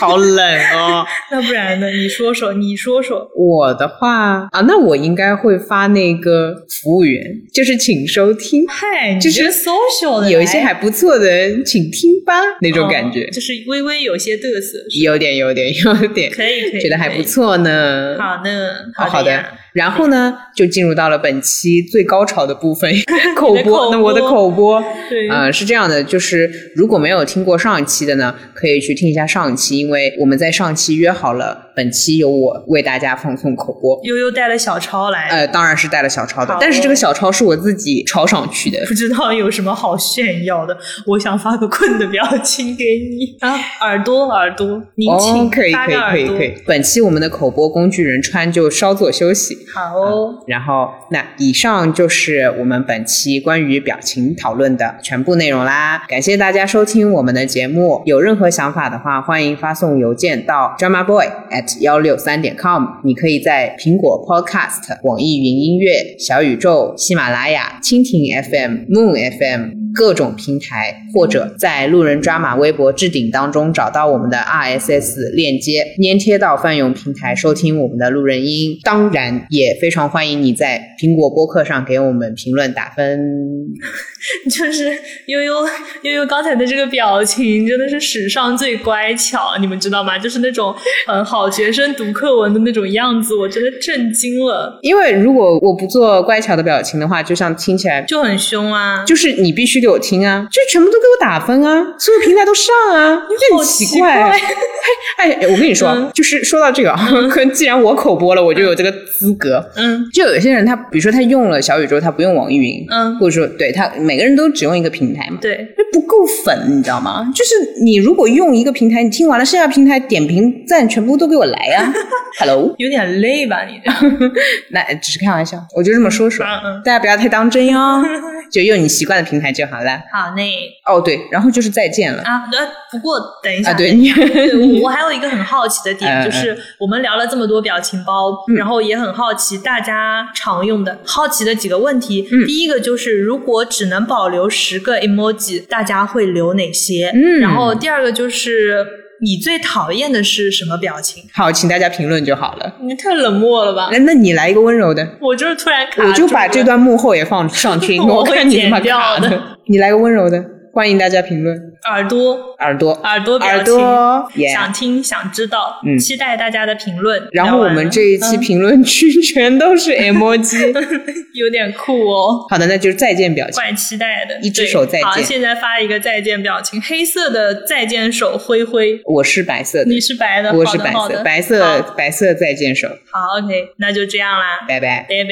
Speaker 2: 好冷哦。
Speaker 1: 那不然呢？你说说，你说说，
Speaker 2: 我的话啊，那我应该会发那个服务员，就是请收听。
Speaker 1: 嗨，你
Speaker 2: 就
Speaker 1: 这
Speaker 2: 是
Speaker 1: social 的，哦
Speaker 2: 有一些还不错的人，请听吧，那
Speaker 1: 那
Speaker 2: 种感觉，
Speaker 1: 嗯就是微微有些嘚瑟，是
Speaker 2: 有点，有点，有点，
Speaker 1: 可以可以，
Speaker 2: 觉得还
Speaker 1: 可
Speaker 2: 不
Speaker 1: 以。
Speaker 2: 错呢。
Speaker 1: 好呢，
Speaker 2: 哦好
Speaker 1: 好
Speaker 2: 的
Speaker 1: 呀
Speaker 2: 然后呢，就进入到了本期最高潮的 部分，口
Speaker 1: 你的
Speaker 2: 播。
Speaker 1: 口
Speaker 2: 那我的
Speaker 1: 播
Speaker 2: 口播，
Speaker 1: 对，
Speaker 2: 呃，是这样的，就是如果没有听过上一期的呢，可以去听一下上一期，因为我们在上期约好了，本期由我为大家放送口播。
Speaker 1: 悠悠带了小抄来，
Speaker 2: 呃，当然是带了小抄的
Speaker 1: 好，
Speaker 2: 但是这
Speaker 1: 哦
Speaker 2: 个小抄是我自己抄上去的。哦
Speaker 1: 不知道有什么好炫耀的，我想发个困的表情给你啊，耳朵耳朵，您请、
Speaker 2: 哦，可以，
Speaker 1: 搭
Speaker 2: 可
Speaker 1: 个
Speaker 2: 以，
Speaker 1: 耳
Speaker 2: 可以，
Speaker 1: 朵
Speaker 2: 可以。本期我们的口播工具人川就稍作休息。
Speaker 1: 好哦，
Speaker 2: 然后，那以上就是我们本期关于表情讨论的全部内容啦。感谢大家收听我们的节目，有任何想法的话，欢迎发送邮件到 drama boy at 幺六三点 com。你可以在苹果 Podcast、网易云音乐、小宇宙、喜马拉雅、蜻蜓 FM、Moon FM。各种平台，或者在路人抓马微博置顶当中找到我们的 RSS 链接，粘贴到泛用平台收听我们的路人音。当然，也非常欢迎你在苹果播客上给我们评论打分。
Speaker 1: 啊就是悠悠悠悠刚才的这个表情真的是史上最乖巧，你们知道吗？就是那种嗯好学生读课文的那种样子，我真的震惊了，
Speaker 2: 因为如果我不做乖巧的表情的话，就像听起来
Speaker 1: 就很凶啊！
Speaker 2: 就是你必须给我听啊，就全部都给我打分啊，所有平台都上啊，这
Speaker 1: 好
Speaker 2: 很奇怪啊。哎哎，我跟你说，
Speaker 1: 嗯
Speaker 2: 就是说到这个啊， 可能既然我口播了，我就有这个资格。
Speaker 1: 嗯
Speaker 2: 就有些人他，比如说他用了小宇宙，他不用网易云，
Speaker 1: 嗯，
Speaker 2: 或者说对他每个人都只用一个平台嘛，
Speaker 1: 对，
Speaker 2: 这不够粉，你知道吗？就是你如果用一个平台，你听完了剩下平台点评赞全部都给我来 呀、h e l l o
Speaker 1: 有点累吧你？
Speaker 2: 那只是开玩笑，我就这么说说，
Speaker 1: 嗯嗯，
Speaker 2: 大家不要太当真 哟，就用你习惯的平台就好了。
Speaker 1: 好那
Speaker 2: 哦，对，然后就是再见了
Speaker 1: 啊，呃不过等一下，
Speaker 2: 啊，对 你，
Speaker 1: 对，我还有一个很好奇的点，
Speaker 2: 嗯
Speaker 1: 就是我们聊了这么多表情包，
Speaker 2: 嗯
Speaker 1: 然后也很好奇大家常用的、好奇的几个问题。
Speaker 2: 嗯
Speaker 1: 第一个就是，如果只能保留十个 emoji，大家会留哪些？
Speaker 2: 嗯
Speaker 1: 然后第二个就是，你最讨厌的是什么表情？
Speaker 2: 好，请大家评论就好了。
Speaker 1: 你太冷漠了吧
Speaker 2: 那？那你来一个温柔的，
Speaker 1: 我就是突然卡住了，
Speaker 2: 我就把这段幕后也放上 去，
Speaker 1: 我
Speaker 2: 我
Speaker 1: 会
Speaker 2: 看你怎么
Speaker 1: 剪掉
Speaker 2: 卡
Speaker 1: 的
Speaker 2: 的。你来个温柔的，欢迎大家评论。
Speaker 1: 耳朵。
Speaker 2: 耳朵，
Speaker 1: 耳朵表
Speaker 2: 耳
Speaker 1: 情，
Speaker 2: 朵，耶！
Speaker 1: 想听想知道，
Speaker 2: 嗯
Speaker 1: 期待大家的评论。
Speaker 2: 然后我们这一期
Speaker 1: 嗯
Speaker 2: 评论区全都是 emoji。
Speaker 1: 有点酷哦。
Speaker 2: 好的，那就是再见表情。
Speaker 1: 怪期待的，
Speaker 2: 一只
Speaker 1: 对
Speaker 2: 手再见
Speaker 1: 好，现在发一个再见表情，黑色的再见手挥挥。
Speaker 2: 我是白色的
Speaker 1: 你，是白的，
Speaker 2: 我是
Speaker 1: 好
Speaker 2: 白
Speaker 1: 的好
Speaker 2: 色，
Speaker 1: 的，
Speaker 2: 白
Speaker 1: 好
Speaker 2: 色白色再见手，
Speaker 1: 好，OK，那就这样啦，
Speaker 2: 拜拜。
Speaker 1: 拜拜。